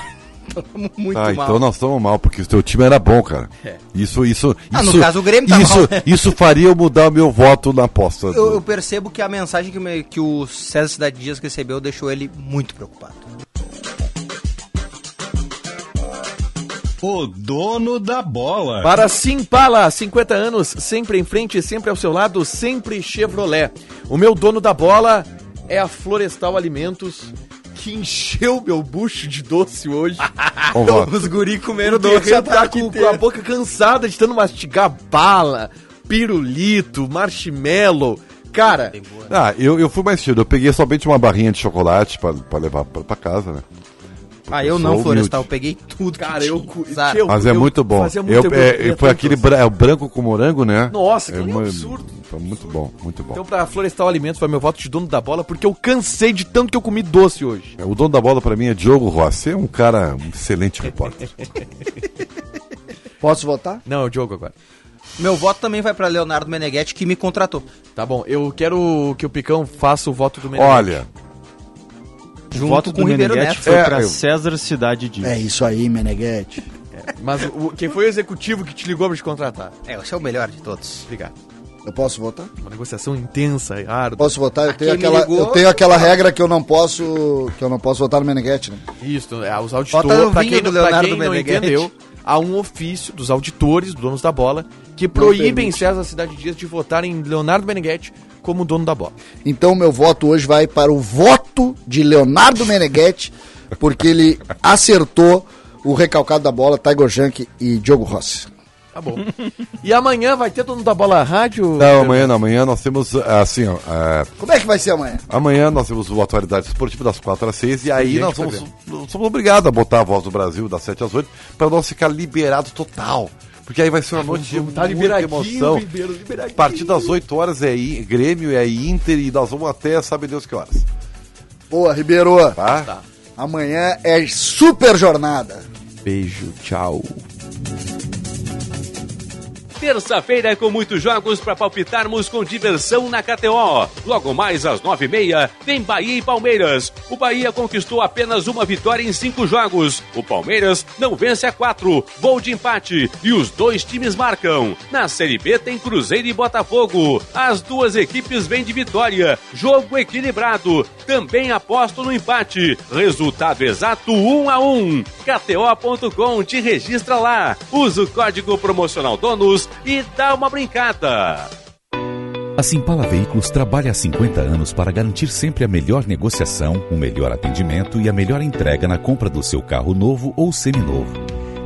Speaker 4: tamo muito
Speaker 3: Ah,
Speaker 4: mal.
Speaker 3: então nós estamos mal, porque o teu time era bom, cara.
Speaker 2: É.
Speaker 3: Isso, isso,
Speaker 4: Ah, no
Speaker 3: isso,
Speaker 4: caso, o Grêmio tá
Speaker 3: isso,
Speaker 4: mal.
Speaker 3: isso faria eu mudar o meu voto na aposta.
Speaker 4: Eu, eu percebo que a mensagem que, me- que o César Cidade Dias recebeu deixou ele muito preocupado.
Speaker 1: O dono da bola.
Speaker 2: Para Simpala, 50 anos, sempre em frente, sempre ao seu lado, sempre Chevrolet. O meu dono da bola é a Florestal Alimentos, que encheu meu bucho de doce hoje.
Speaker 3: Bom voto.
Speaker 4: Os guri comeram
Speaker 2: O terreno tá com, com a boca cansada de tanto mastigar bala, pirulito, marshmallow, Cara,
Speaker 3: Ah, eu, eu fui mais cedo. Eu peguei somente uma barrinha de chocolate pra, pra levar pra, pra casa, né?
Speaker 4: Ah, eu
Speaker 3: Sou
Speaker 4: não,
Speaker 3: humilde.
Speaker 4: Florestal, eu peguei tudo. que
Speaker 2: cara,
Speaker 4: tinha.
Speaker 2: eu. cu-
Speaker 4: Zara.
Speaker 2: Tio,
Speaker 3: Mas é
Speaker 2: eu
Speaker 3: muito bom.
Speaker 2: fazia muito
Speaker 3: Eu,
Speaker 2: tempo que
Speaker 3: é,
Speaker 2: eu comia
Speaker 3: foi
Speaker 2: tanto
Speaker 3: aquele
Speaker 2: doce.
Speaker 3: bra- é o branco com morango, né?
Speaker 2: Nossa,
Speaker 3: é,
Speaker 2: aquilo é
Speaker 3: mu-
Speaker 2: absurdo.
Speaker 3: Foi muito bom, muito bom.
Speaker 2: Então, pra Florestal Alimentos, foi meu voto de dono da bola, porque eu cansei de tanto que eu comi doce hoje.
Speaker 3: O dono da bola pra mim é Diogo Rossi. É um cara, um excelente repórter.
Speaker 5: Posso votar?
Speaker 2: Não, é o Diogo agora.
Speaker 4: Meu voto também vai pra Leonardo Meneghetti, que me contratou.
Speaker 2: Tá bom, eu quero que o Picão faça o voto do Meneghetti.
Speaker 3: Olha,
Speaker 4: Junto
Speaker 9: o voto
Speaker 4: com
Speaker 9: do
Speaker 4: o Ribeiro
Speaker 9: Meneghetti
Speaker 4: Neto.
Speaker 9: foi
Speaker 3: É,
Speaker 9: pra
Speaker 3: eu-
Speaker 9: César Cidade Dias.
Speaker 5: É isso aí, Meneghete.
Speaker 2: Mas o- quem foi o executivo que te ligou pra te contratar?
Speaker 4: É, esse é o melhor de todos.
Speaker 2: Obrigado.
Speaker 5: Eu posso votar?
Speaker 2: Uma negociação intensa, árdua.
Speaker 5: Posso votar? Eu tenho,
Speaker 4: me
Speaker 5: aquela,
Speaker 4: ligou-
Speaker 5: eu tenho aquela regra que eu não posso. Que eu não posso votar no Meneghete, né?
Speaker 2: Isso, é, os auditores,
Speaker 4: Bota
Speaker 2: pra
Speaker 4: no
Speaker 2: quem,
Speaker 4: vinho do
Speaker 2: não- pra
Speaker 4: Leonardo
Speaker 2: quem não
Speaker 4: Meneghetti.
Speaker 2: entendeu, há um ofício dos auditores, dos donos da bola, que proíbem
Speaker 5: permite.
Speaker 2: César Cidade Dias de votar em Leonardo Meneghetti como dono da bola.
Speaker 5: Então meu voto hoje vai para o voto de Leonardo Meneghetti, porque ele acertou o recalcado da bola, Tiger Junk e Diogo Rossi.
Speaker 2: Tá bom. e amanhã vai ter dono da bola rádio?
Speaker 3: não, amanhã não, amanhã nós temos, assim, ó, é,
Speaker 5: Como é que vai ser amanhã?
Speaker 3: amanhã nós temos o Atualidade Esportiva das 4 às 6 e aí
Speaker 2: Gente,
Speaker 3: nós
Speaker 2: foi
Speaker 3: vamos, somos obrigados a botar a voz do Brasil das 7 às 8 pra nós ficar liberado total. Porque aí vai ser uma noite de
Speaker 2: Tá
Speaker 3: muita
Speaker 2: liberadinho,
Speaker 3: emoção.
Speaker 2: Ribeiro, liberadinho.
Speaker 3: A partir das 8 horas é I- Grêmio, é Inter e nós vamos até sabe Deus que horas.
Speaker 5: Boa, Ribeiro.
Speaker 3: Tá?
Speaker 5: Amanhã é super jornada.
Speaker 2: Beijo, tchau.
Speaker 6: Terça-feira é com muitos jogos para palpitarmos com diversão na KTO. Logo mais às nove e meia, tem Bahia e Palmeiras. O Bahia conquistou apenas uma vitória em cinco jogos. O Palmeiras não vence a quatro. Gol de empate e os dois times marcam. Na Série B tem Cruzeiro e Botafogo. As duas equipes vêm de vitória. Jogo equilibrado. Também aposto no empate. Resultado exato um a um. KTO.com te registra lá. Usa o código promocional DONUS e dá uma brincada.
Speaker 10: A Simpala Veículos trabalha há 50 anos para garantir sempre a melhor negociação, o melhor atendimento e a melhor entrega na compra do seu carro novo ou seminovo.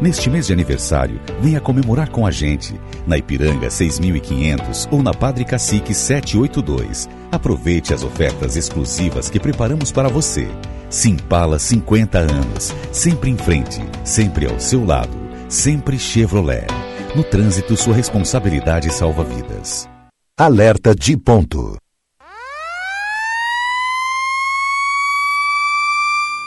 Speaker 10: Neste mês de aniversário, venha comemorar com a gente, na Ipiranga 6500 ou na Padre Cacique 782. Aproveite as ofertas exclusivas que preparamos para você. Simpala 50 anos, sempre em frente, sempre ao seu lado, sempre Chevrolet. No trânsito, sua responsabilidade salva vidas. Alerta de ponto.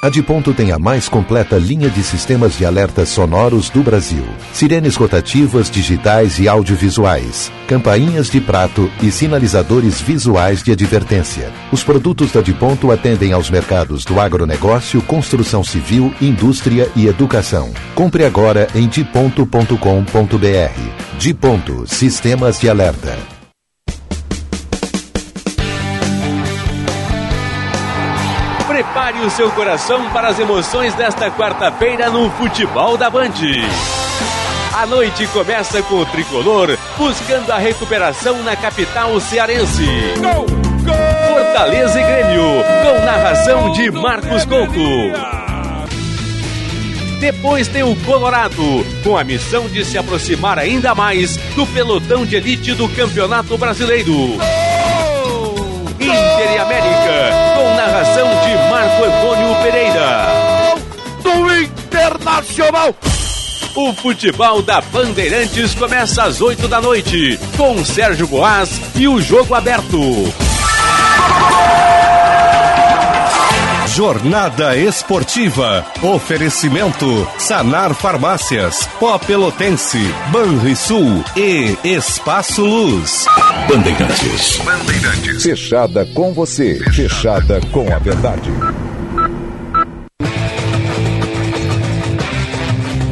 Speaker 10: A de ponto tem a mais completa linha de sistemas de alertas sonoros do Brasil. Sirenes rotativas, digitais e audiovisuais, campainhas de prato e sinalizadores visuais de advertência. Os produtos da de ponto atendem aos mercados do agronegócio, construção civil, indústria e educação. Compre agora em diponto.com.br. De ponto, sistemas de alerta.
Speaker 6: Prepare o seu coração para as emoções desta quarta-feira no Futebol da Band. A noite começa com o tricolor buscando a recuperação na capital cearense. Gol! Fortaleza e Grêmio, com narração de Marcos Couto. Depois tem o Colorado, com a missão de se aproximar ainda mais do pelotão de elite do Campeonato Brasileiro. Inter e América, com narração de Marco Antônio Pereira. Do Internacional! O futebol da Bandeirantes começa às 8 da noite, com Sérgio Boas e o jogo aberto.
Speaker 1: Jornada Esportiva. Oferecimento Sanar Farmácias, Pó Pelotense, Banrisul e Espaço Luz.
Speaker 10: Bandeirantes. Fechada com você. Fechada com a verdade.